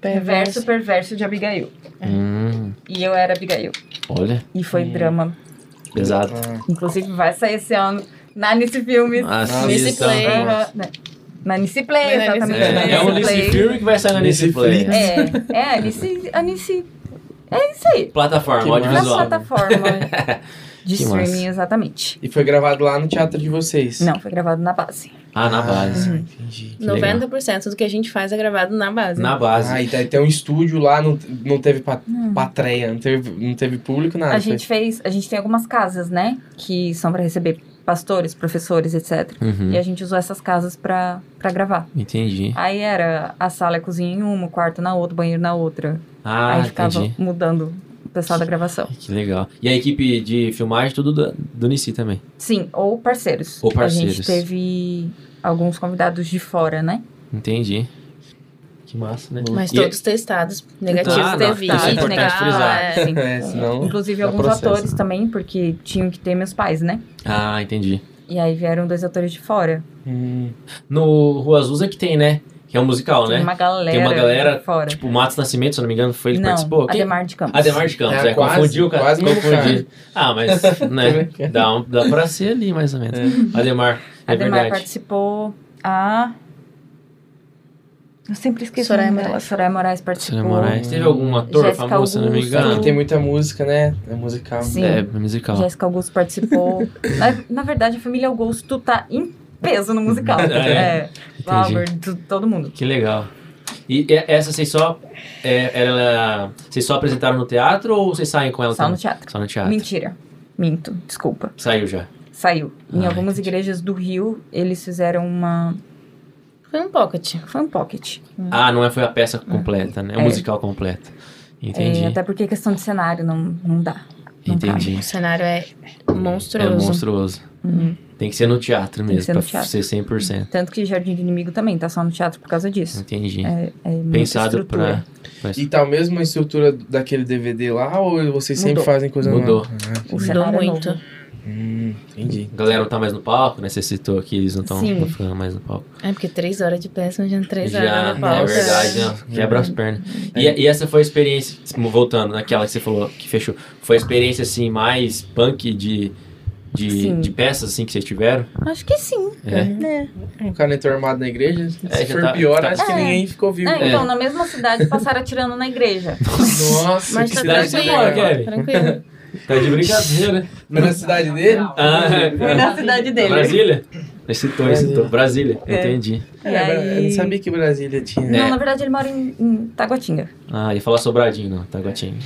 S5: Reverso
S4: Perverso.
S5: Perverso de Abigail.
S3: Hum,
S5: E eu era Abigail.
S3: olha,
S5: E foi drama.
S3: pesado.
S5: Inclusive, vai sair esse ano na Nice Filmes.
S3: Assista.
S4: Play.
S5: Aham, né? Na Nice
S4: Na
S5: Play,
S4: Nice
S5: exatamente.
S4: Play.
S5: na
S3: então. É, é um
S5: Nice
S3: Nice
S5: Play.
S3: Filme que vai sair na Nice
S2: Nice
S3: Play.
S2: Flix.
S5: É, é, a Nice... A Nice é isso aí.
S3: Plataforma,
S2: Que
S5: Na
S3: audiovisual. (laughs)
S5: plataforma de
S3: né? Que massa.
S5: streaming, exatamente.
S2: E foi gravado lá no teatro de vocês?
S5: Não, foi gravado na base.
S3: Ah, na
S2: Ah,
S3: base.
S2: entendi.
S3: Legal.
S4: 90% do que a gente faz é gravado na base.
S3: Na base.
S2: Ah, e daí tem um estúdio lá, não, não teve pa- patreia, não teve, não teve público,
S3: Ah,
S2: nada.
S5: a
S2: foi-
S5: gente fez, a gente tem algumas casas, né, que são pra receber pastores, professores, etc.
S3: Uhum,
S5: E a gente usou essas casas pra pra gravar.
S3: Entendi.
S5: Aí era a sala e a cozinha em uma, o quarto na outra, o banheiro na outra.
S3: Ah,
S5: Aí ficava
S3: entendi.
S5: mudando o pessoal da gravação.
S3: Que legal. E a equipe de filmagem, tudo do, do Nici também.
S5: Sim, ou parceiros.
S3: Ou parceiros.
S5: A gente teve alguns convidados de fora, né?
S3: Ah, Entendi. Que massa, né?
S4: Mas
S3: E-
S4: todos testados, negativos
S3: Ah, não,
S4: de
S3: isso é
S4: vídeo,
S3: importante
S4: negativos,
S3: frisar.
S4: é.
S2: (laughs)
S5: Sim.
S2: É, senão...
S5: Inclusive
S2: dá
S5: alguns
S2: processo,
S5: atores
S2: né?
S5: também, porque tinham que ter meus pais, né?
S3: Ah, entendi.
S5: E aí vieram dois atores de fora.
S3: Né?
S2: Hum,
S3: No Rua Azusa que tem, né? Que é um musical,
S5: Tem
S3: né?
S5: uma galera,
S3: Tem uma galera,
S5: de fora.
S3: Tipo, o Matos Nascimento, se eu não me engano, foi ele que
S5: não,
S3: participou. Quem-
S5: Ademar de Campos.
S3: Ademar de Campos,
S2: É,
S3: é,
S2: quase-
S3: confundiu, cara.
S2: quase meu
S3: confundi. Ah, mas, (laughs) né, dá, um- dá pra ser ali, mais ou menos. Ademar, é
S5: Ademar
S3: verdade.
S5: participou. A. Eu sempre esqueço
S4: Soraya
S5: o nome dela.
S4: Moraes.
S5: Soraya Moraes
S3: Sônia
S5: participou.
S3: Moraes. Teve algum ator
S5: Jéssica
S3: famoso, se eu não me
S5: Augusto.
S3: engano?
S2: E tem muita música, né? É musical.
S5: Sim.
S3: É, musical.
S5: Jéssica Augusto
S3: (laughs)
S5: participou. na, na verdade, a família Augusto tá em peso no musical.
S3: Ah, (laughs) é?
S5: Valber, tu- todo mundo.
S3: Que legal. E e- essa vocês só. é, ela, vocês só apresentaram no teatro ou vocês saem com ela
S5: Só no
S3: também?
S5: teatro.
S3: Só no teatro.
S5: Mentira. Minto, desculpa.
S3: Saiu já.
S5: Saiu. Em
S3: Ah,
S5: algumas igrejas do Rio, eles fizeram uma
S4: Foi um pocket.
S5: fan pocket.
S3: Ah, não é, foi a peça completa, né? O
S5: Hum. É.
S3: musical completo. Entendi.
S5: É, até porque questão de cenário não, não dá. não
S3: entendi.
S4: O cenário é monstruoso.
S3: É monstruoso.
S5: Uhum.
S3: Tem que ser no teatro
S5: que
S3: mesmo,
S5: ser
S3: pra
S5: no teatro.
S3: ser 100%.
S5: Tanto que Jardim do Inimigo também tá só no teatro por causa disso.
S3: Entendi.
S5: É muita
S3: Pensado
S5: estrutura.
S3: pra. pra-
S2: E tá a mesma estrutura daquele DVD lá ou vocês sempre
S5: Mudou.
S2: fazem coisa
S3: Mudou.
S2: nova?
S5: O
S4: Mudou
S5: cenário é
S4: muito.
S5: novo.
S2: Ah, hum, entendi.
S3: A galera não tá mais no palco, né? Você citou que eles não estão
S5: Sim.
S3: ficando mais no palco.
S4: É porque três horas de peça, já três
S3: Já,
S4: horas na pauta.
S3: é verdade, né? quebra as pernas. E, e essa foi a experiência, voltando naquela que você falou que fechou, foi a experiência assim mais punk de, de,
S5: Sim.
S3: de peças assim que vocês tiveram?
S5: Acho que sim.
S3: É.
S5: né?
S2: Um cara entrou armado na igreja,
S3: É,
S2: se
S3: já
S2: for
S3: tá-
S2: pior,
S3: tá-
S2: acho que
S5: É.
S2: ninguém ficou vivo.
S5: Ah,
S3: É. (laughs)
S5: então, na mesma cidade passaram atirando na igreja.
S2: Nossa,
S4: Mas
S2: que
S4: tá
S2: cidade
S4: tranquilo,
S2: legal.
S3: legal. (laughs)
S4: tranquilo.
S3: Tá de brincadeira.
S2: Mas na cidade dele?
S3: (laughs) Ah,
S5: Foi na cidade dele.
S3: Brasília? Citou, citou. Brasília,
S5: É.
S3: entendi.
S5: E
S2: É,
S5: aí-
S2: Eu não sabia que Brasília tinha.
S5: Não,
S3: É.
S5: na verdade ele mora em, em Taguatinga.
S3: Ah, ia falar sobradinho, não, tá, (laughs) Taguatinho.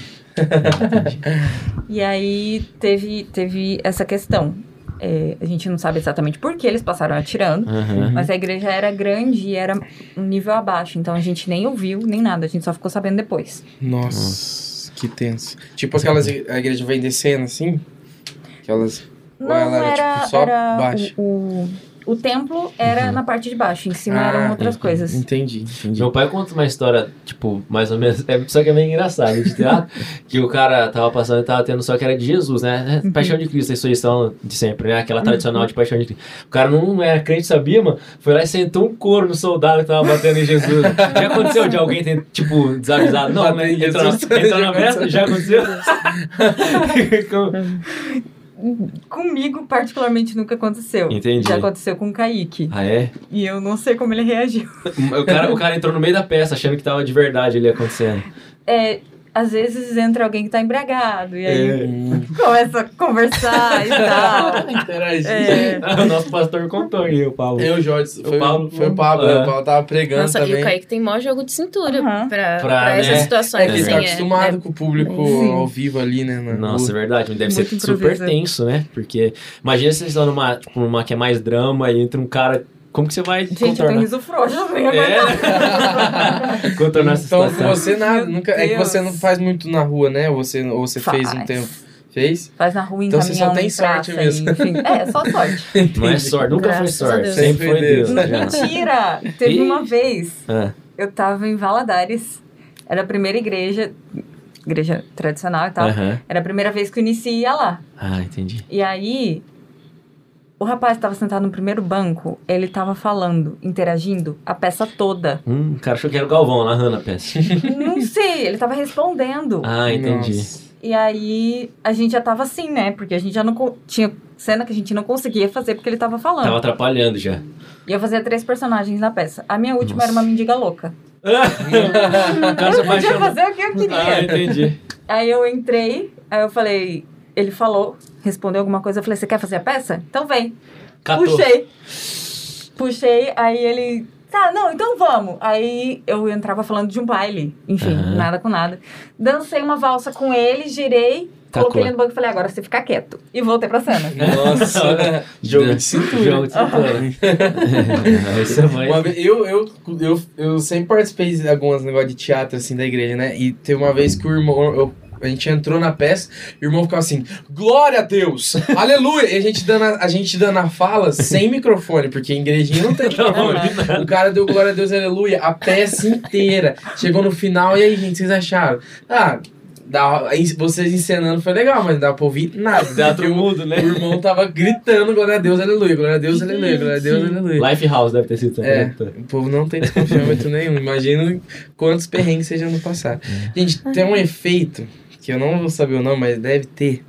S5: E aí teve, teve essa questão. É, a gente não sabe exatamente por que eles passaram atirando,
S3: Aham.
S5: mas a igreja era grande e era um nível abaixo, então a gente nem ouviu nem nada, a gente só ficou sabendo depois.
S2: Nossa, que tenso. Tipo aquelas ig- a igreja vem descendo assim? Aquelas. Ou ela era, tipo, só
S5: era
S2: baixo?
S5: O, o, o templo era na parte de baixo, em cima
S2: Ah,
S5: eram outras coisas.
S2: Entendi, entendi.
S3: Meu pai conta uma história, tipo, mais ou menos. É, só que é meio engraçado de teatro. que o cara tava passando e tava tendo, só que era de Jesus, né?
S5: Uhum.
S3: É, Paixão de Cristo, ressurreição de sempre, né? Aquela tradicional de paixão de Cristo. O cara não era crente, sabia, mano? Foi lá e sentou um couro no soldado que tava batendo em Jesus. Já aconteceu de alguém ter, tipo, desavisado? Não,
S2: Bateu
S3: né?
S2: em
S3: Entrou
S2: Jesus,
S3: na, entrou na
S2: já (laughs)
S3: festa? Já aconteceu? Como-
S5: Comigo, particularmente, nunca aconteceu.
S3: Entendi.
S5: Já aconteceu com o Kaique.
S3: ah, é?
S5: E eu não sei como ele reagiu.
S3: O cara, o cara entrou no meio da peça achando que tava de verdade ali acontecendo. (laughs)
S5: É, às vezes entra alguém que tá embriagado, e aí
S2: Hum.
S5: começa a
S2: (laughs)
S5: conversar e tal.
S2: Interagir.
S5: Ah. É.
S3: O nosso pastor contou aí, o Paulo.
S2: Eu, Jorge, foi É
S3: Pablo.
S2: o Pablo. Foi o Pablo, né?
S3: É.
S2: o Pablo tava pregando
S4: Nossa,
S2: também.
S4: e o Kaique tem maior jogo de cintura
S5: Aham.
S4: pra, pra,
S3: Pra, né?
S4: essas
S2: É
S4: situações.
S2: que ele tá
S4: assim, é-
S2: acostumado
S4: é-
S2: com o público
S5: Sim.
S2: ao vivo ali, né? na
S3: Nossa, é
S2: rua.
S3: verdade. Deve ser
S5: Muito
S3: super
S5: improviso.
S3: tenso, né? Porque imagina se vocês estão numa, tipo, numa que é mais drama e entra um cara. Como que você vai
S5: Gente, eu tenho
S3: contornar?
S5: riso frouxo. eu não ia aguentar.
S3: É. (laughs) contornar essa
S2: Então
S3: situação.
S2: você nada,
S5: Meu
S2: nunca. É que
S5: Deus.
S2: você não faz muito na rua, né? Ou você, ou você fez um
S5: Faz.
S2: tempo. Fez?
S5: Faz na rua, em
S2: Então você
S5: caminhão,
S2: só tem
S5: em
S2: sorte
S5: praça,
S2: mesmo.
S5: Enfim. É, só sorte.
S3: Não é sorte, nunca foi
S4: Graças a
S3: sorte.
S4: Deus.
S3: Sempre foi Deus. já.
S5: Mentira! Teve
S3: Ih.
S5: uma vez,
S3: Ah,
S5: eu tava em Valadares, era a primeira igreja, igreja tradicional e
S2: Tá.
S5: tal.
S3: aham.
S5: Era a primeira vez que o Inici ia lá.
S3: Ah, entendi.
S5: E aí, o rapaz estava sentado no primeiro banco, ele tava falando, interagindo a
S3: (laughs)
S5: peça toda.
S3: Hum, o cara achou que era o Galvão narrando a peça.
S5: Não sei, ele tava respondendo.
S3: Ah, entendi.
S2: Nossa.
S5: E aí, a gente já tava assim, né? Porque a gente já não co- tinha cena que a gente não conseguia fazer porque ele tava falando.
S3: Tava atrapalhando já.
S5: E eu fazia três personagens na peça. A minha última
S3: Nossa.
S5: era uma mendiga louca.
S3: (laughs) o cara se
S5: Eu podia
S3: apaixonou.
S5: fazer o que eu
S3: Ah,
S5: queria.
S3: entendi.
S5: Aí eu entrei, aí eu falei... Ele falou, respondeu alguma coisa. Eu falei, você quer fazer a peça? Então vem.
S3: Catou.
S5: Puxei. Puxei, aí ele. Tá, não, então vamos. Aí eu entrava falando de um baile. Enfim,
S3: Aham.
S5: nada com nada. Dancei uma valsa com ele, girei,
S3: Tacou. É.
S5: coloquei ele no banco e falei, agora você fica quieto. E voltei
S3: (laughs)
S5: pra cena.
S2: Nossa. (laughs) Jogo de cintura.
S3: Jogo de
S2: (laughs)
S3: cintura. (laughs) Isso é mais.
S2: Uma vez- eu, eu, eu, eu sempre participei de alguns negócios de teatro, assim, da igreja, né? E teve uma vez que o irmão... eu- a gente entrou na peça e o irmão ficava assim, glória a Deus, aleluia! E a gente dando a, a gente dando a fala sem microfone, porque em igrejinha (laughs) não tem microfone. o cara deu glória a Deus, aleluia, a peça inteira. Chegou no final, e aí, gente, vocês acharam? Ah, da- aí vocês encenando foi legal, mas não dava pra ouvir nada.
S3: Teatro
S2: porque o-
S3: mudo, né?
S2: o irmão tava gritando, glória a Deus, aleluia, glória a Deus, aleluia, glória a Deus, aleluia.
S3: Lifehouse deve ter sido também. né,
S2: É, o povo não tem desconfiamento nenhum. Imagina quantos perrengues seja no passado. Gente, tem um efeito, que eu não vou saber o nome, mas deve ter.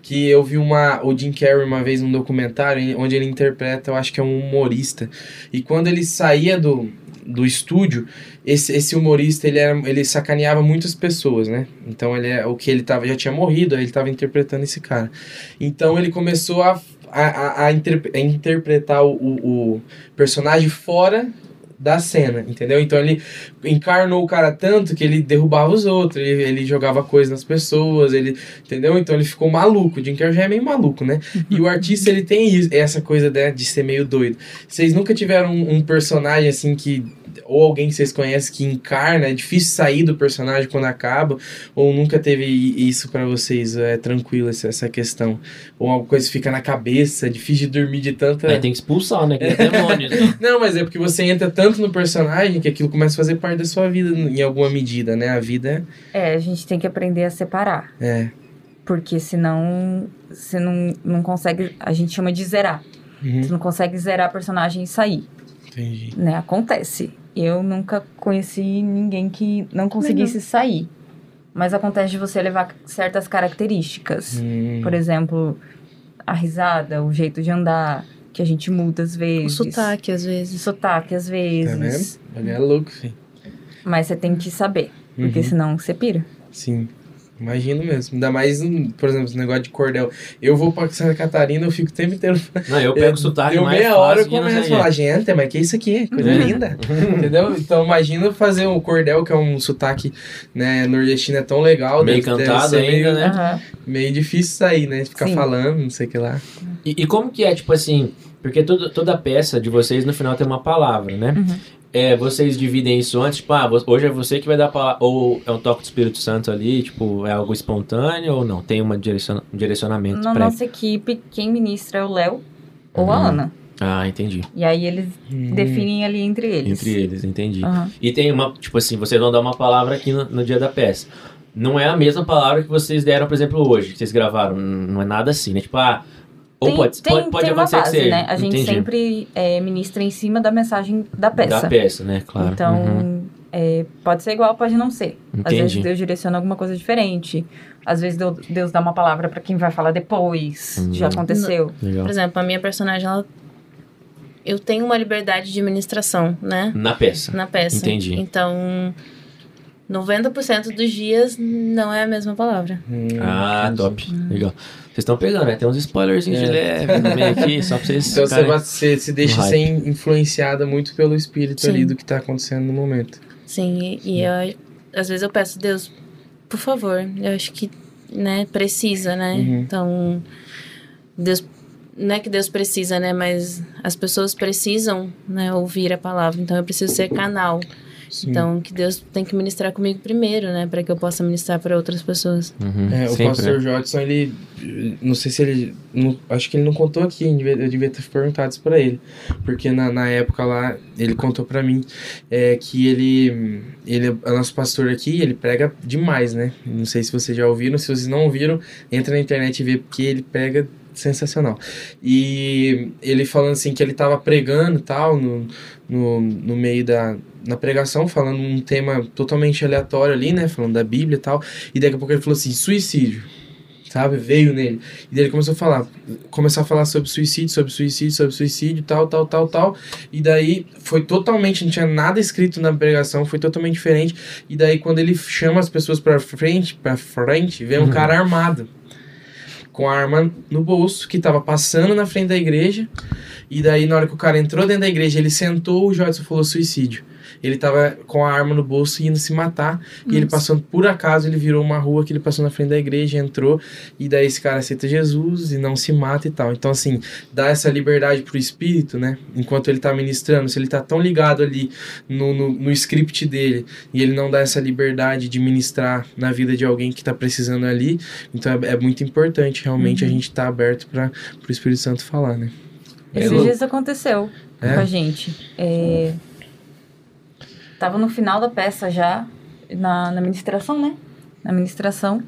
S2: Que eu vi uma, o Jim Carrey uma vez num documentário, em- onde ele interpreta, eu acho que é um humorista. E quando ele saía do, do estúdio, esse, esse humorista, ele, era, ele sacaneava muitas pessoas, né? Então ele é o que ele tava, já tinha morrido, aí ele tava interpretando esse cara. Então ele começou a, a, a, a interpre- a interpretar o- o- o personagem fora da cena, entendeu? Então ele encarnou o cara tanto que ele derrubava os outros, ele, ele jogava coisa nas pessoas, ele, entendeu? Então ele ficou maluco. O Jim Carrey já é meio maluco, né? E o artista ele tem isso, essa coisa né, de ser meio doido. Vocês nunca tiveram um, um personagem assim que ou alguém que vocês conhecem que encarna, é difícil sair do personagem quando acaba, ou nunca teve i- isso pra vocês, é tranquilo essa, essa questão, ou alguma coisa que fica na cabeça, é difícil de dormir de tanta
S3: Aí tem que expulsar, né? Que é demônio.
S2: (laughs)
S3: né?
S2: não, mas é porque você entra tanto no personagem que aquilo começa a fazer parte da sua vida em alguma medida, né? A vida
S5: É, a gente tem que aprender a separar.
S2: é.
S5: Porque senão você não, não consegue. A gente chama de zerar. Você
S2: Uhum,
S5: não consegue zerar personagem e sair.
S2: entendi.
S5: Né? Acontece. Eu nunca conheci ninguém que não conseguisse sair. Mas acontece de você levar certas características.
S2: Hum,
S5: Por exemplo, a risada, o jeito de andar, que a gente muda às
S4: O
S5: vezes.
S4: sotaque, às
S5: O
S4: vezes.
S5: sotaque às vezes.
S2: olha, é louco, filho.
S5: mas você tem que saber. Porque
S2: Uhum.
S5: senão você pira.
S2: Sim. Imagino mesmo. Ainda mais, hum, por exemplo, esse negócio de cordel. Eu vou pra Santa Catarina, eu fico o tempo inteiro.
S3: Não, eu pego o sotaque
S2: Deu
S3: mais
S2: meia
S3: fácil
S2: hora eu
S3: que não
S2: começo a
S3: sei o
S2: falar, gente, mas que isso aqui? Coisa
S5: Uhum.
S2: linda. Entendeu? Então imagina fazer um cordel, que é um sotaque né, nordestino, é tão legal.
S3: Meio
S2: deve- deve
S3: cantado
S2: ser
S3: ainda,
S2: meio-
S3: né?
S5: Aham.
S2: Meio difícil sair, né? Ficar
S5: Sim.
S2: falando, não sei o que lá.
S3: E, e como que é, tipo assim, porque todo, toda peça de vocês no final tem uma palavra, né?
S5: Uhum.
S3: É, vocês dividem isso antes, tipo, ah, vo- hoje é você que vai dar a palavra, ou é um toque do Espírito Santo ali, tipo, é algo espontâneo ou não? Tem uma direciona, um direcionamento
S5: Na
S3: prévio.
S5: nossa equipe, quem ministra é o Léo ou a
S3: Uhum.
S5: Ana.
S3: Ah, entendi.
S5: E aí eles
S2: Uhum.
S5: definem ali entre eles.
S3: Entre eles, entendi.
S5: Aham.
S3: E tem uma, tipo assim, vocês vão dar uma palavra aqui no, no dia da peça. Não é a mesma palavra que vocês deram, por exemplo, hoje, que vocês gravaram. N- Não é nada assim, né? Tipo, ah, ou
S5: Tem,
S3: pode,
S5: tem,
S3: pode, pode
S5: tem uma
S3: acontecer que
S5: base,
S3: seja.
S5: né? A gente
S3: entendi.
S5: sempre é, ministra em cima da mensagem da peça.
S3: Da peça, né? Claro.
S5: Então,
S3: Uhum.
S5: é, pode ser igual, pode não ser. Às vezes
S3: Entendi.
S5: Deus direciona alguma coisa diferente. Às vezes Deu- Deus dá uma palavra pra quem vai falar depois.
S3: Hum.
S5: Já aconteceu.
S3: Legal.
S4: Por exemplo, a minha personagem, ela... Eu tenho uma liberdade de administração, né?
S3: Na peça.
S4: Na peça.
S3: Entendi.
S4: Então, 90% dos dias não é a mesma palavra.
S2: Hum,
S3: Ah,
S2: entendi.
S3: top.
S5: Hum.
S3: Legal. Vocês estão pegando, né? Tem uns spoilerzinhos de
S2: É.
S3: leve no meio aqui, só pra vocês.
S2: Então você,
S3: ficarem-
S2: vai- você se deixa
S3: Um hype.
S2: ser influenciada muito pelo espírito
S4: Sim.
S2: ali do que tá acontecendo no momento.
S4: Sim, e, e eu- às vezes eu peço, Deus, por favor, eu acho que, né, precisa, né?
S2: Uhum.
S4: Então, Deus, não é que Deus precisa, né, mas as pessoas precisam, né, ouvir a palavra, então eu preciso ser canal.
S2: Sim.
S4: Então, que Deus tem que ministrar comigo primeiro, né, para que eu possa ministrar para outras pessoas.
S3: Uhum.
S2: É, o
S3: Sempre,
S2: pastor
S3: né?
S2: Jodson, ele. Não sei se ele. não- acho que ele não contou aqui, eu devia, eu devia ter perguntado isso pra ele. Porque na, na época lá, ele contou pra mim é, que ele. Ele é nosso pastor aqui, ele prega demais, né? Não sei se vocês já ouviram, se vocês não ouviram, entra na internet e vê, porque ele prega sensacional. E ele falando assim que ele tava pregando e tal, no, no, no meio da. Na pregação, falando um tema totalmente aleatório ali, né? Falando da Bíblia e tal. E daqui a pouco ele falou assim, suicídio. Sabe? Veio nele. E daí ele começou a falar. Começou a falar sobre suicídio, sobre suicídio, sobre suicídio, tal, tal, tal, tal. E daí foi totalmente, não tinha nada escrito na pregação, foi totalmente diferente. E daí quando ele chama as pessoas pra frente, pra frente, vem um cara armado. Com a arma no bolso, que tava passando na frente da igreja. E daí, na hora que o cara entrou dentro da igreja, ele sentou, o Jodson falou suicídio. Ele tava com a arma no bolso e indo se matar. E ele passando, por acaso, ele virou uma rua que ele passou na frente da igreja, entrou, e daí esse cara aceita Jesus e não se mata e tal. Então, assim, dá essa liberdade pro espírito, né? Enquanto ele tá ministrando, se ele tá tão ligado ali no, no, no script dele e ele não dá essa liberdade de ministrar na vida de alguém que tá precisando ali, então é, é muito importante realmente a gente tá aberto para pro Espírito Santo falar, né?
S5: Esses
S3: louco.
S5: dias aconteceu
S2: É?
S5: com a gente. É, Tava no final da peça já, na, na ministração, né? Na ministração.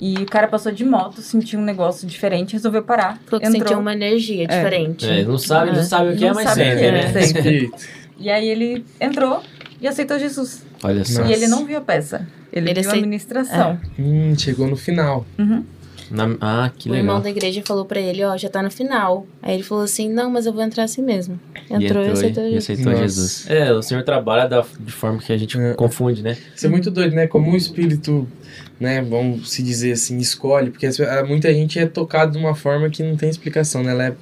S5: E o cara passou de moto, sentiu um negócio diferente, resolveu parar.
S4: Falou que sentiu um uma energia diferente.
S3: É, não sabe, não
S4: É.
S3: sabe o que
S5: Não
S3: é, mas
S5: sabe o
S3: sempre,
S5: que é,
S3: né?
S5: sempre.
S2: Espírito.
S5: E aí ele entrou e aceitou Jesus.
S3: Olha só.
S2: Nossa.
S5: E ele não viu a peça. Ele,
S4: Ele
S5: viu
S4: acei-
S5: a ministração.
S2: Hum, chegou no final.
S5: Uhum.
S3: Na- Ah, que
S4: o irmão
S3: legal.
S4: da igreja falou pra ele, ó, já tá no final. Aí ele falou assim, não, mas eu vou entrar assim mesmo.
S3: E
S4: Entrou e aceitou
S3: e
S4: Jesus.
S3: aceitou
S2: Nossa.
S3: Jesus. É, o Senhor trabalha da- de forma que a gente
S2: É.
S3: confunde, né?
S2: Isso é muito doido, né? Como o espírito, né, vamos se dizer assim, escolhe, porque as- ah, muita gente é tocada de uma forma que não tem explicação, né? Ela é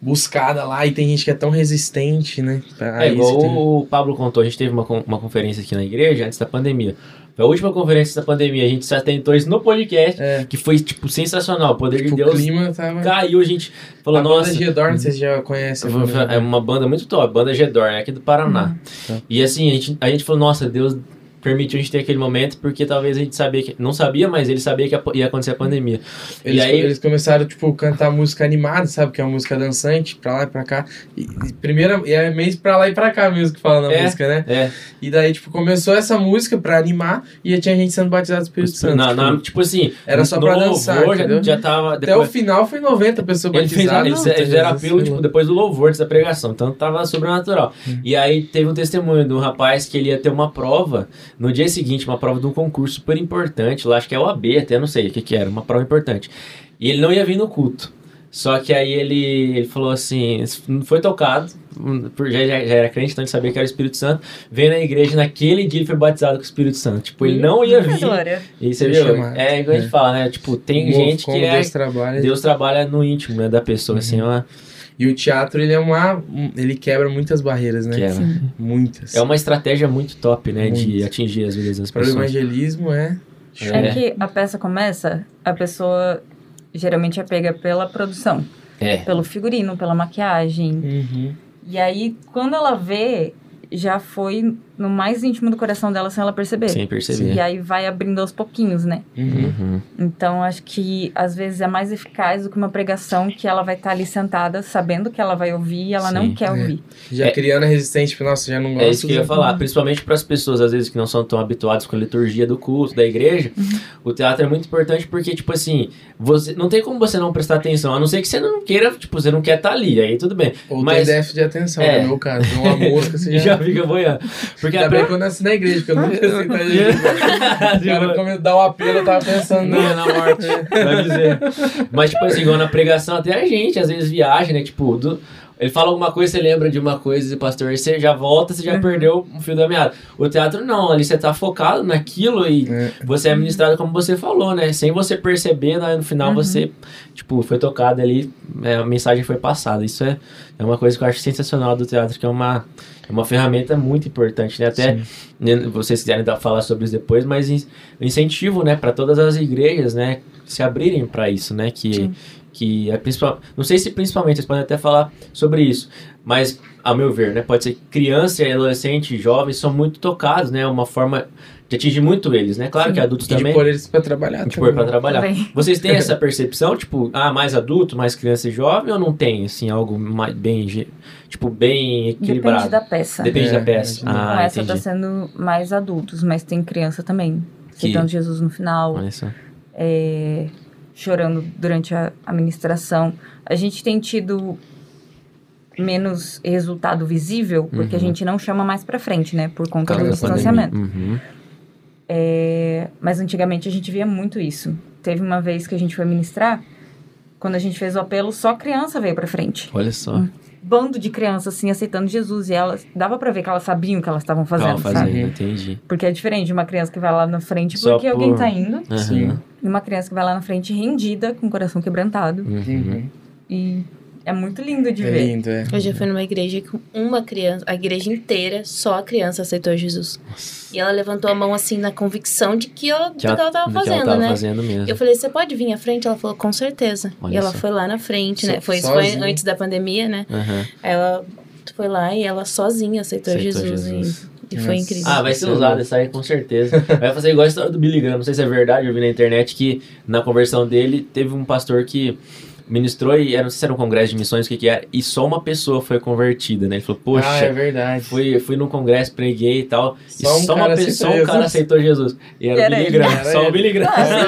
S2: buscada lá e tem gente que é tão resistente, né? a
S3: É
S2: isso
S3: igual
S2: que tem-
S3: o Pablo contou, a gente teve uma, con- uma conferência aqui na igreja antes da pandemia. Foi a última conferência da pandemia, a gente se atentou isso no podcast,
S2: É.
S3: que foi, tipo, sensacional. O poder
S2: Tipo,
S3: de Deus
S2: o clima tava.
S3: caiu, a gente falou,
S2: a
S3: nossa...
S2: banda Gedor, vocês já conhecem. né?
S3: Foi- foi- É uma banda muito top, banda Gedor, é aqui do Paraná.
S2: Tá.
S3: E assim, a gente, a gente falou, nossa, Deus permitiu a gente ter aquele momento, porque talvez a gente sabia que. Não sabia, mas ele sabia que ia- ia acontecer a pandemia.
S2: Eles,
S3: E aí-
S2: eles começaram, tipo, cantar música animada, sabe? Que é uma música dançante, pra lá e pra cá. E, e primeira, e é meio pra lá e pra cá mesmo que fala na
S3: É.
S2: música, né?
S3: É.
S2: E daí, tipo, começou essa música pra animar e já tinha gente sendo batizada do Espírito Santo.
S3: Na,
S2: tipo,
S3: na- tipo assim,
S2: era só
S3: no
S2: pra dançar,
S3: louvor, já,
S2: entendeu?
S3: já tava.
S2: Até o final foi 90 pessoas
S3: Ele fez,
S2: batizadas.
S3: eles,
S2: Não,
S3: eles
S2: Jesus,
S3: fizeram apelo
S2: sei
S3: tipo,
S2: lá. Hum.
S3: depois do louvor, antes da pregação. Então tava sobrenatural. E aí teve um testemunho de um rapaz que ele ia ter uma prova no dia seguinte, uma prova de um concurso super importante, lá acho que é o AB, até não sei o que, que era, uma prova importante. E ele não ia vir no culto. Só que aí ele, ele falou assim: foi tocado, hum, por- já, já, já era crente, então ele sabia que era o Espírito Santo. Veio na igreja, naquele dia ele foi batizado com o Espírito Santo. Tipo, ele não ia vir.
S5: Glória.
S3: E você
S2: Foi
S3: viu?
S2: chamado.
S3: É igual a gente
S2: É.
S3: fala, né? Tipo, tem
S2: Como-
S3: gente
S2: como
S3: que é
S2: Deus trabalha. Uhum.
S3: Deus trabalha no íntimo, né, da pessoa, assim, ó.
S2: E o teatro, ele é uma. um- Ele quebra muitas barreiras, né?
S3: Que é,
S2: Muitas.
S3: é uma estratégia muito top, né, de
S2: Muito.
S3: atingir as vidas das
S2: Para o
S3: pessoas.
S2: evangelismo é.
S5: É.
S3: É.
S5: que a peça começa, a pessoa geralmente é pega pela produção,
S3: É.
S5: pelo figurino, pela maquiagem.
S2: Uhum.
S5: E aí, quando ela vê, já foi no mais íntimo do coração dela sem ela perceber.
S3: Sem
S5: E
S3: perceber.
S5: aí vai abrindo aos pouquinhos, né?
S2: Uhum.
S3: Uhum.
S5: Então, acho que às vezes é mais eficaz do que uma pregação que ela vai estar ali sentada, sabendo que ela vai ouvir e ela
S3: Sim.
S5: não quer
S2: É.
S5: ouvir.
S2: Já
S3: É.
S2: criando a resistência, tipo, nossa, já não gosto.
S3: É isso que eu ia
S2: do-
S3: falar, principalmente para as pessoas, às vezes, que não são tão habituadas com a liturgia do culto, da igreja, o teatro é muito importante porque, tipo assim, você não tem como você não prestar atenção, a não ser que você não queira, tipo, você não quer estar ali, aí tudo bem.
S2: Ou
S3: Mas-
S2: tem déficit de atenção,
S3: É.
S2: é. no meu caso.
S3: (laughs)
S2: Uma mosca, você
S3: E
S2: já.
S3: já fica boiando. Porque
S2: Ainda
S3: a
S2: bem que eu nasci na igreja, porque eu
S3: (laughs)
S2: não ia sentar de O cara
S3: primeira...
S2: começou a dar o apelo, eu tava pensando. né? É.
S3: Não, na morte. Vai dizer. Mas, tipo assim, igual na pregação, até a gente às vezes viaja, né? Tipo, do- ele fala alguma coisa, você lembra de uma coisa, e pastor, aí você já volta, você já perdeu um fio da meada. O teatro não, ali você tá focado naquilo e
S2: É.
S3: você é ministrado como você falou, né? Sem você perceber, né, no final você, tipo, foi tocado ali, é, a mensagem foi passada. Isso é, é uma coisa que eu acho sensacional do teatro, que é uma, é uma ferramenta muito importante, né? Até né, vocês quiserem dar, falar sobre isso depois, mas in- incentivo, né, para todas as igrejas, né, se abrirem para isso, né, que que é principal, não sei se principalmente vocês podem até falar sobre isso, mas a meu ver, né, pode ser que criança, adolescente, jovens são muito tocados, né, é uma forma de atingir muito eles, né? Claro que adultos
S2: E de
S3: também,
S2: pôr eles pra trabalhar.
S3: de pôr para
S2: também.
S3: trabalhar.
S5: Também.
S3: Vocês têm essa percepção, tipo, ah, mais adulto, mais criança e jovem, ou não tem, assim, algo mais, bem, ge- tipo, bem
S5: Depende
S3: equilibrado?
S5: da peça.
S3: Depende da
S2: É,
S3: peça.
S2: entendi.
S5: Com
S3: Ah,
S5: essa
S3: entendi.
S5: tá sendo mais adultos, mas tem criança também.
S3: Que-
S5: Citando Jesus no final,
S3: Olha só.
S5: é, chorando durante a a ministração. A gente tem tido menos resultado visível, porque a
S3: Uhum.
S5: gente não chama mais pra frente, né? Por conta
S2: causa
S5: do
S2: da
S5: distanciamento.
S3: Uhum.
S5: É, mas antigamente a gente via muito isso. Teve uma vez que a gente foi ministrar, quando a gente fez o apelo, só criança veio pra frente.
S3: Olha só.
S5: Hum. Bando de crianças, assim, aceitando Jesus. E elas, dava pra ver que elas sabiam o que elas estavam
S3: Calma,
S5: fazendo,
S3: fazendo,
S5: sabe?
S3: entendi.
S5: Porque é diferente de uma criança que vai lá na frente
S3: Só
S5: porque
S3: por-
S5: alguém tá indo,
S3: Aham.
S2: Sim.
S5: e uma criança que vai lá na frente rendida, com o coração quebrantado.
S3: Uhum.
S2: Uhum.
S5: E é muito lindo de
S2: É
S5: ver.
S2: lindo, é.
S4: Eu já fui numa igreja com uma criança, a igreja inteira, só a criança aceitou Jesus. E ela levantou a mão assim na convicção de que ela, do que
S3: ela-
S4: ela tava
S3: do que
S4: fazendo,
S3: ela tava
S4: né?
S3: fazendo mesmo.
S4: Eu falei, você pode vir à frente? Ela falou, com certeza.
S3: Olha
S4: e ela
S3: só.
S4: foi lá na frente,
S2: So-
S4: né? Foi, isso foi
S2: sozinha.
S4: antes da pandemia, né?
S3: Aham.
S4: Ela foi lá e ela sozinha aceitou,
S3: Aceitou
S4: Jesus.
S3: Jesus.
S4: E, e foi
S2: Nossa.
S4: incrível.
S3: Ah, vai ser usada essa aí com certeza. Vai fazer igual a história do Billy Graham. Não sei se é verdade, eu vi na internet que na conversão dele teve um pastor que ministrou e era, não sei se era um congresso de missões, o que que era, e só uma pessoa foi convertida, né? Ele falou, poxa,
S2: Ah, é verdade.
S3: fui, fui num congresso, preguei e tal,
S2: Só
S3: e
S2: um
S3: só uma
S2: cara
S3: pessoa,
S2: aceitou
S3: só um cara
S2: Jesus.
S3: aceitou Jesus. E era, Ah, é,
S5: Era
S3: o Billy
S5: ele.
S3: Graham,
S2: Era
S3: só o
S2: ele.
S3: Billy Graham.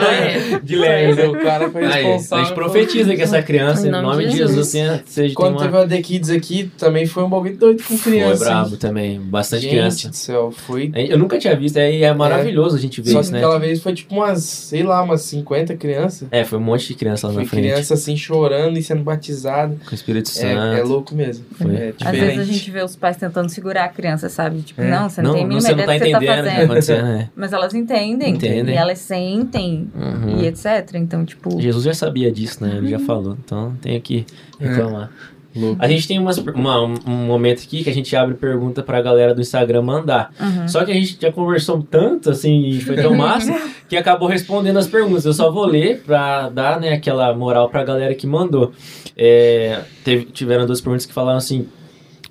S3: de
S2: Mas
S3: leve.
S2: o cara foi
S3: Aí, a
S2: responsável.
S3: gente profetiza que essa criança, em nome de Jesus, tenha, seja tem
S2: Quando
S3: uma...
S2: teve a The Kids aqui, também foi um bagulho doido com criança.
S3: Foi brabo
S2: hein?
S3: também, bastante
S2: Gente
S3: criança.
S2: do céu, foi...
S3: Eu nunca tinha visto, aí é maravilhoso a gente ver
S2: Só que
S3: isso, né?
S2: aquela vez foi tipo umas, sei lá, umas 50 crianças.
S3: É, foi um monte de criança lá
S2: Foi
S3: na frente,
S2: criança assim, chorando e sendo batizada.
S3: com o Espírito Santo.
S2: É, é louco mesmo.
S3: Foi.
S2: É
S5: Às
S2: diferente.
S5: vezes a gente vê os pais tentando segurar a criança, sabe? Tipo,
S2: É.
S5: não, você não,
S3: não,
S5: tem a
S3: não,
S5: mínima
S3: você
S5: ideia
S3: não tá
S5: do que você tá
S3: entendendo o que tá
S5: fazendo.
S3: acontecendo, né?
S5: Mas elas entendem.
S3: Entendem.
S5: E elas sentem,
S3: Uhum.
S5: e etc. Então, tipo...
S3: Jesus já sabia disso, né? Ele já falou, então não tenho que reclamar.
S2: Louco.
S3: A gente tem umas, uma- um momento aqui que a gente abre pergunta pra galera do Instagram mandar.
S5: uhum.
S3: Só que a gente já conversou tanto, assim, e foi tão
S5: (laughs)
S3: massa, que acabou respondendo as perguntas. Eu só vou ler pra dar, né, aquela moral pra galera que mandou. É, teve- tiveram duas perguntas que falaram assim...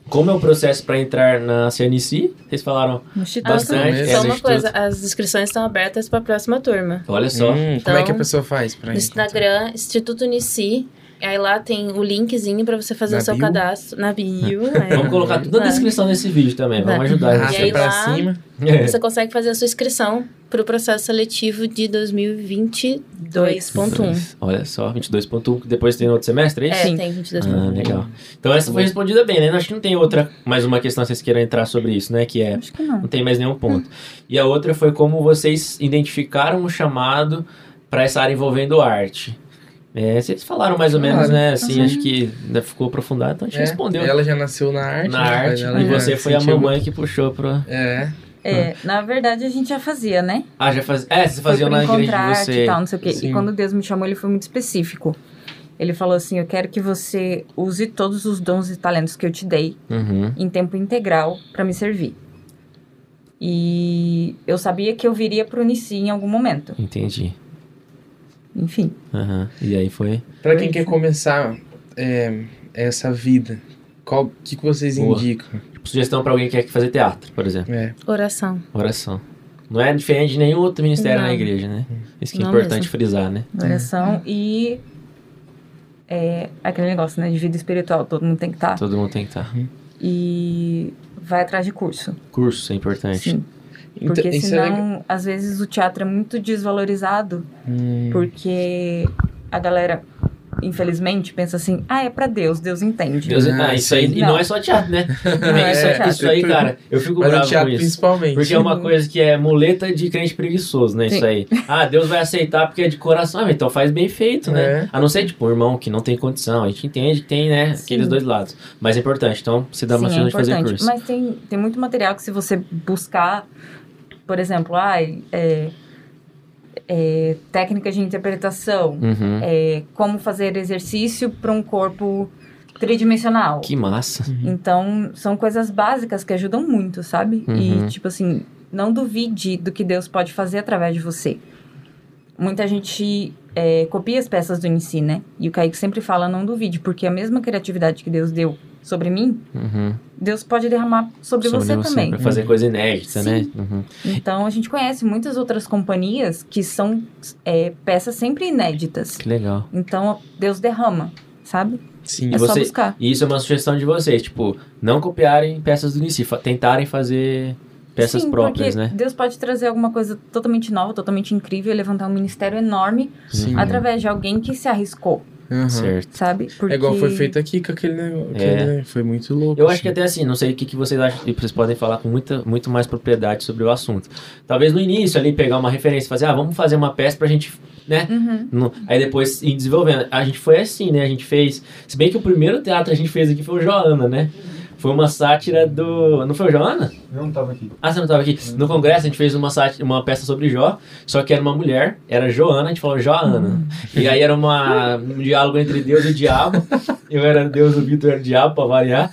S3: Como é o processo pra entrar na CNC? Vocês falaram,
S5: No Instituto.
S3: Bastante.
S4: Só
S3: É,
S4: uma
S3: de
S4: coisa, as inscrições estão abertas para a próxima turma.
S3: olha só.
S2: Hum, como é que a
S4: Então,
S2: pessoa faz pra
S4: No
S2: gente? então?
S4: Instagram, Instituto Unici. Aí lá tem o linkzinho para você fazer
S2: Na
S4: o seu
S2: bio?
S4: cadastro na bio. é.
S3: Vamos colocar tudo na
S4: Vai.
S3: descrição desse vídeo também, vamos
S4: Vai.
S3: ajudar. a
S4: E aí
S2: Arrasta
S3: gente.
S2: pra
S4: lá-
S2: cima.
S3: É.
S4: Você consegue fazer a sua inscrição para o processo seletivo de 2022.1.
S3: Olha só, 22.1, que depois tem no outro semestre, é isso?
S4: É,
S5: Sim.
S4: tem 22.1.
S3: Ah, legal. Então essa foi respondida bem, né? Acho que não tem outra, mais uma questão que vocês queiram entrar sobre isso, né? Que é,
S5: Acho que não.
S3: não tem mais nenhum ponto. E a outra foi como vocês identificaram o chamado pra essa área envolvendo arte. É, vocês falaram mais ou menos,
S2: Falaram.
S3: né?
S5: Uhum.
S3: Assim, acho que ainda ficou aprofundado, então a gente
S2: É,
S3: respondeu
S2: Ela já nasceu na arte.
S3: na
S2: né?
S3: arte.
S2: Ela
S3: E
S2: já
S3: você foi a
S2: sentiu-
S3: mamãe que puxou pra...
S2: É.
S5: É, na verdade, a gente já fazia, né?
S3: Ah, já fazia... É, vocês faziam
S5: Foi por
S3: na igreja
S5: encontrar
S3: de
S5: arte e
S3: você.
S5: tal, não sei o quê.
S2: Sim.
S5: E quando Deus me chamou, ele foi muito específico. Ele falou assim: Eu quero que você use todos os dons e talentos que eu te dei
S3: Uhum.
S5: em tempo integral pra me servir. E eu sabia que eu viria pro Unici em algum momento.
S3: Entendi.
S5: Enfim.
S3: Aham. E aí foi...
S2: Pra quem
S3: Uhum.
S2: quer começar é, essa vida, o que, que vocês
S3: Boa.
S2: indicam?
S3: Tipo, sugestão pra alguém que quer fazer teatro, por exemplo.
S2: É.
S4: Oração.
S3: Oração. Não é diferente de nenhum outro ministério
S4: Não.
S3: na igreja, né? Isso que é
S4: Não
S3: importante
S4: mesmo.
S3: frisar, né?
S5: Oração e. É, aquele negócio, né? De vida espiritual, todo mundo tem que estar.
S3: Todo mundo tem que tá. estar.
S5: E vai atrás de curso.
S3: Curso é importante.
S5: Sim. Porque
S2: Então, isso é legal.
S5: senão, às vezes, o teatro é muito desvalorizado.
S2: Hum,
S5: Porque a galera, infelizmente, pensa assim: ah, é pra Deus, Deus entende.
S3: Deus,
S2: Ah,
S3: ah, isso aí, e
S5: não.
S3: não é só teatro,
S2: (laughs)
S3: né?
S5: é
S3: isso,
S5: só teatro.
S3: isso aí, cara, eu fico
S2: mas no
S3: bravo com
S2: teatro
S3: isso.
S2: principalmente.
S3: Porque é uma coisa que é muleta de crente preguiçoso, né? Isso
S5: Sim.
S3: aí. Ah, Deus vai aceitar porque é de coração. Ah, mas então faz bem feito, né?
S2: É.
S3: A não ser, tipo, um irmão que não tem condição. A gente entende que tem, né?
S5: Sim.
S3: Aqueles dois lados. Mas é importante. Então, se dá uma
S5: Sim, é
S3: chance de fazer
S5: importante.
S3: curso.
S5: Mas tem, tem muito material que, se você buscar, por exemplo, ai, é, é, técnicas de interpretação,
S3: Uhum.
S5: é, como fazer exercício para um corpo tridimensional.
S3: Que massa.
S5: Então, são coisas básicas que ajudam muito, sabe?
S3: Uhum.
S5: E, tipo assim, não duvide do que Deus pode fazer através de você. Muita gente é, copia as peças do Inici, né? E o Kaique sempre fala, não duvide, porque a mesma criatividade que Deus deu sobre mim,
S3: Uhum.
S5: Deus pode derramar sobre, você, também.
S3: Pra fazer coisa inédita,
S5: Sim.
S3: né? Uhum.
S5: Então, a gente conhece muitas outras companhias que são é, peças sempre inéditas.
S3: Que legal.
S5: Então, Deus derrama, sabe?
S2: Sim,
S3: E
S5: é
S3: você-
S5: só buscar.
S3: E isso é uma sugestão de vocês, tipo, não copiarem peças do Nissi, fa- tentarem fazer peças
S5: Sim,
S3: próprias,
S5: porque
S3: né?
S5: Deus pode trazer alguma coisa totalmente nova, totalmente incrível e levantar um ministério enorme
S2: sim.
S3: Uhum.
S5: através de alguém que se arriscou,
S2: Aham.
S3: Certo.
S5: sabe? Porque...
S2: É igual foi feito aqui com aquele negócio.
S3: É.
S2: Foi muito louco.
S3: Eu acho que
S2: assim.
S3: até assim, não sei o que, que vocês acham, e vocês podem falar com muita, muito mais propriedade sobre o assunto. Talvez no início ali pegar uma referência, fazer, ah, vamos fazer uma peça pra gente, né?
S5: Uhum.
S3: No- aí depois ir desenvolvendo. A gente foi assim, né? A gente fez. Se bem que o primeiro teatro que a gente fez aqui foi o Joana, né? Foi uma sátira do. Não foi o Joana?
S7: Eu não tava aqui.
S3: Ah, você não tava aqui.
S6: Hum.
S3: No congresso a gente fez uma, sati- uma peça sobre Jó, só que era uma
S6: Hum.
S3: mulher, era Joana, a gente falou Joana. E aí era uma, um diálogo entre Deus e o diabo. Eu era Deus, o Vitor era o diabo, pra variar.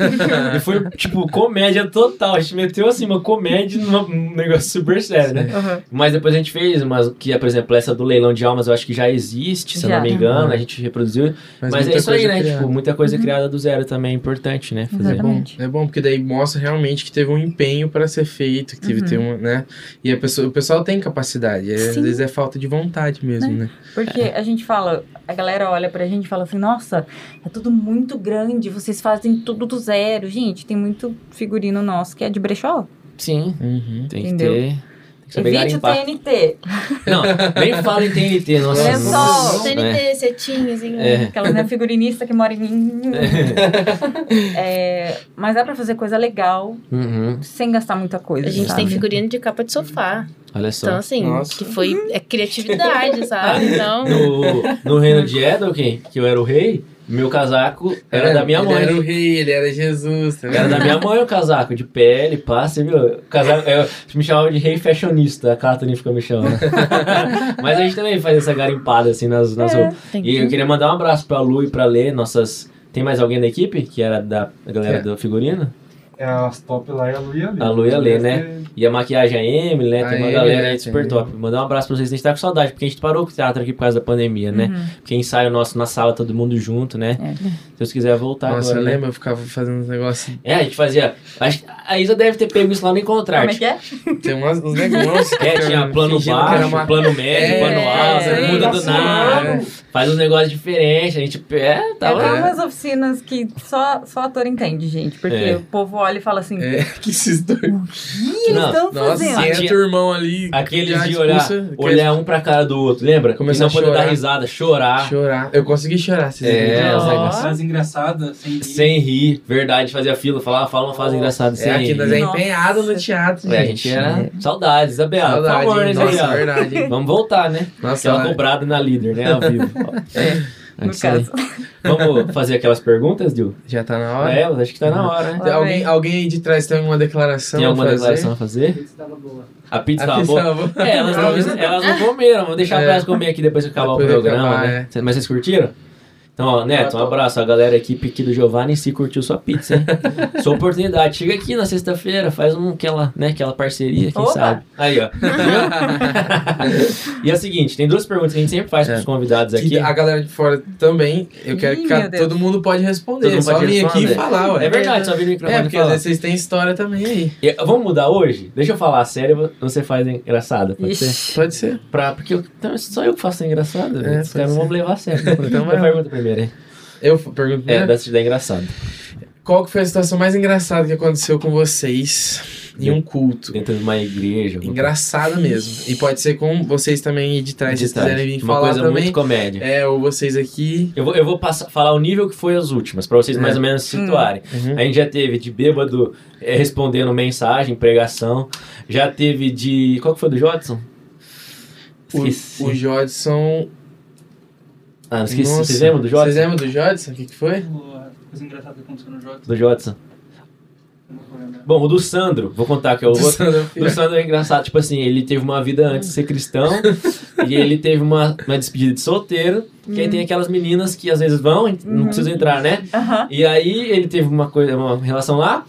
S3: E foi, tipo, comédia total. A gente meteu, assim, uma comédia numa- num negócio super sério, né?
S5: uhum.
S3: Mas depois a gente fez umas, que, é, por exemplo, essa do leilão de almas, eu acho que já existe, se eu
S5: Já.
S3: não me engano. A gente reproduziu.
S2: assim.
S3: Mas,
S6: Uhum.
S3: é
S6: muita
S3: isso aí,
S6: coisa
S3: né?
S6: criada.
S3: Tipo, muita coisa criada do zero também é importante, né? Fazer.
S5: Uhum. Exatamente.
S2: É bom, porque daí mostra realmente que teve um empenho pra ser feito, que teve
S5: Uhum.
S2: ter um, né? E a pessoa, o pessoal tem capacidade, é, às
S5: Sim. É.
S2: vezes é falta de vontade mesmo, né?
S5: Porque a gente fala, a galera olha pra gente e fala assim, nossa, é tudo muito grande, vocês fazem tudo do zero. Gente, tem muito figurino nosso que é de brechó.
S3: Sim,
S2: Uhum.
S3: tem que
S5: Entendeu?
S3: ter. Tem que saber
S5: Evite o
S3: garimpar.
S5: TNT.
S3: Não, nem fala em TNT, nossa.
S5: Lençol.
S3: nossa, né?
S4: TNT, setinhas, hein?
S3: É.
S5: Aquela né, figurinista que mora em mim. É, mas dá pra fazer coisa legal
S3: Uhum,
S5: sem gastar muita coisa.
S4: A gente
S5: sabe?
S4: tem figurino de capa de sofá.
S3: olha
S4: Então,
S3: só.
S4: assim,
S2: Nossa.
S4: que foi é criatividade, sabe? Então,
S3: No, no reino de Edelkin, que eu era o rei, meu casaco era da minha
S2: É, ele
S3: mãe.
S2: Era o rei, ele era Jesus, tá
S3: Era
S2: vendo?
S3: da minha mãe o casaco, de pele, pá, você viu? O Casaco, eu, me chamavam de rei fashionista, a Catherine fica me chamando. (laughs) Mas a gente também faz essa garimpada assim nas, nas roupas.
S4: tem
S3: E eu queria mandar um abraço pra Lu e pra Lê, nossas. Tem mais alguém da equipe que era da da galera
S2: É.
S3: do figurino?
S7: É as top lá e a Lu e a Lê.
S3: A Lu e a Lê, né? E a maquiagem, a Emily, né? Tem
S2: A
S3: uma
S2: Emily,
S3: galera
S2: né,
S3: aí super
S2: tem.
S3: top. Mandar um abraço pra vocês, a gente tá com saudade, porque a gente parou com o teatro aqui por causa da pandemia, né?
S5: Uhum.
S3: Porque ensaio nosso na sala, todo mundo junto, né?
S5: É.
S3: Se vocês quiserem voltar
S2: Nossa,
S3: agora.
S2: eu
S3: né?
S2: lembro, eu ficava fazendo uns negócios.
S3: É, a gente fazia. acho que A Isa deve ter pego isso lá no Encontrar.
S5: Como é que é?
S2: Tem umas, uns
S3: (laughs)
S2: negócios. que
S3: É,
S2: eu
S3: tinha plano
S2: fingindo que
S3: baixo,
S2: era uma-
S3: plano médio,
S2: É,
S3: plano alto,
S5: é,
S3: muda do
S5: isso.
S3: nada, faz uns negócios diferentes, a gente. É,
S5: É
S3: tava.
S5: tem umas oficinas que só, só ator entende, gente. Porque
S3: É.
S5: o povo olha e fala assim, o
S2: É, que esses dois.
S5: que eles
S3: Não, é.
S5: estão
S2: Nossa,
S5: fazendo?
S2: e
S3: Aqui-
S2: entra o irmão ali.
S3: Aqueles
S2: já
S3: de olhar,
S2: expulsa, quer
S3: olhar um pra cara do outro, lembra? Então,
S2: Começar
S3: e não
S2: a
S3: poder dar
S2: chorar.
S3: risada, chorar,
S2: Chorar. Eu consegui chorar, vocês
S3: tá. É,
S2: acreditam?
S3: os negócios.
S8: Fase engraçada, sem
S3: sem rir, verdade, fazia fila, falava, fala uma frase engraçada, sem
S2: É, aqui
S3: rir.
S2: nós é
S5: Nossa.
S2: empenhado no teatro,
S3: É, a gente era. Saudades, Isabela,
S2: Saudade,
S3: por favor, né,
S2: hein? Nossa,
S3: Isabela? (laughs)
S2: verdade. hein?
S3: Vamos voltar, né?
S2: Nossa,
S3: Aquela
S2: ela-
S3: cobrada na líder, né? Ao
S2: (laughs)
S3: vivo.
S2: É,
S5: No
S3: isso aí.
S5: caso.
S3: Vamos fazer aquelas perguntas, Dil?
S2: já tá na
S3: Pra
S2: hora.
S3: elas, acho que tá na hora, né?
S5: Lá
S2: Alguém,
S5: vem.
S2: alguém aí de trás tem alguma declaração?
S3: Tem alguma
S2: a fazer? (laughs) Ah,
S3: declaração a fazer?
S8: estava boa.
S3: A pizza
S2: A
S3: tá boa?
S2: pizza boa.
S3: É, elas, talvez- elas não comeram. Vou deixar
S2: É.
S3: pra elas comer aqui depois que acabar o
S2: Depois que
S3: programa,
S2: acabar, Tá
S3: né? Cê- Mas vocês curtiram? Então, ó, Neto, um abraço. A galera, a equipe aqui do Giovanni, se curtiu sua pizza,
S2: (laughs)
S3: hein? Sua oportunidade. Chega aqui na sexta-feira, faz um, aquela, né, aquela parceria, quem
S5: Opa!
S3: sabe. Aí, ó.
S2: (laughs)
S3: Viu? (laughs) e é o seguinte, tem duas perguntas que a gente sempre faz
S2: É.
S3: pros convidados
S2: Que
S3: aqui.
S2: a galera de fora também, eu quero
S5: Ih,
S2: que ca-
S5: meu Deus.
S2: todo mundo pode responder.
S3: Todo mundo
S2: só
S3: pode
S2: vir aqui
S3: responder.
S2: e falar, ué.
S3: É verdade, só vi no microfone
S2: É, porque
S3: e
S2: às
S3: falar.
S2: vezes vocês têm história também aí.
S3: E, Vamos mudar hoje? Deixa eu falar sério, você faz engraçada, pode ser?
S5: Ixi.
S2: Pode ser.
S3: Pra, porque eu, então, só eu que faço ser engraçado,
S2: É,
S3: velho. Os
S2: pode
S3: caras não
S2: ser.
S3: vão me levar a
S2: (laughs)
S3: sério. Então,
S2: vai lá. Né?
S3: pergunta primeiro, hein?
S2: Eu f- pergunto
S3: É,
S2: primeiro.
S3: dessa de engraçado.
S2: Qual que foi a situação mais engraçada que aconteceu com vocês em um culto?
S3: Dentro de uma igreja. alguma
S2: Engraçada mesmo. E pode ser com vocês também aí de trás, se
S3: coisa.
S2: vocês quiserem vir
S3: Uma
S2: falar
S3: coisa
S2: também.
S3: muito comédia.
S2: É, ou vocês aqui.
S3: Eu vou, eu vou passar, falar o nível que foi as últimas, pra
S2: É.
S3: vocês mais ou menos se situarem.
S2: Uhum.
S3: A gente já teve de bêbado é, respondendo mensagem, pregação. Já teve de. Qual que foi do Jodson?
S2: O,
S3: Esqueci.
S2: o Jodson.
S3: Ah, não esqueci.
S2: Nossa.
S3: Vocês lembram do Jodson?
S2: Vocês lembram do Jodson? O que, que foi?
S8: Boa. Coisa engraçada que aconteceu no Jota.
S3: Do Jodson.
S8: Não vou lembrar.
S3: Bom, o do Sandro, vou contar que é o
S2: (laughs)
S3: outro.
S2: Sandro Filho.
S3: Do Sandro é engraçado, tipo assim, ele teve uma vida antes de ser cristão e ele teve uma, uma despedida de solteiro. Que aí tem
S5: Hum.
S3: aquelas meninas que às vezes vão, não precisa entrar, né?
S5: Uhum. Aham.
S3: E aí ele teve uma coisa, uma relação lá.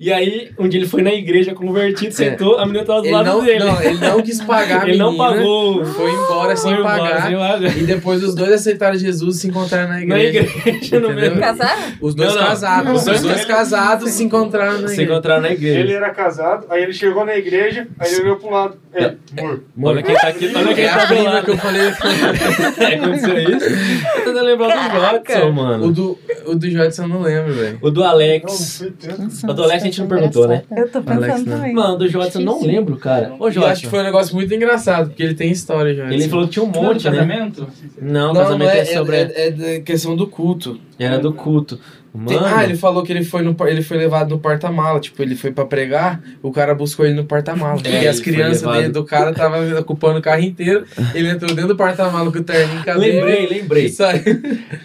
S3: E aí, um dia ele foi na igreja convertido, sentou, a menina tava do
S2: É. Ele
S3: lado
S2: não,
S3: dele.
S2: não, ele não quis pagar a
S3: ele não
S2: menina,
S3: pagou.
S2: Foi embora sem
S3: Foi embora,
S2: pagar.
S3: sem pagar.
S2: E depois os dois aceitaram Jesus e se encontraram na
S3: Na
S2: igreja.
S3: igreja, no
S2: Entendeu?
S3: mesmo.
S5: Casaram?
S2: Os dois
S3: Não, não.
S2: casados.
S3: Não.
S2: Os dois, casados se encontraram na
S3: Se
S2: igreja.
S3: encontraram na
S7: Ele
S5: é
S3: igreja.
S7: era casado, aí ele chegou na igreja, aí ele olhou pro lado. Ele, amor,
S3: Olha quem tá aqui, olha quem
S2: É
S3: tá
S2: a
S3: do
S2: prima que
S3: lado.
S2: eu falei.
S3: (laughs) É, Aconteceu isso. Eu tentando lembrar do
S5: Caraca.
S3: Watson,
S2: O
S3: mano.
S2: do, o do Jodson eu não lembro, velho.
S3: O do
S7: não, não
S3: Alex.
S7: foi tanto.
S3: O do Alex a gente não perguntou, né?
S5: (laughs) Eu tô pensando
S2: Alex, não.
S5: também.
S3: Mano, do Jotson eu não lembro, cara. Ô,
S2: Eu acho que
S3: Jotson.
S2: foi um negócio muito engraçado, porque ele tem história, Jodson.
S3: Ele falou que tinha um
S8: Não é do
S3: monte, né?
S8: casamento?
S3: Não, o casamento é, sobre.
S2: é da questão do culto.
S3: Era do culto.
S2: Tem-
S3: Mano.
S2: ah, ele falou que ele foi, no, par- ele foi levado no porta-mala. Tipo, ele foi pra pregar, o cara buscou ele no porta-mala.
S3: É,
S2: e as
S3: ele foi
S2: crianças
S3: levado.
S2: dele, do cara estavam ocupando o carro inteiro. Ele entrou dentro do porta-mala com o terninho cadeira.
S3: Lembrei, lembrei.
S2: Isso aí.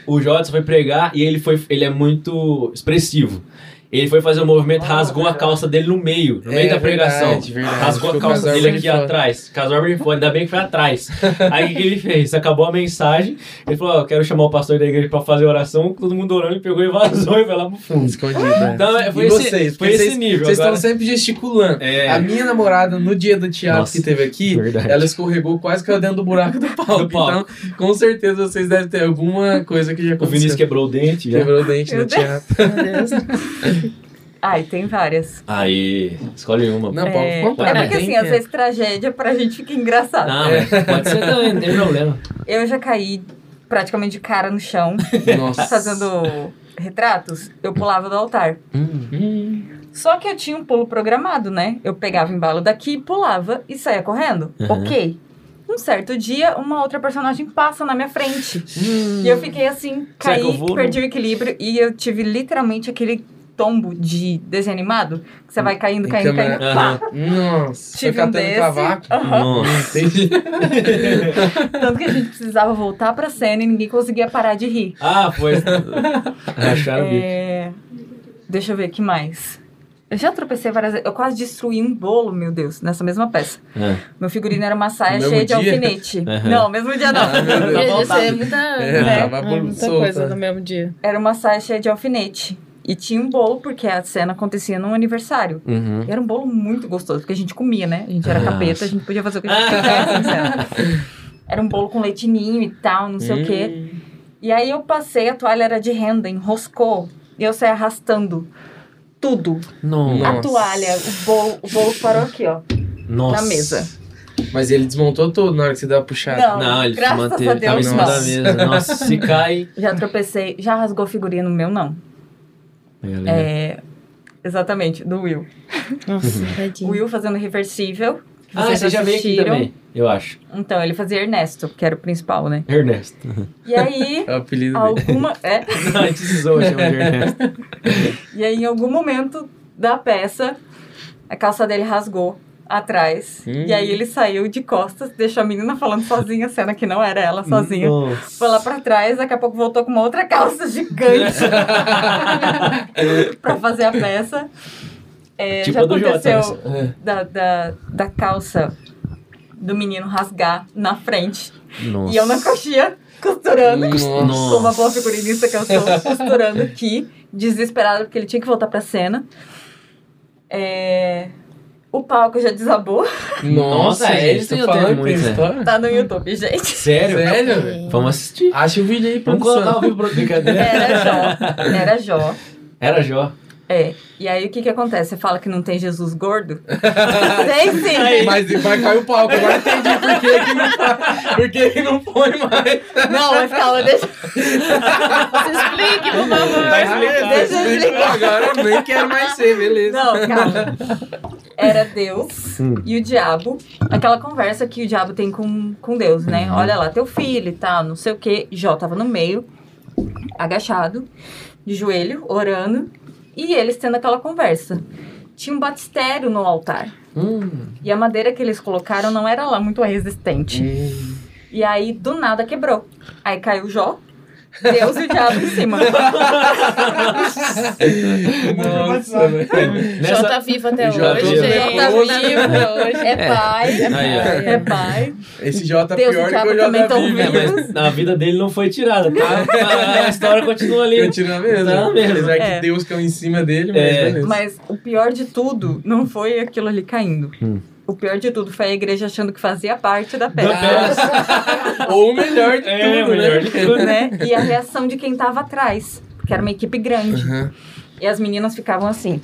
S3: O Jotson foi pregar e ele foi ele é muito expressivo. Ele foi fazer o movimento,
S7: Ah,
S3: rasgou a
S7: verdade.
S3: calça dele no meio, no
S6: É,
S3: meio da pregação.
S2: verdade, verdade.
S3: Rasgou a
S2: Ficou com
S3: calça
S2: as
S3: dele
S2: árvores
S3: aqui
S2: de fora.
S3: atrás. Casou a árvore de fora, ainda bem que foi
S2: (laughs)
S3: atrás. Aí o que que ele fez? Acabou a mensagem, ele falou: Ó, quero chamar o pastor da igreja pra fazer oração. Todo mundo orando, ele pegou e vazou (laughs) e foi lá pro fundo.
S2: Escondido, né?
S3: Então, é, foi,
S6: e
S3: esse,
S6: vocês?
S3: foi
S6: Porque
S3: esse
S6: vocês-
S3: nível.
S6: Vocês
S3: agora.
S6: estão sempre gesticulando.
S3: É.
S6: A minha namorada, no dia do teatro
S3: Nossa,
S6: que teve aqui,
S3: verdade.
S6: ela escorregou quase caiu dentro do buraco do palco.
S3: Do palco.
S6: Então, com certeza vocês devem ter alguma coisa que já
S2: é
S3: O Vinícius
S6: aconteceu.
S3: quebrou o dente. Já.
S6: Quebrou o dente
S5: Meu
S6: no
S5: Deus.
S6: teatro.
S5: Ai, tem várias.
S3: Aí, escolhe uma.
S6: Não, pode
S5: É,
S6: contar.
S5: é
S6: não tem
S5: porque assim,
S6: que-
S5: às vezes tragédia pra gente fica engraçado.
S3: né? Não, Tá, é. mas pode ser também, não tem problema.
S5: Eu já caí praticamente de cara no chão,
S6: Nossa.
S5: tá fazendo retratos. Eu pulava do altar.
S3: Uhum.
S5: Só que eu tinha um pulo programado, né? Eu pegava o embalo daqui, pulava e saía correndo.
S3: Uhum.
S5: Ok. Um certo dia, uma outra personagem passa na minha frente. E eu fiquei assim,
S3: Hum. Será
S5: caí,
S3: que eu vou,
S5: perdi o equilíbrio e eu tive literalmente aquele tombo de desenho animado que você vai caindo,
S6: Em
S5: caindo,
S6: câmera-
S5: caindo.
S3: Aham.
S6: Nossa. Foi
S5: Tive um
S6: catando
S5: desse.
S6: cavaco.
S5: Aham.
S3: Nossa.
S5: (laughs)
S6: Entendi.
S5: Tanto que a gente precisava voltar pra cena e ninguém conseguia parar de rir.
S3: Ah, foi. (laughs) Acharam o bico.
S5: É, Deixa eu ver, que mais? Eu já tropecei várias vezes. Eu quase destruí um bolo, meu Deus, nessa mesma peça.
S3: Ah.
S5: Meu figurino era uma saia
S6: No mesmo
S5: cheia de
S6: dia? (laughs) Ah,
S5: alfinete.
S3: Aham.
S5: Não, mesmo dia não.
S4: Ia ser muita,
S6: É,
S4: né?
S2: tá
S6: tava bom,
S4: muita
S6: solta.
S4: coisa no mesmo dia.
S5: Era uma saia cheia de alfinete. E tinha um bolo, porque a cena acontecia num aniversário.
S3: Uhum.
S5: E era um bolo muito gostoso, porque a gente comia, né? A
S6: Ah.
S5: gente era
S3: Nossa.
S5: capeta, a gente podia fazer o que a gente quisesse.
S6: (laughs)
S5: em cena. Era um bolo com leitinho e tal, não sei o quê.
S6: Hum.
S5: E aí eu passei, a toalha era de renda, enroscou. E eu saí arrastando tudo.
S3: Nossa.
S5: A toalha, o bolo, o bolo parou aqui, ó.
S3: Nossa.
S5: na mesa.
S6: Hum. Mas ele desmontou tudo na hora que você deu a puxada.
S5: Não,
S3: Não, ele
S5: graças
S3: manteve,
S5: a
S3: tava em
S5: Deus,
S3: cima
S5: não.
S3: da mesa. Nossa, se (laughs) cai.
S5: Já tropecei, já rasgou figurino meu, não.
S3: Uhum.
S5: É, exatamente, do Will.
S4: Nossa,
S5: O
S4: tadinho.
S5: Will fazendo reversível. que
S3: Ah,
S5: vocês
S3: você já veio aqui
S5: assistiram.
S3: também, eu acho.
S5: Então, ele fazia Ernesto, que era o principal, né?
S3: Ernesto.
S5: E aí,
S6: É o apelido dele.
S5: alguma. É,
S3: Não, (laughs) a gente zoou, chama de Ernesto.
S5: E aí, em algum momento da peça, a calça dele rasgou atrás.
S6: Hum.
S5: E aí, ele saiu de costas, deixou a menina falando sozinha, cena que não era ela
S3: Hum,
S5: sozinha.
S3: Nossa.
S5: Foi lá pra trás, daqui a pouco voltou com uma outra
S3: (laughs)
S5: calça gigante pra fazer a peça. É,
S3: Tipo
S5: já
S3: a do Jota.
S5: aconteceu
S3: essa. É.
S5: da, da, da calça do menino rasgar na frente.
S3: Nossa.
S5: E eu na coxinha costurando.
S6: Nossa.
S5: Como a boa figurinista que
S3: (laughs)
S5: eu sou, costurando aqui, desesperada, porque ele tinha que voltar pra cena. É, O palco já desabou,
S6: Nossa,
S3: Nossa,
S6: é
S3: gente,
S6: isso que
S3: eu
S6: eu
S3: tenho
S6: falando
S3: muito,
S6: muito,
S3: né? É
S6: história.
S5: tá no YouTube,
S3: (laughs)
S5: gente.
S3: Sério?
S4: É.
S6: Sério?
S3: Vamos assistir.
S2: Ah,
S6: Acha o vídeo aí,
S3: Vamos colocar
S6: produção.
S3: o vivo pro brincadeira.
S5: Era Jó, era Jó.
S3: Era Jó.
S5: É, e aí o que que acontece? Você fala que não tem Jesus gordo? tem sim!
S6: Mas vai cair o palco. Agora entendi por que que não, fa- por que que não põe mais.
S5: Não, mas calma, deixa,
S4: Se explique, por favor.
S3: Tá explicado.
S5: deixa eu explicar.
S6: Agora eu nem quero mais ser, beleza.
S5: Não, calma. Era Deus e o diabo. Aquela conversa que o diabo tem com, com Deus, né? Olha lá, teu filho e tal, não sei o quê. Jó tava no meio, agachado, de joelho, orando. E eles tendo aquela conversa. Tinha um batistério no altar. E a madeira que eles colocaram não era lá muito resistente. E aí, do nada, quebrou. Aí caiu Jó, Deus e o diabo em cima.
S6: Nossa, velho.
S3: (laughs)
S4: Jó
S3: Nessa-
S4: tá vivo até
S3: Jó tá
S4: hoje, gente.
S3: vivo.
S5: Tá
S4: Tá vivo hoje.
S5: (laughs) É pai, é pai,
S3: Aí,
S5: é pai.
S6: Esse J é
S5: Deus e o
S6: pior que
S5: diabo
S6: o
S5: também
S6: J
S5: tá tão
S6: vive.
S3: É, mas a vida dele não foi tirada, tá? A- A história continua ali.
S6: Continua mesmo.
S3: Tá mesmo.
S6: Apesar que
S5: É.
S6: Deus caiu em cima dele, mas
S3: É.
S6: beleza.
S5: Mas o pior de tudo não foi aquilo ali caindo.
S3: Hum.
S5: O pior de tudo foi a igreja achando que fazia parte da
S3: Da
S5: peça.
S6: Ou o melhor de
S3: É,
S6: tudo,
S3: melhor
S6: né?
S3: de tudo.
S5: né? E a reação de quem tava atrás, porque era uma equipe grande.
S6: Aham.
S5: E as meninas ficavam assim,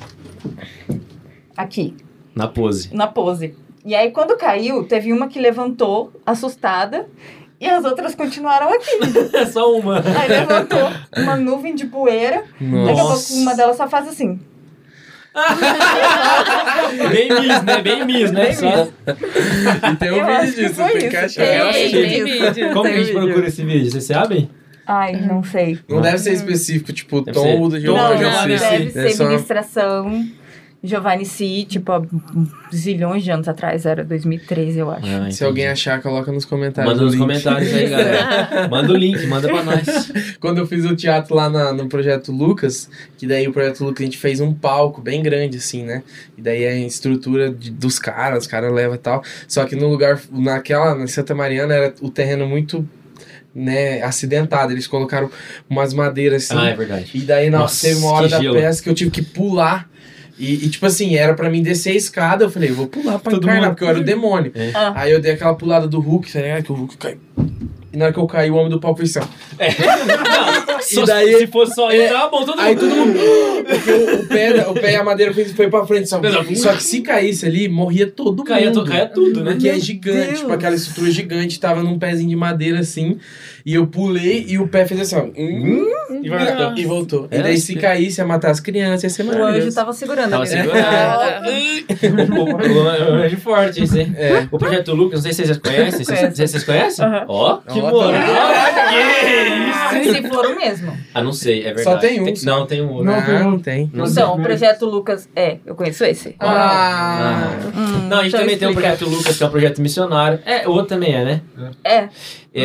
S5: aqui,
S3: Na pose.
S5: na pose. E aí quando caiu, teve uma que levantou, assustada, e as outras continuaram aqui.
S3: (laughs) É só uma.
S5: Aí levantou uma nuvem de poeira, daqui a pouco
S3: Nossa.
S5: uma delas só faz assim.
S3: Bem Miss, né? Bem Miss, né?
S5: Bem
S3: Só- é
S6: E tem
S5: Eu
S6: um
S5: acho
S6: vídeo
S5: que
S6: disso,
S5: foi
S6: tem
S5: isso.
S6: que achar.
S5: Tem
S6: Eu assisti.
S5: vídeo.
S3: Como que a gente
S5: vídeo.
S3: procura esse vídeo? Vocês sabem?
S5: Ai, não sei.
S6: Não deve ser específico, tipo,
S3: Deve
S6: tom
S3: ser
S6: do
S3: tom
S6: jogo.
S5: Hum. Não,
S3: de
S2: assim, É
S5: não,
S3: João
S5: deve
S3: Alexis.
S5: ser ministração. Giovanni Si, tipo, há zilhões de anos atrás, era 2013, eu acho.
S3: Ah,
S2: Se alguém
S3: entendi.
S2: achar, coloca nos comentários.
S3: Manda
S2: o
S3: nos
S2: link.
S3: comentários aí, galera. Manda o link, manda pra nós.
S2: (laughs) Quando eu fiz o teatro lá na- no Projeto Lucas, que daí o Projeto Lucas a gente fez um palco bem grande, assim, né? E daí a estrutura de- dos caras, os caras levam e tal. Só que no lugar, naquela, na Santa Mariana, era o terreno muito, né, acidentado. Eles colocaram umas madeiras, assim,
S3: Ah, é verdade.
S2: E daí, na
S3: Nossa,
S2: teve uma hora
S3: que
S2: da
S3: gelo.
S2: peça que eu tive que pular. E, e, tipo assim, era pra mim descer a escada. Eu falei, eu vou pular pra
S3: Todo
S2: encarnar,
S3: mundo-
S2: porque eu era o demônio.
S3: É.
S5: Ah.
S2: Aí eu dei aquela pulada do Hulk, tá ligado? Que o Hulk cai. E na hora que eu caí, o homem do pau fez assim, ó.
S3: É. (laughs) Só- se fosse só ele, tava bom, todo
S2: Aí
S3: mundo.
S2: todo mundo. (gasps) Porque o, o pé, da- o pé e a madeira fez- foi pra frente. Só, só que se caísse ali, morria todo
S3: Caía,
S2: mundo.
S3: to- caía tudo, né?
S2: Porque é gigante,
S5: Deus.
S2: tipo aquela estrutura gigante, tava num pezinho de madeira assim. E eu pulei e o pé fez assim, ó. Hum,
S3: E vai-
S2: e voltou. E
S3: É,
S2: daí
S3: acho
S2: se
S3: que-
S2: caísse, ia matar as crianças, ia ser
S5: O
S2: maravilhoso.
S5: anjo tava segurando
S3: Tava
S5: a
S3: segurando. O anjo forte, esse, hein?
S2: É.
S3: O projeto Lucas, não sei se vocês conhecem. Vocês,
S5: Conheço.
S3: vocês conhecem?
S5: Aham.
S3: Ó, que
S2: Ó, tá
S3: moral.
S2: vendo?
S3: Que isso, hein?
S5: Se for o mesmo.
S3: Ah, não sei, é verdade.
S2: Só tem um, só.
S3: Não, tem um outro.
S7: Não,
S2: Não,
S7: tem
S2: não
S7: um.
S2: tem.
S3: Não sei.
S5: então, o projeto Lucas. É, eu conheço esse.
S2: Ah,
S5: Hum,
S3: Não, a gente
S5: então
S3: também tem o
S5: explica.
S3: projeto Lucas, que é um projeto missionário. É, o outro também é, né?
S5: É,
S3: É,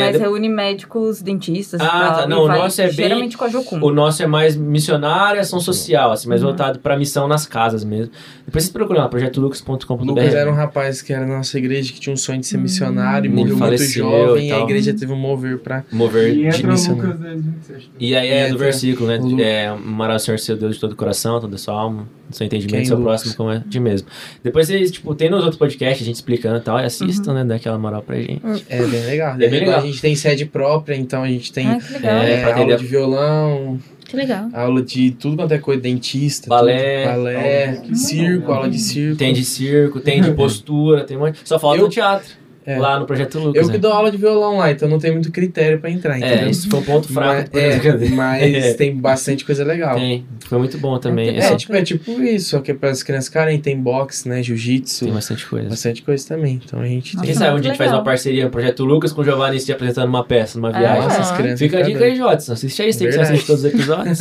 S5: mas
S3: de-
S5: reúne médicos, dentistas. e
S3: Ah,
S5: tal,
S3: tá.
S5: e
S3: Não, o
S5: vai
S3: nosso é bem-
S5: Geralmente com a Jocum.
S3: O nosso é mais missionário, ação social, assim,
S5: Uhum.
S3: mais voltado pra missão nas casas mesmo. Depois vocês procuram lá,
S2: o
S3: projetolucas.com.br.
S2: Lucas era um rapaz que era na nossa igreja que tinha um sonho de ser missionário e
S3: Ele
S2: morreu muito
S3: faleceu
S2: jovem.
S3: e
S2: E a
S3: tal.
S2: igreja teve um mover pra.
S3: Mover
S7: E
S3: de
S7: entra o
S3: missão.
S7: Lucas 2026.
S3: E aí é
S2: E
S3: do
S2: entra
S3: versículo, né?
S2: o Lucas.
S3: É, amará o Senhor seu Deus de todo o coração, toda a sua alma, do seu
S2: Quem,
S3: entendimento, seu
S2: Lucas?
S3: próximo como é de mesmo. Depois vocês, tipo, tem nos outros podcasts a gente explicando e tal, e assistam,
S5: Uhum.
S3: né? Dá aquela moral pra gente.
S2: É bem legal.
S3: bem
S2: Agora
S3: legal.
S2: A gente tem sede própria, então a gente tem
S5: Ah, que legal.
S3: É.
S2: é,
S3: pra
S2: aula
S3: atender-
S2: de violão,
S4: Que legal.
S2: aula de tudo quanto é coisa, dentista,
S3: Balé.
S2: tudo, balé
S7: Hum.
S2: circo, aula de circo.
S3: Tem de circo, tem
S2: (laughs)
S3: de postura, tem um monte. Só falta
S2: Eu-
S3: o teatro.
S2: É.
S3: Lá no Projeto Lucas.
S2: Eu que
S3: né?
S2: dou aula de violão lá, então não tem muito critério pra entrar,
S3: É,
S2: entendeu?
S3: isso foi um ponto fraco.
S2: Mas,
S3: pra-
S2: é, mas
S3: (laughs) É.
S2: tem bastante coisa legal.
S3: Tem. Foi muito bom também.
S5: Tem-
S3: É,
S2: É,
S3: só-
S2: tipo, é tipo isso, só que para as crianças carentes tem boxe, né, jiu-jitsu,
S3: tem bastante coisa.
S2: bastante coisa também. Então a gente
S5: Nossa,
S2: tem
S3: Quem sabe onde
S5: muito
S3: a gente faz
S5: legal.
S3: uma parceria no Projeto Lucas com o Giovanni se apresentando uma peça, numa
S5: Ah,
S3: viagem.
S5: é.
S2: Nossa, as crianças.
S3: Fica a dica aí,
S2: ficam
S3: Jotson. Assiste aí, você tem que
S2: Verdade.
S3: assistir todos os episódios.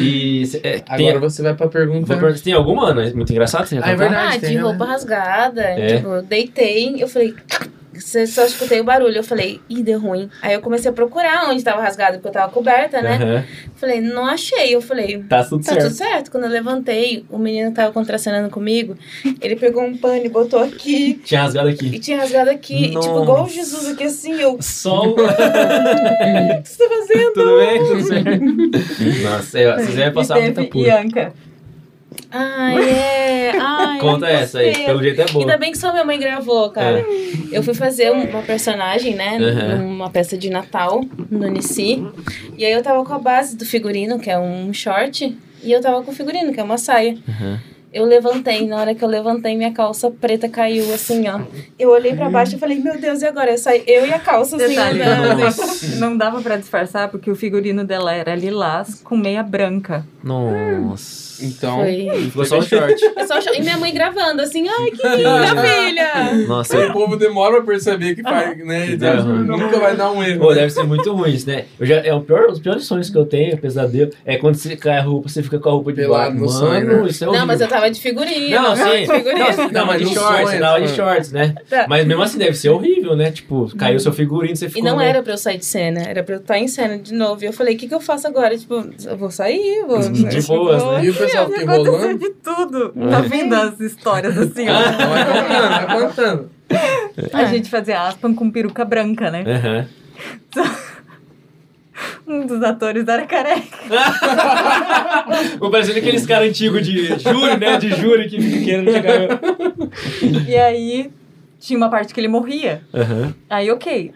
S3: e cê- é,
S2: doidas.
S3: tem,
S2: Agora você vai pra pergunta.
S3: vou perguntar, tem alguma, Ana? Muito engraçado. Você já
S2: Ah, é
S3: contou?
S2: verdade.
S4: ah, de
S2: tem, né?
S4: roupa rasgada.
S3: É.
S4: Tipo, eu deitei, eu falei. Você só escutei o barulho. Eu falei, ih, deu ruim. Aí eu comecei a procurar onde tava rasgado, porque eu tava coberta, né?
S3: Aham.
S4: Falei, não achei. Eu falei,
S3: Tá tudo
S4: tá
S3: certo.
S4: tudo certo. Quando eu levantei, o menino que tava contracenando comigo. Ele pegou um pano e botou aqui.
S3: Tinha rasgado aqui.
S4: E tinha rasgado aqui. E, tipo,
S3: Nossa.
S4: igual o Jesus aqui assim. Eu, o que
S3: Sol.
S4: você
S3: (laughs)
S4: tá fazendo?
S3: tudo bem? Tudo certo. Nossa, é, vocês iam passar
S5: e
S3: muita
S5: teve
S3: pura.
S5: Ianca.
S4: Ai, é. Ai,
S3: Conta
S4: ai,
S3: essa aí.
S4: você.
S3: Pelo jeito é boa.
S4: Ainda bem que só minha mãe gravou, cara. Eu fui fazer um- uma personagem, né?
S3: É. Aham.
S4: Numa peça de Natal, no Nissi. E aí eu tava com a base do figurino, que é um short. E eu tava com o figurino, que é uma saia.
S3: Aham.
S4: Eu levantei, na hora que eu levantei, minha calça preta caiu, assim, ó. Eu olhei pra baixo e falei, meu Deus, e agora? Eu saí, eu e a calça, assim,
S5: Detalhe.
S4: andando.
S5: Não dava pra disfarçar porque o figurino dela era lilás com meia branca.
S3: Nossa.
S2: Então,
S3: (laughs)
S4: Foi.
S3: Ficou só o short.
S4: Eu só achava- E minha mãe gravando, assim, ai, que linda, filha!
S3: Nossa, eu-
S2: o povo demora pra perceber que faz, né?
S3: Que
S2: Então,
S3: deu ruim.
S2: Nunca vai dar um erro.
S3: Pô, deve ser muito ruim isso, né? Eu já, é o pior, os piores sonhos que eu tenho, pesadelo, é quando você cai a roupa, você fica com a roupa de
S2: Pelado
S3: baixo.
S2: no
S3: Mano,
S2: sonho, né?
S3: isso é horrível.
S4: Não, mas eu tava de figurino.
S3: Não, sim. Não,
S2: Não,
S3: não,
S2: mas
S3: mas de
S2: no
S3: shorts,
S2: sonho,
S3: na hora de
S2: sonho.
S3: shorts, né?
S5: Tá.
S3: Mas mesmo assim deve ser horrível, né? Tipo, caiu seu figurino, você
S4: E
S3: ficou.
S4: não
S3: né?
S4: era pra eu sair de cena, era pra eu estar em cena de novo. E eu falei, o que, que eu faço agora? Tipo, eu vou sair, eu vou.
S3: De
S4: eu
S3: boas,
S4: vou-
S3: né?
S2: E o pessoal fica
S3: (laughs)
S5: Aconteceu
S2: enrolando.
S5: de tudo.
S2: É.
S5: Tá vendo as histórias assim, ó?
S2: Não vai contando, vai contando.
S5: A gente fazia aspan com peruca branca, né?
S2: É.
S3: Aham.
S5: Um dos atores era careca.
S3: Ou parecendo aqueles caras antigos de júri, né? De júri que fica querendo chegar.
S5: E aí tinha uma parte que ele morria.
S3: Aham.
S5: Aí, ok.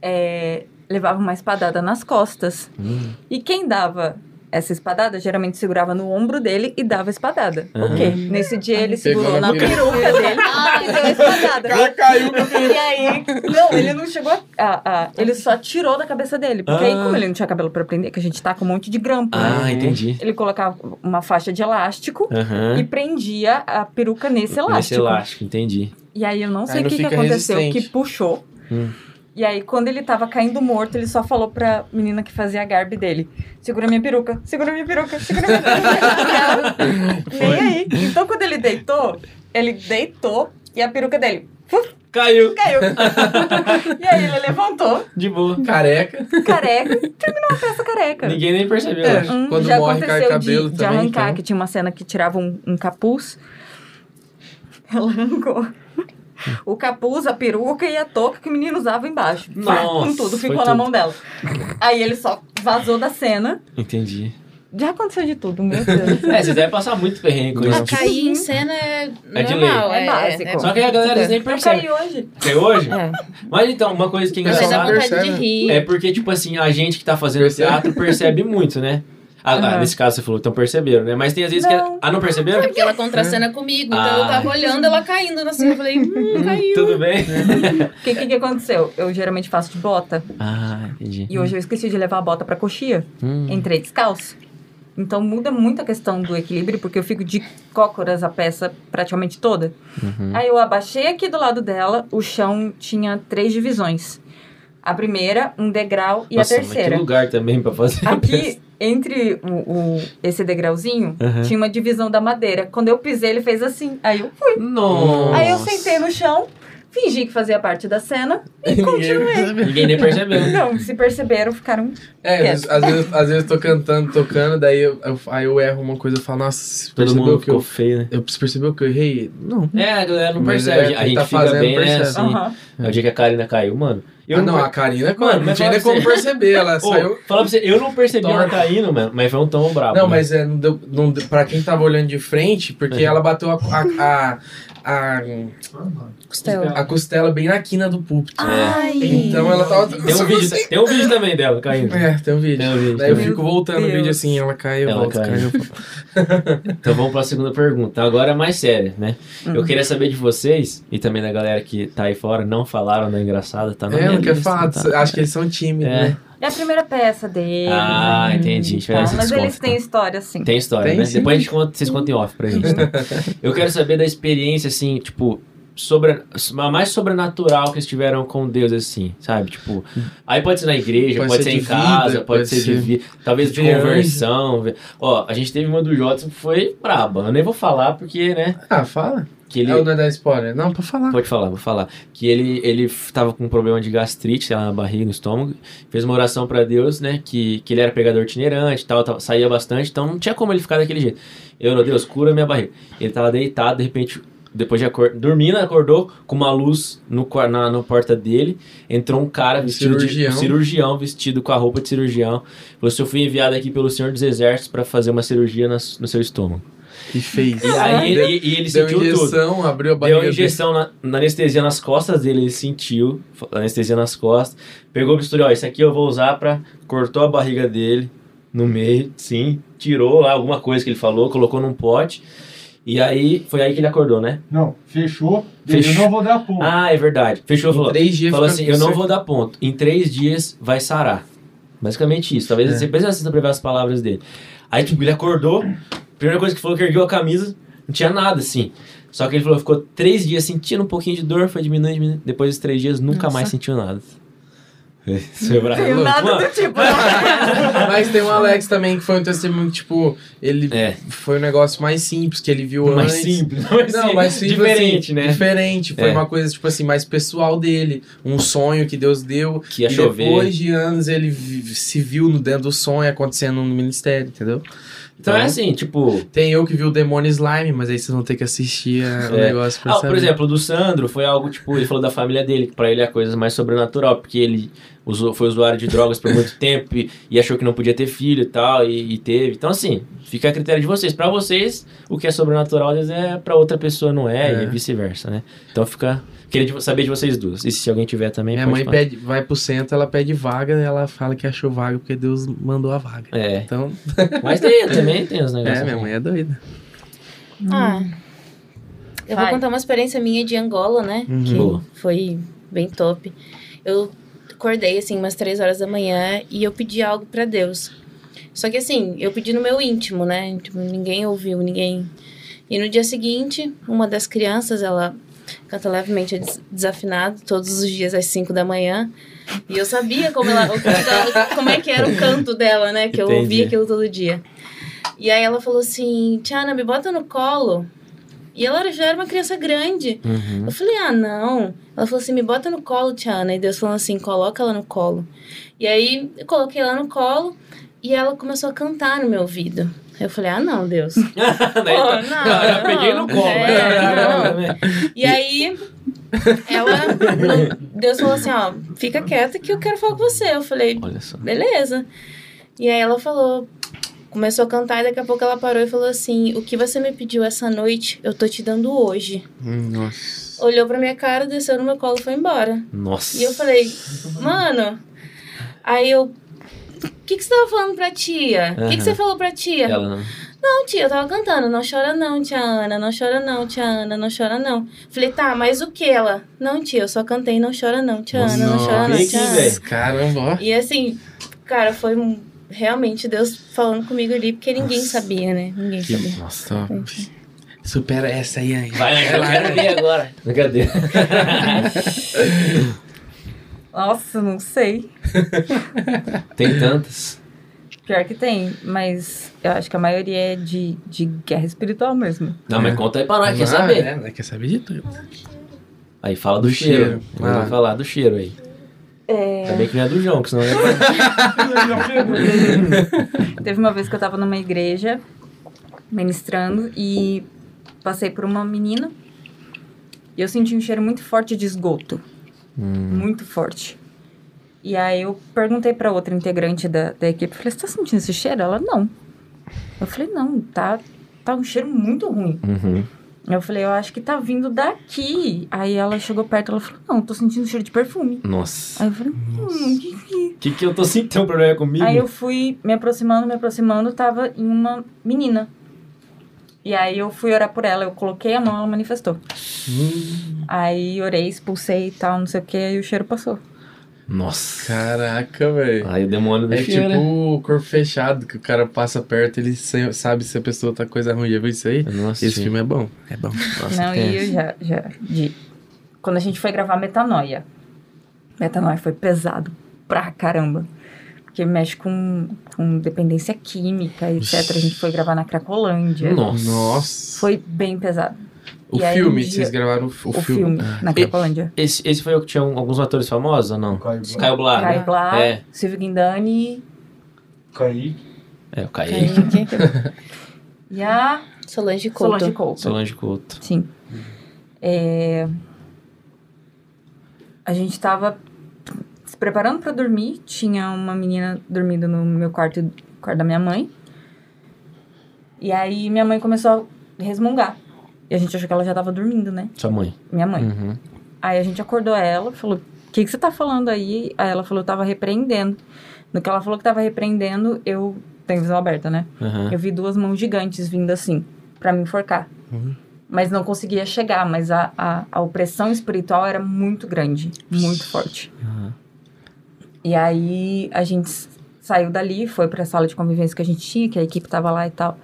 S5: É, levava uma espadada nas costas.
S3: Hum.
S5: E quem dava essa espadada geralmente segurava no ombro dele e dava a espadada.
S3: Aham.
S5: Ok. Nesse dia ele
S2: Pegou
S5: segurou
S2: na
S5: na
S2: peruca.
S5: peruca dele e deu a espadada.
S2: caiu.
S5: (laughs) E aí, não, ele não chegou a, a- a- Ele só tirou da cabeça dele. Porque aí,
S3: Ah.
S5: como ele não tinha cabelo pra prender, que a gente tá com um monte de grampo, né?
S3: Ah, entendi.
S5: Ele colocava uma faixa de elástico
S3: Aham.
S5: e prendia a peruca nesse elástico.
S3: Nesse elástico, entendi.
S5: E aí eu não sei
S2: não
S5: o que, que
S2: fica
S5: aconteceu,
S2: resistente.
S5: que puxou.
S3: Hum.
S5: E E aí, quando ele tava caindo morto, ele só falou pra menina que fazia a garbe dele: segura minha peruca, segura minha peruca, segura minha
S3: (laughs)
S5: peruca. Nem aí. Então, quando ele deitou, ele deitou e a peruca dele fuf,
S3: Caiu.
S5: caiu. (laughs) e aí, ele levantou,
S3: De boa.
S2: Careca.
S5: careca, e terminou a festa careca.
S3: Ninguém nem percebeu.
S2: É.
S3: acho.
S5: Hum,
S2: Quando
S5: já
S2: morre, cai
S5: aconteceu
S2: cabelo
S5: de, de
S2: também,
S5: arrancar,
S2: então.
S5: que tinha uma cena que tirava um, um capuz. (laughs) Ela arrancou. O capuz, a peruca e a touca que o menino usava embaixo. Pá,
S3: Nossa,
S5: com tudo,
S3: foi
S5: ficou na
S3: tudo.
S5: mão dela. Aí ele só vazou da cena.
S3: Entendi.
S5: Já aconteceu de tudo, meu Deus.
S3: É, vocês devem passar muito perrengue com isso.
S4: A cair em cena é,
S3: É de
S4: normal,
S5: lei.
S4: é,
S5: É básico.
S3: Só que a galera eles nem
S5: Eu
S3: percebe.
S5: caí hoje.
S3: Até hoje?
S4: É.
S3: Mas então, uma coisa que é
S2: Mas
S4: Você
S2: Pessoal,
S4: dá
S3: engraçada
S4: vontade
S2: percebe.
S4: de rir.
S3: é porque, tipo assim, a gente que tá fazendo
S2: Percebe.
S3: teatro percebe muito, né? Ah, ah,
S5: Aham.
S3: Nesse caso você falou, então perceberam, né? Mas tem às vezes
S5: Não.
S3: que. Ah, não perceberam?
S4: É porque ela contracena comigo. Então eu
S3: Ah.
S4: tava olhando ela caindo assim. Eu falei, hum, caiu.
S3: Tudo bem?
S5: O que, que, que aconteceu? Eu geralmente faço de bota.
S3: (laughs) Ah, entendi.
S5: E hoje eu esqueci de levar a bota pra coxia.
S3: Hum.
S5: Entrei descalço. Então muda muito a questão do equilíbrio, porque eu fico de cócoras a peça praticamente toda.
S3: Uhum.
S5: Aí eu abaixei aqui do lado dela, o chão tinha três divisões. A primeira, um degrau e
S3: Nossa,
S5: a
S3: mas que
S5: terceira. Ah,
S3: lugar também pra fazer.
S5: (laughs) Aqui, entre o, o- esse degrauzinho,
S3: Uhum.
S5: tinha uma divisão da madeira. Quando eu pisei, ele fez assim. Aí eu fui.
S3: Nossa.
S5: Aí eu sentei no chão, fingi que fazia parte da cena e continuei.
S3: Ninguém nem percebeu.
S5: Não, se perceberam, ficaram.
S2: É, às, às vezes, às vezes eu tô cantando, tocando, daí eu, eu- aí eu erro uma coisa e falo, nossa, você
S3: Todo
S2: percebeu
S3: mundo
S2: que
S3: ficou
S2: eu.
S3: feio, né?
S2: Eu você percebeu que eu errei? Não.
S3: É, a galera não
S2: Mas
S3: percebe. a
S2: é, quem
S3: gente
S2: tá
S3: fica
S2: fazendo
S3: bem, né?
S2: percebe.
S3: Assim,
S5: Aham.
S3: É o dia que a Karina caiu, mano. Eu
S2: ah, não,
S3: per-
S2: a Karina,
S3: Mano,
S2: mano, não
S3: mas
S2: tinha nem
S3: fala
S2: como perceber, ela
S3: (laughs) Ô,
S2: saiu.
S3: Fala pra você, eu não percebi
S2: Toma.
S3: ela caindo, mano, mas foi um tom brabo.
S2: Não,
S3: né?
S2: mas é, não deu, não deu- pra quem tava olhando de frente, porque
S3: É.
S2: ela bateu a, a, a, a,
S4: Costela.
S2: a costela bem na quina do púlpito.
S5: Ai.
S2: Então ela tava.
S3: É. Tem um, vídeo, tem um vídeo também dela caindo.
S2: É, tem um vídeo.
S3: Tem um vídeo,
S2: Daí
S3: tem
S2: eu
S3: um vídeo.
S2: fico voltando o
S5: Deus.
S2: vídeo assim, ela cai, eu
S3: Ela
S2: volto,
S3: cai.
S2: cai, eu volto.
S3: Então vamos pra segunda pergunta. Agora é mais séria, né?
S5: Uhum.
S3: Eu queria saber de vocês e também da galera que tá aí fora, não falaram da engraçada, tá na
S2: É,
S3: minha
S2: não quer
S3: lista,
S2: falar,
S3: tá?
S2: acho que eles são tímidos,
S3: É.
S2: né?
S5: É a primeira peça dele.
S3: Ah, entendi. Diferença
S5: Mas
S3: de
S5: eles
S3: desconto,
S5: têm história, assim.
S3: Tem história,
S2: Tem,
S3: né?
S2: sim.
S3: Depois a gente conta, vocês contem off pra gente.
S2: (laughs)
S3: Tá? Eu quero saber da experiência, assim, tipo, sobre, a mais sobrenatural que eles tiveram com Deus, assim, sabe? Tipo, aí pode ser na igreja, pode,
S2: Pode ser
S3: ser, em
S2: de
S3: casa,
S2: vida,
S3: pode, ser de vida, talvez de
S2: de anjo.
S3: conversão. Ó, a gente teve uma do Jotson que foi braba. Eu nem vou falar porque, né?
S2: Ah, fala.
S3: Que ele.
S2: É o da spoiler. Não, pra falar.
S3: Pode falar, vou falar. Que ele, ele f- tava com um problema de gastrite, sei lá, na barriga, no estômago. Fez uma oração pra Deus, né? Que, que ele era pegador itinerante e tal, tal, saía bastante, então não tinha como ele ficar daquele jeito. Eu, meu Deus, cura minha barriga. Ele tava deitado, de repente, depois de acordar, dormindo, acordou com uma luz no, qua- na, na porta dele. Entrou um cara vestido
S2: cirurgião.
S3: de um cirurgião, vestido com a roupa de cirurgião. Falou assim: Eu fui enviado aqui pelo Senhor dos Exércitos pra fazer uma cirurgia na s- no seu estômago.
S2: E fez.
S3: E aí ele, e ele
S2: Ah, Deu
S3: sentiu tudo.
S2: injeção, abriu a barriga.
S3: Deu injeção na, na anestesia nas costas dele, ele sentiu fa- anestesia nas costas. Pegou o bisturi, ó, isso aqui eu vou usar pra... Cortou a barriga dele no meio, sim. Tirou lá alguma coisa que ele falou, colocou num pote. E aí, foi aí que ele acordou, né?
S7: Não, fechou. daí
S3: Fechou.
S7: Eu não vou dar ponto. (laughs)
S3: Ah, é verdade. Fechou,
S2: Em
S3: falou.
S2: Três dias
S3: Falou
S2: fica
S3: assim,
S2: com
S3: eu não
S2: você.
S3: vou dar ponto. Em três dias vai sarar. Basicamente isso. Talvez
S2: É.
S3: você precisa assista pra ver as palavras dele. Aí, tipo, ele acordou. Primeira coisa que falou que ergueu a camisa. Não tinha nada, assim. Só que ele falou, ficou três dias sentindo um pouquinho de dor, foi diminuindo, diminuindo. Depois dos três dias, nunca mais sentiu
S2: (laughs)
S3: nada. Isso é bravo.
S5: Tenho nada
S3: Mano,
S5: do tipo.
S2: (laughs) Mas tem o Alex também, que foi um testemunho que, tipo, ele
S3: É.
S2: foi um negócio mais simples que ele viu
S3: mais
S2: antes.
S3: simples. Mas
S2: Não,
S3: sim,
S2: mas simples,
S3: Diferente,
S2: assim,
S3: né?
S2: Diferente. Foi
S3: É.
S2: uma coisa, tipo assim, mais pessoal dele. Um sonho que Deus deu.
S3: Que ia
S2: e
S3: chover.
S2: depois de anos ele vi- se viu no dentro do sonho acontecendo no ministério, entendeu?
S3: Então
S2: né?
S3: é assim, tipo...
S2: Tem eu que vi o Demônio Slime, mas aí vocês vão ter que assistir a- o
S3: É.
S2: negócio pra
S3: Ah,
S2: saber.
S3: por exemplo, o do Sandro foi algo tipo, ele falou da família dele, que pra ele é a coisa mais sobrenatural, porque ele usou, foi usuário de drogas por
S2: (laughs)
S3: muito tempo e, e achou que não podia ter filho e tal, e, e teve. Então, assim, fica a critério de vocês. Pra vocês, o que é sobrenatural às vezes é pra outra pessoa não é,
S2: É.
S3: e vice-versa, né? Então fica. Queria de- saber de vocês duas. E se alguém tiver também,
S2: Minha
S3: pode
S2: mãe
S3: falar.
S2: pede, vai pro centro, ela pede vaga, ela fala que achou vaga porque Deus mandou a vaga.
S3: É.
S2: Então,
S3: Mas tem, também tem os negócios.
S2: (laughs) é, minha mãe é doida.
S4: Ah. Eu vou
S5: Vai.
S4: contar uma experiência minha de Angola, né?
S2: Uhum.
S4: Que
S3: Boa.
S4: foi bem top. Eu acordei, assim, umas três horas da manhã e eu pedi algo pra Deus. Só que, assim, eu pedi no meu íntimo, né? Tipo, ninguém ouviu, ninguém. E no dia seguinte, uma das crianças, ela canta levemente des- desafinado todos os dias às 5 da manhã. E eu sabia como, ela, o canto dela- como é que era o canto dela, né? Que eu
S3: Entendi.
S4: ouvia aquilo todo dia. E aí ela falou assim: Tiana, me bota no colo. E ela era- já era uma criança grande.
S3: Uhum.
S4: Eu falei: ah, não. Ela falou assim: me bota no colo, Tiana. E Deus falou assim: coloca ela no colo. E aí eu coloquei ela no colo e ela começou a cantar no meu ouvido. Eu falei: ah, não, Deus.
S3: (laughs) Daí
S4: Pô,
S3: tá- (laughs)
S4: não,
S3: já peguei no
S4: não.
S3: colo. né?
S4: É, E aí, ela. no- Deus falou assim: ó, fica quieta que eu quero falar com você. Eu falei,
S3: Olha só.
S4: beleza. E aí ela falou. Começou a cantar e daqui a pouco ela parou e falou assim: O que você me pediu essa noite, eu tô te dando hoje.
S3: Nossa.
S4: Olhou pra minha cara, desceu no meu colo e foi embora.
S3: Nossa.
S4: E eu falei, mano. Aí eu. O que, que você tava falando pra tia? O que,
S3: Aham.
S4: que você falou pra tia?
S3: Ela não.
S4: Não, tia, eu tava cantando. Não chora não, tia Ana. Não chora não, tia Ana. Não chora não. Falei, tá, mas o que ela? Não, tia, eu só cantei. Não chora não, tia Ana. Não chora não,
S3: vem
S4: tia
S3: aqui,
S4: Ana.
S3: velho.
S2: Caramba, ó.
S4: E assim, cara, foi um- realmente Deus falando comigo ali, porque ninguém sabia, né? Ninguém sabia.
S3: Nossa, tá.
S2: Supera essa aí, aí.
S3: Vai, né? Angela, quero ver agora. Brincadeira.
S5: Nossa, não sei.
S3: (laughs) Tem tantas.
S5: Pior que tem, mas eu acho que a maioria é de, de guerra espiritual mesmo.
S3: Não, mas conta aí pra nós, quer
S2: Ah,
S3: saber?
S2: é, né? Quer saber de tudo.
S3: Aí fala do,
S2: Do
S3: cheiro.
S2: cheiro.
S3: Eu Vai
S2: Ah.
S3: falar do cheiro aí. É. Ainda bem que não é do João, que senão eu ia
S5: Teve uma vez que eu tava numa igreja ministrando e passei por uma menina e eu senti um cheiro muito forte de esgoto. Muito forte. E aí eu perguntei pra outra integrante da, da equipe, falei, você tá sentindo esse cheiro? Ela, não. Eu falei, não, tá, tá um cheiro muito ruim.
S3: uhum.
S5: Eu falei, eu acho que tá vindo daqui. Aí ela chegou perto, ela falou, não, tô sentindo cheiro de perfume.
S3: Nossa.
S5: Aí eu falei, hum, que
S3: O que, que eu tô sentindo? Tem um problema comigo?
S5: Aí eu fui me aproximando, me aproximando, tava em uma menina. E aí eu fui orar por ela, eu coloquei a mão, ela manifestou.
S3: Hum.
S5: Aí orei, expulsei e tal, não sei o que, aí o cheiro passou.
S3: Nossa.
S2: Caraca, velho.
S3: Aí o demônio do
S2: É
S3: cheiro.
S2: tipo
S3: né?
S2: o corpo fechado, que o cara passa perto, ele se- sabe se a pessoa tá coisa ruim. Já viu isso aí?
S3: Eu não assisti.
S2: Esse filme é bom. É bom.
S3: um Nossa,
S5: não, e eu já, já, de... Quando a gente foi gravar Metanoia, Metanoia foi pesado pra caramba. Porque mexe com, com dependência química, etc. A gente foi gravar na Cracolândia.
S3: Nossa.
S2: Nossa.
S5: Foi bem pesado.
S2: O
S5: E aí,
S2: filme,
S5: um dia-
S2: vocês gravaram o, o
S5: O,
S2: filme. É.
S5: filme,
S3: É.
S5: na Cracolândia.
S3: Esse, esse foi o que tinha um- alguns atores famosos ou não?
S7: Caio Blá.
S3: Caio Blá.
S5: Caio
S3: né?
S5: Blá,
S3: É.
S5: Silvio Guindani
S7: Kaique.
S3: É, o Caio.
S4: Kaique,
S5: e a
S4: Solange
S5: Solange
S4: Couto.
S5: Couto.
S3: Solange Couto.
S5: Sim. É, A gente tava se preparando pra dormir. Tinha uma menina dormindo no meu quarto, e no quarto da minha mãe. E aí minha mãe começou a resmungar. E a gente achou que ela já tava dormindo, né?
S3: Sua mãe.
S5: Minha mãe.
S3: Uhum.
S5: Aí a gente acordou ela, falou: O que, que você tá falando aí? Aí ela falou: Eu tava repreendendo. No que ela falou que tava repreendendo, eu. Tem visão aberta, né?
S3: Aham.
S5: Eu vi duas mãos gigantes vindo assim, pra me enforcar. Mas não conseguia chegar, mas a, a, a opressão espiritual era muito grande, muito forte.
S3: Aham.
S5: E aí a gente s- saiu dali, foi pra sala de convivência que a gente tinha, que a equipe tava lá e tal.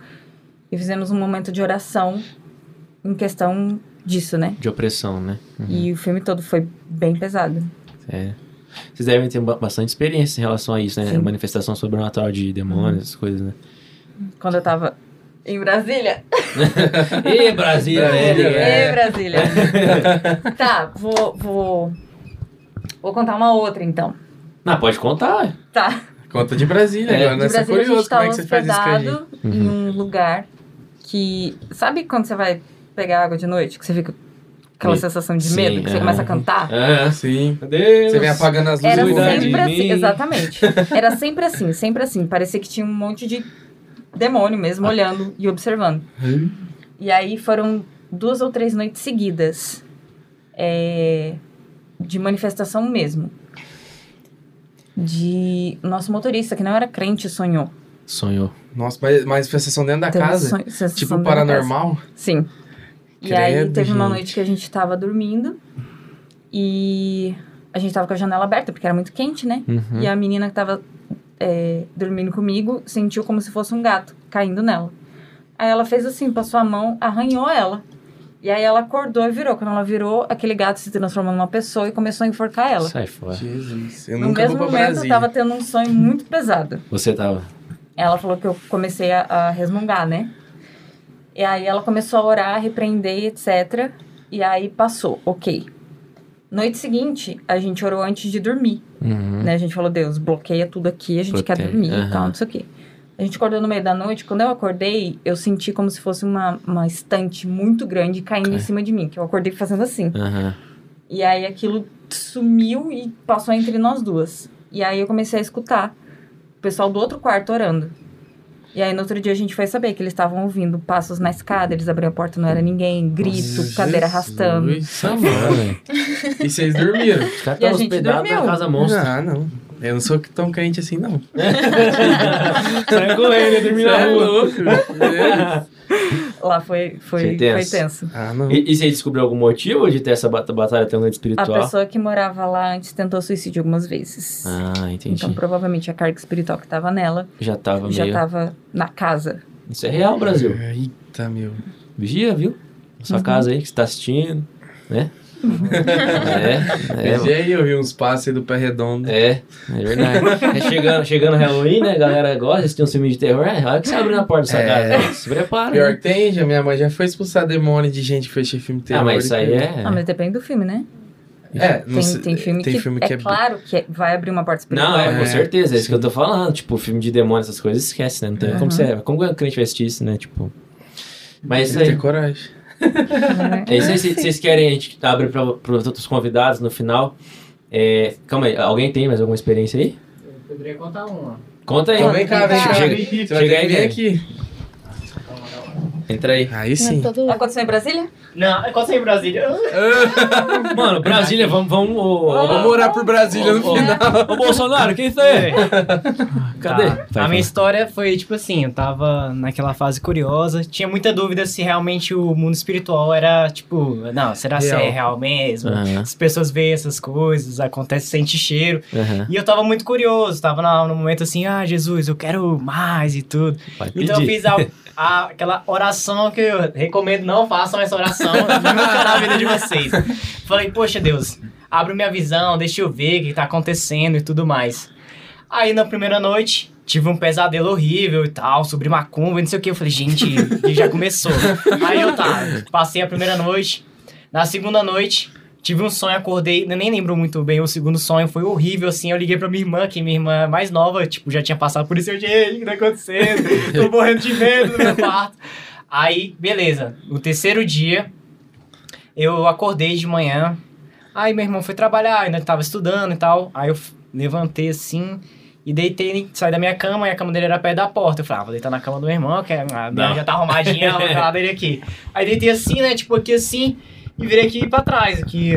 S5: E fizemos um momento de oração em questão disso, né?
S3: De opressão, né?
S5: E o filme todo foi bem pesado.
S3: É. Vocês devem ter ba- bastante experiência em relação a isso, né?
S5: Sim.
S3: Manifestação sobrenatural de demônios, essas coisas,
S5: (laughs)
S3: né?
S5: Quando eu tava em Brasília.
S3: Ê,
S2: É,
S3: Brasília!
S2: Brasília,
S3: né?
S2: (laughs)
S5: Ê, Brasília! tá, vou, vou. Vou contar uma outra então.
S3: Não, pode contar. ué.
S5: Tá.
S2: Conta de Brasília
S3: É.
S2: agora,
S5: De
S2: né? Sou
S5: Brasília a
S2: curioso
S5: gente tá
S2: como é que você faz isso com a gente. Uhum.
S5: hospedado em um lugar que. Sabe quando você vai pegar água de noite? Que você fica com aquela
S3: Sim.
S5: sensação de
S3: Sim,
S5: medo, que você
S3: aham.
S5: começa a cantar?
S3: Ah,
S2: É, Sim.
S3: Deus.
S2: Você vem apagando as luzes
S5: Era
S3: Cuidado de
S5: sempre assim,
S3: mim.
S2: (laughs)
S5: exatamente. Era sempre assim, sempre assim. Parecia que tinha um monte de demônio mesmo olhando e observando. E aí foram duas ou três noites seguidas é, de manifestação mesmo. De nosso motorista, que não era crente, sonhou.
S3: Sonhou.
S2: Nossa, mas manifestação dentro da
S5: Teve
S2: casa?
S5: sonho- sensação
S2: Tipo
S5: dentro da casa.
S2: paranormal?
S5: Sim. e aí
S2: Credo,
S5: teve uma
S2: gente.
S5: noite que a gente tava dormindo e a gente tava com a janela aberta, porque era muito quente, né?
S3: Uhum.
S5: E a menina que tava é, dormindo comigo sentiu como se fosse um gato caindo nela. Aí ela fez assim, passou a mão, arranhou ela. E E aí ela acordou e virou. Quando ela virou, aquele gato se transformou numa pessoa e começou a enforcar ela.
S3: Sai fora.
S2: Jesus, eu
S5: no
S2: nunca
S5: mesmo
S2: vou pra
S5: momento, eu
S2: Brasília.
S5: tava tendo um sonho muito pesado.
S3: Você tava.
S5: Ela falou que eu comecei a, a resmungar, né? E aí ela começou a orar, repreender, etc. E aí passou, ok. Noite seguinte, a gente orou antes de dormir,
S3: Uhum.
S5: né? A gente falou, Deus, bloqueia tudo aqui, a gente quer
S3: Protege,
S5: dormir e tal,
S3: aham.
S5: não sei o quê. A gente acordou no meio da noite. Quando eu acordei, eu senti como se fosse uma, uma estante muito grande caindo em
S3: Cai.
S5: cima de mim, que eu acordei fazendo assim.
S3: Aham.
S5: E aí aquilo sumiu e passou entre nós duas. E aí eu comecei a escutar o pessoal do outro quarto orando. E aí no outro dia a gente foi saber que eles estavam ouvindo passos na escada, eles abriam a porta, não era ninguém, grito, cadeira arrastando.
S2: Samara. é E vocês dormiram?
S3: Os caras
S5: E a
S3: estavam
S5: gente
S3: hospedados na
S5: dormiu.
S3: casa (laughs) monstro.
S2: Ah, não. Eu não sou tão crente
S3: (laughs)
S2: assim, não.
S3: Saiu correndo, dormiu na
S2: Cê é
S3: rua.
S2: louco, meu.
S5: Lá foi, foi,
S3: Foi tenso.
S5: foi tenso.
S2: ah, não.
S3: E, e você descobriu algum motivo de ter essa bat- batalha tão grande
S5: A
S3: espiritual?
S5: pessoa que morava lá antes tentou suicídio algumas vezes.
S3: Ah, entendi.
S5: Então, provavelmente a carga espiritual que tava nela
S3: já tava
S5: já
S3: meio.
S5: tava na casa.
S3: Isso é real, Brasil.
S2: Eita, meu.
S3: Vigia, viu? Na
S5: Uhum.
S3: Sua casa aí que você tá assistindo, né?
S5: (laughs)
S3: é, é,
S2: Esse aí eu vi uns passos aí do pé redondo.
S3: É, é
S5: (laughs)
S3: verdade. É chegando, chegando Halloween, né? A galera gosta de assistir um filme de terror. É, a hora que você abrir na porta da sua
S2: É.
S3: casa. Se prepara.
S2: Pior
S3: né?
S2: que tem, já minha mãe já foi expulsar demônio de gente que fez filme terror.
S3: Ah, mas isso aí é.
S5: Ah, mas depende do filme, né?
S2: É, não
S5: Tem,
S2: sei-
S5: tem filme que, é,
S2: bi-
S5: claro que é- vai abrir uma porta espiritual.
S3: Não, é,
S2: É,
S3: com certeza, é isso
S2: sim.
S3: que eu tô falando. Tipo, filme de demônio, essas coisas, esquece, né? Não tem
S5: É.
S3: como você. Como que o crente vai assistir isso, né? Tipo. Mas é isso
S2: Tem que ter
S3: aí.
S2: coragem.
S3: (laughs)
S5: né?
S3: É isso aí. Se vocês querem, a gente abre pra, pros outros convidados no final. É, calma aí, alguém tem mais alguma experiência aí?
S9: Eu poderia contar uma.
S3: Conta aí.
S2: Então vem cá, vem cá.
S3: um Chega-
S2: Você vai
S3: chega
S2: ter que vir
S3: aí, né?
S2: aqui.
S9: Calma, calma.
S3: Entra aí.
S2: Aí sim.
S5: Aconteceu em Brasília?
S9: Não, quanto em Brasília?
S3: Mano, Brasília, vamos. Vamos, ô, ô,
S2: Vamos orar por Brasília no
S3: ô,
S2: final.
S3: né? ô, ô, Bolsonaro, quem isso aí?
S5: É.
S3: Cadê?
S9: Tá. A minha história foi tipo assim, eu tava naquela fase curiosa, tinha muita dúvida se realmente o mundo espiritual era tipo, não, será se é
S2: Real.
S9: real mesmo?
S3: Aham.
S9: As pessoas veem essas coisas, acontece, sente cheiro.
S3: Aham.
S9: E eu tava muito curioso, tava na- no momento assim, ah, Jesus, eu quero mais e tudo.
S3: Vai pedir.
S9: Então eu fiz a- a- aquela oração que eu recomendo, não façam essa oração (laughs) nunca na vida de vocês. Falei, poxa Deus, abre minha visão, deixa eu ver o que tá acontecendo e tudo mais. Aí na primeira noite, tive um pesadelo horrível e tal, sobre macumba e não sei o que. Eu falei, gente, e já começou. Aí eu tá, passei a primeira noite. Na segunda noite, tive um sonho, acordei, eu nem lembro muito bem o segundo sonho, foi horrível assim. Eu liguei pra minha irmã, que minha irmã é mais nova, tipo, já tinha passado por isso. Eu, gente, o que tá acontecendo? Tô morrendo de medo no meu quarto. Aí, beleza. No terceiro dia, eu acordei de manhã. Aí meu irmão foi trabalhar, ainda tava estudando e tal. Aí eu f- levantei assim e deitei, saí da minha cama e a cama dele era perto da porta. Eu falei, ah, vou deitar na cama do meu irmão, que a minha
S3: Não.
S9: já tá arrumadinha, vou falar dele aqui. Aí deitei assim, né, tipo aqui assim, e virei aqui pra trás, aqui,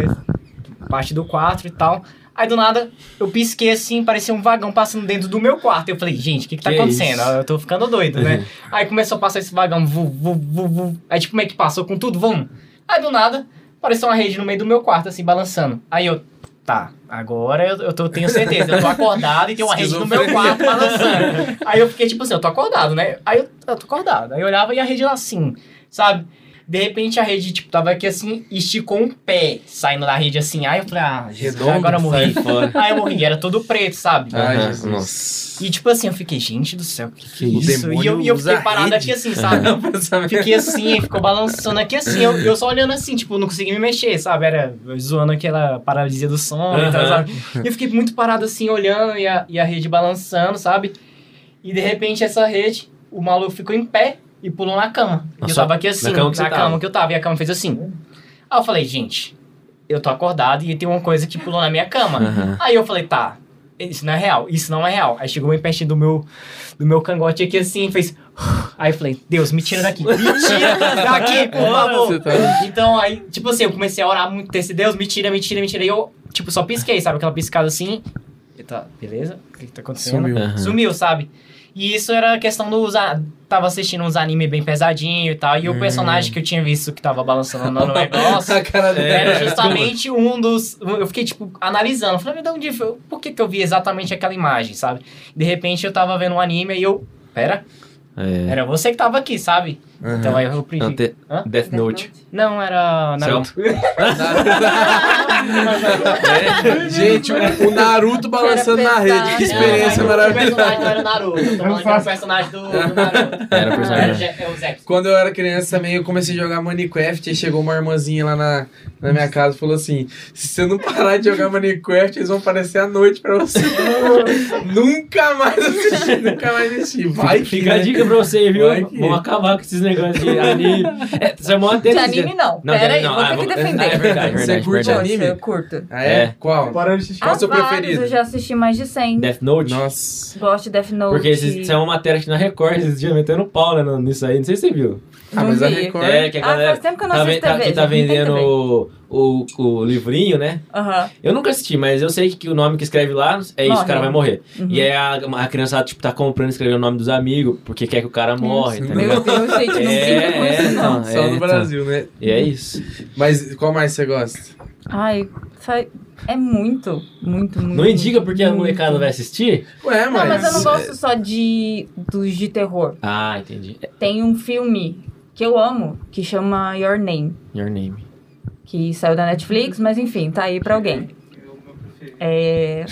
S9: parte do quarto e tal. Aí do nada, eu pisquei assim, parecia um vagão passando dentro do meu quarto. Eu falei, gente, o que que tá
S3: Que
S9: acontecendo?
S3: isso?
S9: Eu tô ficando
S3: (laughs)
S9: doido, né? Aí começou a passar esse vagão, vu, vu, vu, vu. Aí tipo, como é que passou com tudo? Vamos. Aí do nada, apareceu uma rede no meio do meu quarto, assim, balançando. Aí eu, tá, agora eu, eu tô, tenho certeza, eu tô acordado e tem uma rede no meu quarto balançando. Aí eu fiquei tipo assim, eu tô acordado, né? Aí eu, eu tô acordado. Aí eu olhava e a rede lá assim, sabe? De repente a rede, tipo, tava aqui assim, e esticou um pé saindo da rede assim. Aí eu falei, ah, Jesus,
S2: Redondo,
S9: agora eu morri.
S3: Sai fora.
S9: Aí eu morri, era todo preto, sabe?
S2: Ai,
S3: Aham,
S2: Jesus. (laughs)
S9: E tipo assim, eu fiquei, gente do céu, que, que
S3: O
S9: isso? E eu, e eu fiquei
S2: usa
S9: parado
S2: rede.
S9: aqui assim, sabe? Fiquei assim, ficou balançando aqui assim, eu, eu só olhando assim, tipo, não conseguia me mexer, sabe? Era zoando aquela paralisia do sono e tal,
S3: Aham.
S9: sabe? E eu fiquei muito parado assim, olhando e a, e a rede balançando, sabe? E de repente essa rede, o maluco ficou em pé e pulou na cama.
S3: Na
S9: e eu
S3: sua-
S9: tava aqui assim,
S3: na cama que você tava.
S9: que eu tava, e a cama fez assim. Aí eu falei, gente, eu tô acordado e tem uma coisa que pulou na minha cama.
S3: Aham.
S9: Aí eu falei, tá, isso não é real, isso não é real. Aí chegou bem pertinho do meu, do meu cangote aqui assim, fez. Aí eu falei, Deus, me tira daqui, me tira daqui, por favor. Então aí, tipo assim, eu comecei a orar muito, desse Deus, me tira, me tira, me tira. E eu, tipo, só pisquei, sabe? Aquela piscada assim. Eita, beleza? O que, que tá acontecendo?
S2: Sumiu.
S3: Aham.
S9: Sumiu, sabe? E isso era questão dos. a- Tava assistindo uns anime bem pesadinho e tal. E o personagem que eu tinha visto que tava balançando no negócio
S2: A
S3: É.
S2: cara dela.
S9: era justamente um dos. Eu fiquei, tipo, analisando. Falei, mas de onde foi? Por que, que eu vi exatamente aquela imagem, sabe? De repente eu tava vendo um anime e eu. Pera,
S3: É.
S9: era você que tava aqui, sabe? Então
S2: é
S9: aí eu
S3: Não,
S9: aprendi.
S3: te-
S9: Hã?
S3: Death Note.
S9: Não, era
S2: um
S9: Naruto.
S2: (laughs) É, gente, o o Naruto balançando na rede. Que experiência
S9: Não, mas O
S2: maravilhosa.
S9: personagem não era o Naruto. Eu tô falando que era o personagem do, do Naruto.
S3: Era o personagem.
S9: o Je- é o Zex.
S2: Quando eu era criança também, eu comecei a jogar Minecraft e chegou uma irmãzinha lá na, na minha casa e falou assim: se você não parar de jogar Minecraft, eles vão aparecer à noite pra (laughs) você. nunca mais assisti, nunca mais assisti. Vai que,
S3: Fica a
S2: né?
S3: dica pra você, viu?
S2: Vai que-
S3: Vamos acabar com esses negócios de anime. É, você é mó atento.
S5: De anime não.
S3: Não,
S5: Pera
S3: de-
S5: aí,
S3: não,
S5: vou
S3: ah,
S5: ter que
S3: vou-
S5: defender.
S3: ah, é verdade,
S2: Você
S3: verdade,
S2: curte
S3: verdade.
S5: Poxa,
S2: anime?
S5: eu curto.
S2: Ah, é?
S3: É.
S2: Qual?
S7: Para de xixi.
S2: Qual o seu
S5: Há vários,
S2: preferido?
S5: Eu já assisti mais de 100.
S3: Death Note.
S2: Nossa.
S5: Gosto de Death Note.
S3: Porque esses- isso é uma matéria que na Record esses dias metendo pau né, no- nisso aí. Não sei se você viu.
S2: Ah, mas a
S5: vi.
S2: Record.
S3: É, que a
S5: Ah,
S3: galera
S5: faz tempo que eu não
S3: tá, ven-
S5: assisto
S3: tá,
S5: TV.
S3: que tá
S5: gente, não tem
S3: vendendo
S5: TV.
S3: o, o, o livrinho, né?
S5: Aham.
S3: Eu nunca assisti, mas eu sei que o nome que escreve lá é isso,
S5: Morre.
S3: o cara vai morrer.
S5: Uhum.
S3: E é, aí a, a criançada, tipo, tá comprando, escrevendo o nome dos amigos, porque quer que o cara morre, tá
S5: Uhum. Meu
S3: ligado?
S5: Deus, gente, não brinca com
S3: É,
S5: isso, não.
S3: então,
S2: Só
S3: é,
S2: no
S3: então.
S2: Brasil, né?
S3: E é isso.
S2: Mas qual mais você gosta?
S5: Ai, fa- é muito, muito, muito.
S3: Não indica porque a
S5: muito.
S3: molecada vai assistir?
S2: Ué,
S5: Não, mas eu não
S2: é,
S5: gosto só de dos de terror.
S3: Ah, entendi.
S5: Tem um filme que eu amo, que chama Your Name,
S3: Your name.
S5: que saiu da Netflix, mas enfim, tá aí pra alguém. É...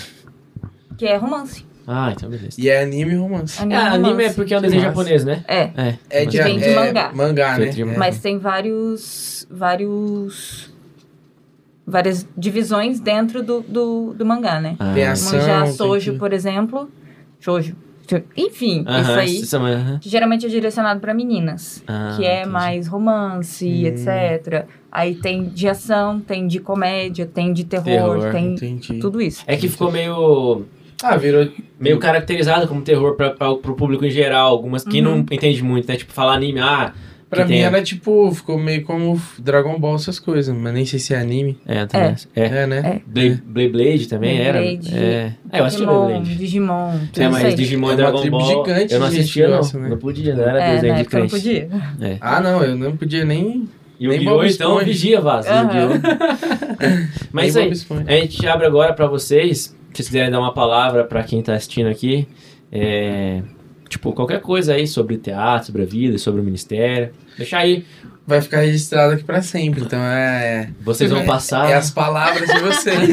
S5: Que é romance.
S3: Ah, então beleza.
S2: E é anime e romance.
S5: Anime,
S3: Ah, anime é
S5: romance.
S3: porque é um desenho
S2: Massa.
S3: japonês, né?
S5: É,
S3: É.
S2: É de,
S5: Vem de
S2: é
S5: mangá.
S2: mangá, né?
S3: Feito de
S2: É.
S3: mangá.
S5: mas tem vários, vários, várias divisões dentro do, do, do mangá, né?
S3: Ah.
S2: Tem a-
S5: Uma
S2: é Ação,
S5: já
S2: tem
S5: Sojo,
S2: que-
S5: por exemplo. Shoujo. Enfim,
S3: Aham,
S5: isso aí.
S3: Isso, mas, aham.
S5: que geralmente é direcionado pra meninas,
S3: Ah,
S5: que é
S3: entendi.
S5: mais romance,
S2: Hum.
S5: etc. Aí tem de ação, tem de comédia, tem de terror,
S3: Terror,
S5: tem
S2: Entendi.
S5: tudo isso.
S3: É que ficou meio,
S2: Ah, virou.
S3: meio caracterizado como terror pra, pra, pro público em geral. Algumas que não
S5: Uhum.
S3: entende muito, né? Tipo, falar anime, ah...
S2: Pra
S3: que
S2: mim
S3: tem-
S2: era tipo, ficou meio como Dragon Ball, essas coisas, mas nem sei se é anime.
S3: É, também. É.
S2: É, né?
S3: Blade, Blade Blade também era.
S5: Beyblade,
S3: É. Ah, eu assisti
S5: Digimon,
S3: Blade Blade.
S5: Digimon, tudo
S3: É,
S5: isso aí.
S3: mas Digimon
S2: É
S3: e
S2: uma
S3: Dragon
S2: tribo
S3: Ball.
S2: gigante
S3: eu não
S2: de gente
S3: assistia,
S2: que
S3: não.
S2: gosta, né?
S3: Não podia, não era
S5: É,
S3: desenho
S5: na
S3: de
S5: época eu não
S3: crente.
S5: podia.
S3: É.
S2: Ah, não, eu não podia nem.
S3: E o
S2: Nem
S3: Guiô,
S2: Bob
S3: então,
S2: Esponja.
S3: vigia, Vaz.
S5: Aham.
S2: (laughs)
S3: Mas
S2: nem
S3: aí,
S2: Bob Esponja.
S3: a gente abre agora pra vocês. Se vocês quiserem dar uma palavra pra quem tá assistindo aqui. é, Tipo, qualquer coisa aí sobre teatro, sobre a vida, sobre o ministério. Deixa aí.
S2: Vai ficar registrado aqui pra sempre, então é.
S3: Vocês vão passar.
S2: É as palavras
S3: (laughs)
S2: de vocês.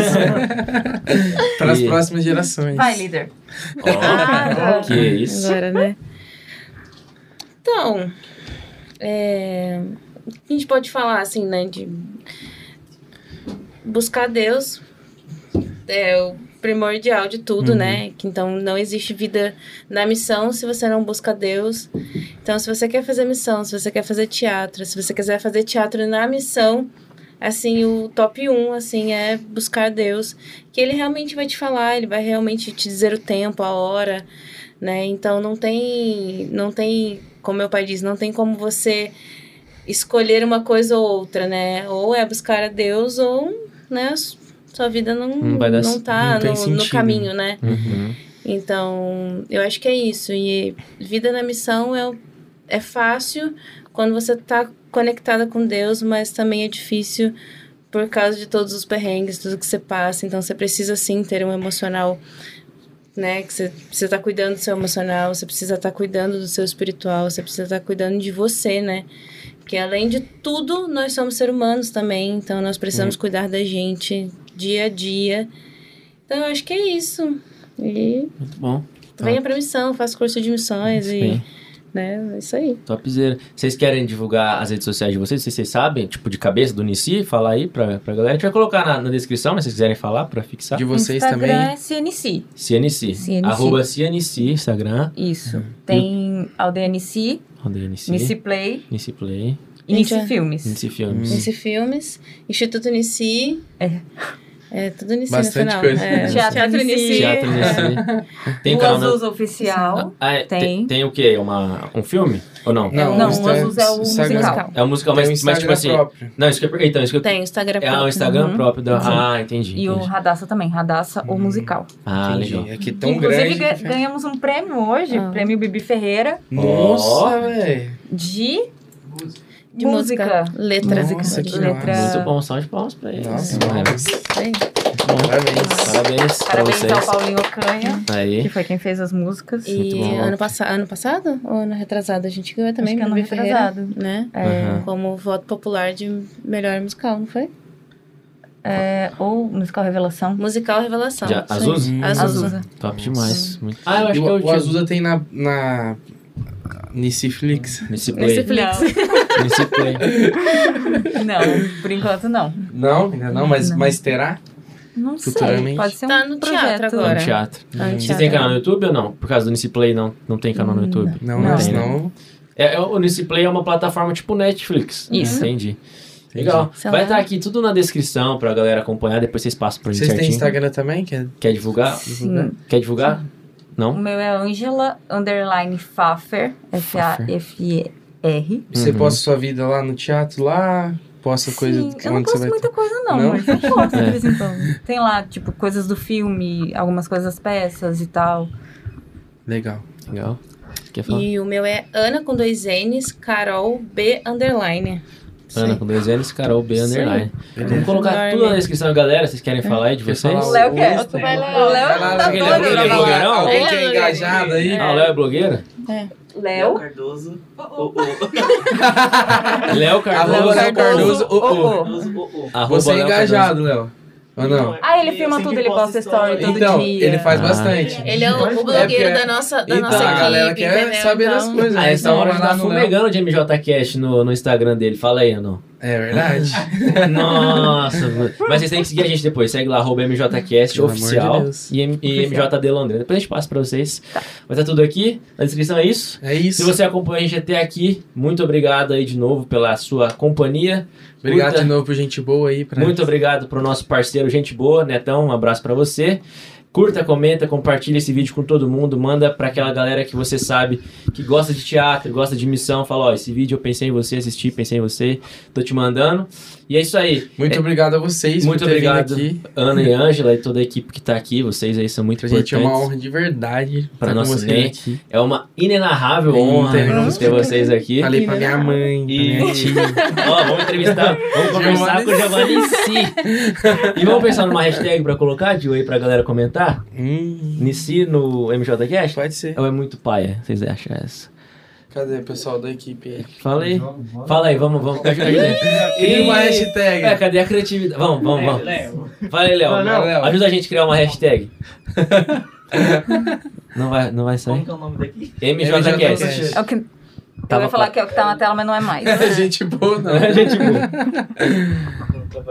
S2: para as
S3: E-
S2: próximas gerações.
S5: Vai, líder.
S2: (laughs) Ah,
S5: Ah,
S3: Ó,
S2: é.
S3: que isso.
S4: Agora, né? Então, é, a gente pode falar assim, né? De buscar Deus é o primordial de tudo, né? Que então não existe vida na missão se você não busca Deus. Então, se você quer fazer missão, se você quer fazer teatro, se você quiser fazer teatro na missão, assim, o top 1, assim, é buscar Deus. Que ele realmente vai te falar, ele vai realmente te dizer o tempo, a hora, né? Então não tem, não tem, como meu pai diz, não tem como você escolher uma coisa ou outra, né? Ou é buscar a Deus ou, né, s- sua vida não
S3: Não
S4: não,
S3: vai dar c-
S4: tá
S2: não tem
S4: no- no,
S2: sentido.
S4: caminho, né?
S3: Uhum.
S4: Então, eu acho que é isso. E vida na missão é, o- é fácil quando você tá conectada com Deus, mas também é difícil por causa de todos os perrengues, tudo que você passa. Então, você precisa sim ter um emocional, né? Que você precisa estar cuidando do seu emocional, você precisa estar cuidando do seu espiritual, você precisa estar cuidando de você, né? Porque além de tudo, nós somos seres humanos também, então nós
S3: Uhum.
S4: precisamos cuidar da gente dia a dia. Então, eu acho que é isso. E
S3: Muito bom. Tá.
S4: Venha pra missão, faça curso de missões e.
S3: Bem,
S4: Né, é isso aí.
S3: topzera. Vocês querem divulgar as redes sociais de vocês? Vocês, vocês sabem? Tipo, de cabeça, do Nici? Fala aí pra, pra galera. A gente vai colocar na, na descrição, mas se vocês quiserem falar pra fixar.
S2: De vocês
S5: Tá. Instagram
S2: também.
S5: é CNC.
S3: CNC.
S5: CNC.
S3: Arroba CNC, Instagram.
S5: Isso.
S2: Uhum.
S5: Tem Aldeia NC,
S3: Onde é NC?
S5: NC Play
S3: NC Play.
S5: e
S4: Gente,
S5: NC
S4: é-
S5: Filmes.
S3: NC Filmes.
S4: Nici Filmes, Instituto Nici.
S5: É.
S4: É, tudo Nici
S2: Bastante
S4: no final.
S2: coisa.
S4: É,
S5: Teatro Nici.
S3: Teatro NC. (laughs) Tem
S5: o
S3: canal no...
S5: Azusa Oficial.
S3: Ah, é, tem.
S5: Tem.
S3: tem. o quê? Uma, um filme? Ou não?
S2: Não,
S5: Não,
S2: o
S5: o
S2: Insta-
S5: Azusa é o
S2: Instagram.
S5: musical.
S3: É uma música,
S2: Tem um
S3: mas, mas tipo
S2: Instagram
S3: assim...
S2: próprio.
S3: Não, isso que eu... Então, isso que eu...
S4: Tem Instagram.
S3: É o
S4: próprio.
S3: Instagram
S5: Uhum.
S3: próprio da... Ah, entendi.
S5: E o
S3: entendi.
S5: Radassa também, Radassa ou musical.
S3: Ah,
S2: Entendi.
S3: legal.
S2: É que Hum, tão
S5: Inclusive,
S2: grande. né?
S5: ga- ganhamos um prêmio hoje,
S4: Ah.
S5: prêmio Bibi Ferreira,
S2: Nossa,
S3: Ó.
S2: velho.
S5: de
S4: de música, letra.
S2: Nossa, que massa.
S5: Letra.
S3: É. Muito bom, só de palmas pra ele.
S2: Nossa,
S3: É,
S2: mano.
S4: Sim.
S2: Parabéns.
S3: Parabéns, pra
S5: Parabéns então,
S3: vocês.
S5: ao Paulinho Ocanha,
S3: Aí.
S5: que foi quem fez as músicas.
S3: Muito
S4: E
S3: bom.
S4: ano, passa, ano passado ou ano retrasado a gente ganhou também
S5: Acho que é
S4: do
S5: ano
S4: Bibi Ferreira,
S5: retrasado.
S4: né?
S5: É,
S3: Aham.
S4: Como voto popular de melhor musical, não foi?
S5: é, ou musical Revelação.
S4: Musical Revelação.
S3: Já,
S4: Isso aí.
S3: Azusa?
S5: Hum,
S4: Azusa.
S5: Azusa.
S3: Top demais. Muito.
S6: Ah, eu
S2: E
S6: acho que
S2: é o,
S6: eu
S2: o
S6: tinha-
S2: Azusa tem na. na. Niciflix.
S3: Nesse play.
S4: Nesse Flix.
S3: Nesse play.
S5: Não, por enquanto não.
S2: Não, ainda não, mas,
S5: Não.
S2: mas terá?
S5: Não sei,
S2: Futuramente.
S5: pode ser um
S4: Tá no teatro
S5: projeto.
S4: agora.
S3: No teatro.
S4: (laughs) Tá no
S3: Vocês
S4: teatro.
S3: têm canal né, no YouTube ou não? Por causa do Niciplay, não, não tem canal no
S5: Não.
S3: YouTube.
S2: Não,
S5: Não.
S2: não.
S3: tem, né?
S2: Senão,
S3: É, é, o Niciplay é uma plataforma tipo Netflix.
S5: Isso.
S3: Entendi. Legal.
S4: Sei
S3: Vai
S4: lá.
S3: estar aqui tudo na descrição pra galera acompanhar. Depois vocês passam pra gente
S2: Vocês têm
S3: certinho.
S2: Instagram também? Que é...
S3: Quer divulgar?
S2: Uhum.
S5: Sim.
S3: Quer divulgar?
S5: O
S3: Não?
S5: meu é Angela Underline Faffer, F-A-F-E-R.
S2: Você
S3: Uhum.
S2: posta sua vida lá no teatro, lá, posta coisa
S5: Sim,
S2: que
S5: eu não
S2: onde você vai
S5: posto muita coisa não,
S2: Não?
S5: mas eu
S3: É.
S5: posto
S2: (laughs)
S5: de vez em quando. Tem lá, tipo, coisas do filme, algumas coisas das peças e tal.
S2: Legal.
S3: Legal. Quer falar?
S4: E o meu é Ana com dois N's, Carol B underline. Isso
S3: Ana
S4: aí.
S3: com dois N's, Carol B,
S4: Sim.
S3: underline.
S2: Beleza.
S3: Vamos colocar tudo na descrição, galera. Vocês querem falar aí de
S2: Quer
S3: vocês?
S2: falar
S5: O Léo quer.
S2: Léo.
S5: O Léo
S2: Vai
S5: tá
S2: lá,
S3: Léo.
S5: doido pra
S3: Léo.
S5: falar.
S3: blogueirão?
S2: Alguém que é
S4: Ele é
S2: engajado aí?
S3: Ah, o Léo é blogueiro?
S5: Léo?
S8: Cardoso. Oh,
S3: Léo Cardoso.
S2: Arroba Léo Cardoso. oh.
S5: Ô, ô.
S2: ô, ô.
S8: oh.
S3: Arroba
S2: Você é
S3: Léo
S2: engajado, Léo. Ou não?
S5: Ah, ele filma tudo, ele posta story é todo
S2: Então,
S5: dia.
S2: ele faz
S3: Ah.
S2: bastante.
S4: Ele é o,
S5: um-
S7: É
S4: o
S7: porque-
S4: blogueiro da nossa, da
S2: Então,
S4: nossa
S2: a
S4: equipe.
S2: galera quer
S4: entendeu?
S2: saber
S4: Então,
S2: das coisas.
S3: Ah, essa
S2: então
S3: hora
S2: vai
S3: ele
S2: lá
S3: tá
S2: no Léo.
S3: fumegando de MJ Cash no, no Instagram dele. Fala aí, não.
S2: É verdade.
S3: Nossa, mano. (laughs) mas vocês têm que seguir a gente depois. Segue lá, arroba MJCast
S2: Pelo amor de
S3: oficial
S2: Deus.
S3: e, M- e MJD Londrina. Depois a gente passa pra vocês. Mas tá tudo aqui. Na descrição é isso.
S2: É isso.
S3: Se você acompanha a gente até aqui, muito obrigado aí de novo pela sua companhia.
S2: Obrigado
S3: Curta.
S2: de novo por gente boa aí. Pra...
S3: Muito obrigado pro nosso parceiro Gente Boa, Netão, um abraço pra você. Curta, comenta, compartilha esse vídeo com todo mundo, manda pra aquela galera que você sabe que gosta de teatro, gosta de missão, fala, ó, esse vídeo eu pensei em você, assisti, pensei em você, tô te mandando. E é isso aí.
S2: Muito
S3: É,
S2: obrigado a vocês
S3: Muito
S2: por terem
S3: obrigado.
S2: vindo aqui.
S3: Ana e Ângela e toda a equipe que tá aqui, vocês aí são muito
S2: Pra
S3: importantes.
S2: gente é uma honra de verdade
S3: Pra
S2: estar com
S3: nossa
S2: vocês
S3: mente.
S2: aqui.
S3: É uma inenarrável
S2: Tem
S3: honra
S2: muita-
S3: ter vocês aqui. né?
S2: Falei pra minha mãe, pra
S3: E- (laughs)
S2: minha tia.
S3: Ó, vamos entrevistar, vamos conversar com o Giovanni em si. E vamos pensar numa hashtag pra colocar, Gil, aí pra galera comentar?
S2: Hum,
S3: Nissi no MJCast?
S2: pode ser.
S3: Ou é muito paia? Vocês acham essa?
S2: Cadê o pessoal da equipe aí?
S3: Fala aí. Fala aí, vamos, vamos. Ajuda aí.
S2: Cria uma
S3: É,
S2: (laughs) hashtag.
S3: cadê a criatividade? Vamos, vamos, vamos. Fala aí, Léo.
S2: Vai, Léo.
S3: Léo. Ajuda a gente a criar uma
S2: (laughs)
S3: hashtag. Não vai, não vai sair.
S8: Como que é o nome daqui?
S3: MJCast.
S5: É o que... Eu
S3: Tava
S5: ia falar que é o que tá na tela, mas não é mais.
S2: (laughs) gente boa, não.
S3: É (laughs)
S2: (laughs)
S3: Gente boa.
S2: tá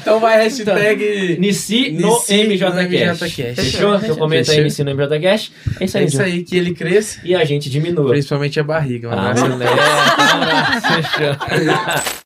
S2: então vai hashtag.
S3: Nissi no
S2: Nissi no
S3: MJCast.
S2: MJCast.
S3: Fechou? Então comenta aí
S2: Fechou.
S3: Nissi no MJCast. É isso
S2: É
S3: aí,
S2: isso
S3: Gil.
S2: aí, que ele cresça.
S3: E a gente diminua.
S2: Principalmente a barriga. Um
S3: Ah,
S2: abraço,
S3: mano, é.
S2: (laughs) Léo.
S3: Um abraço, Fechou.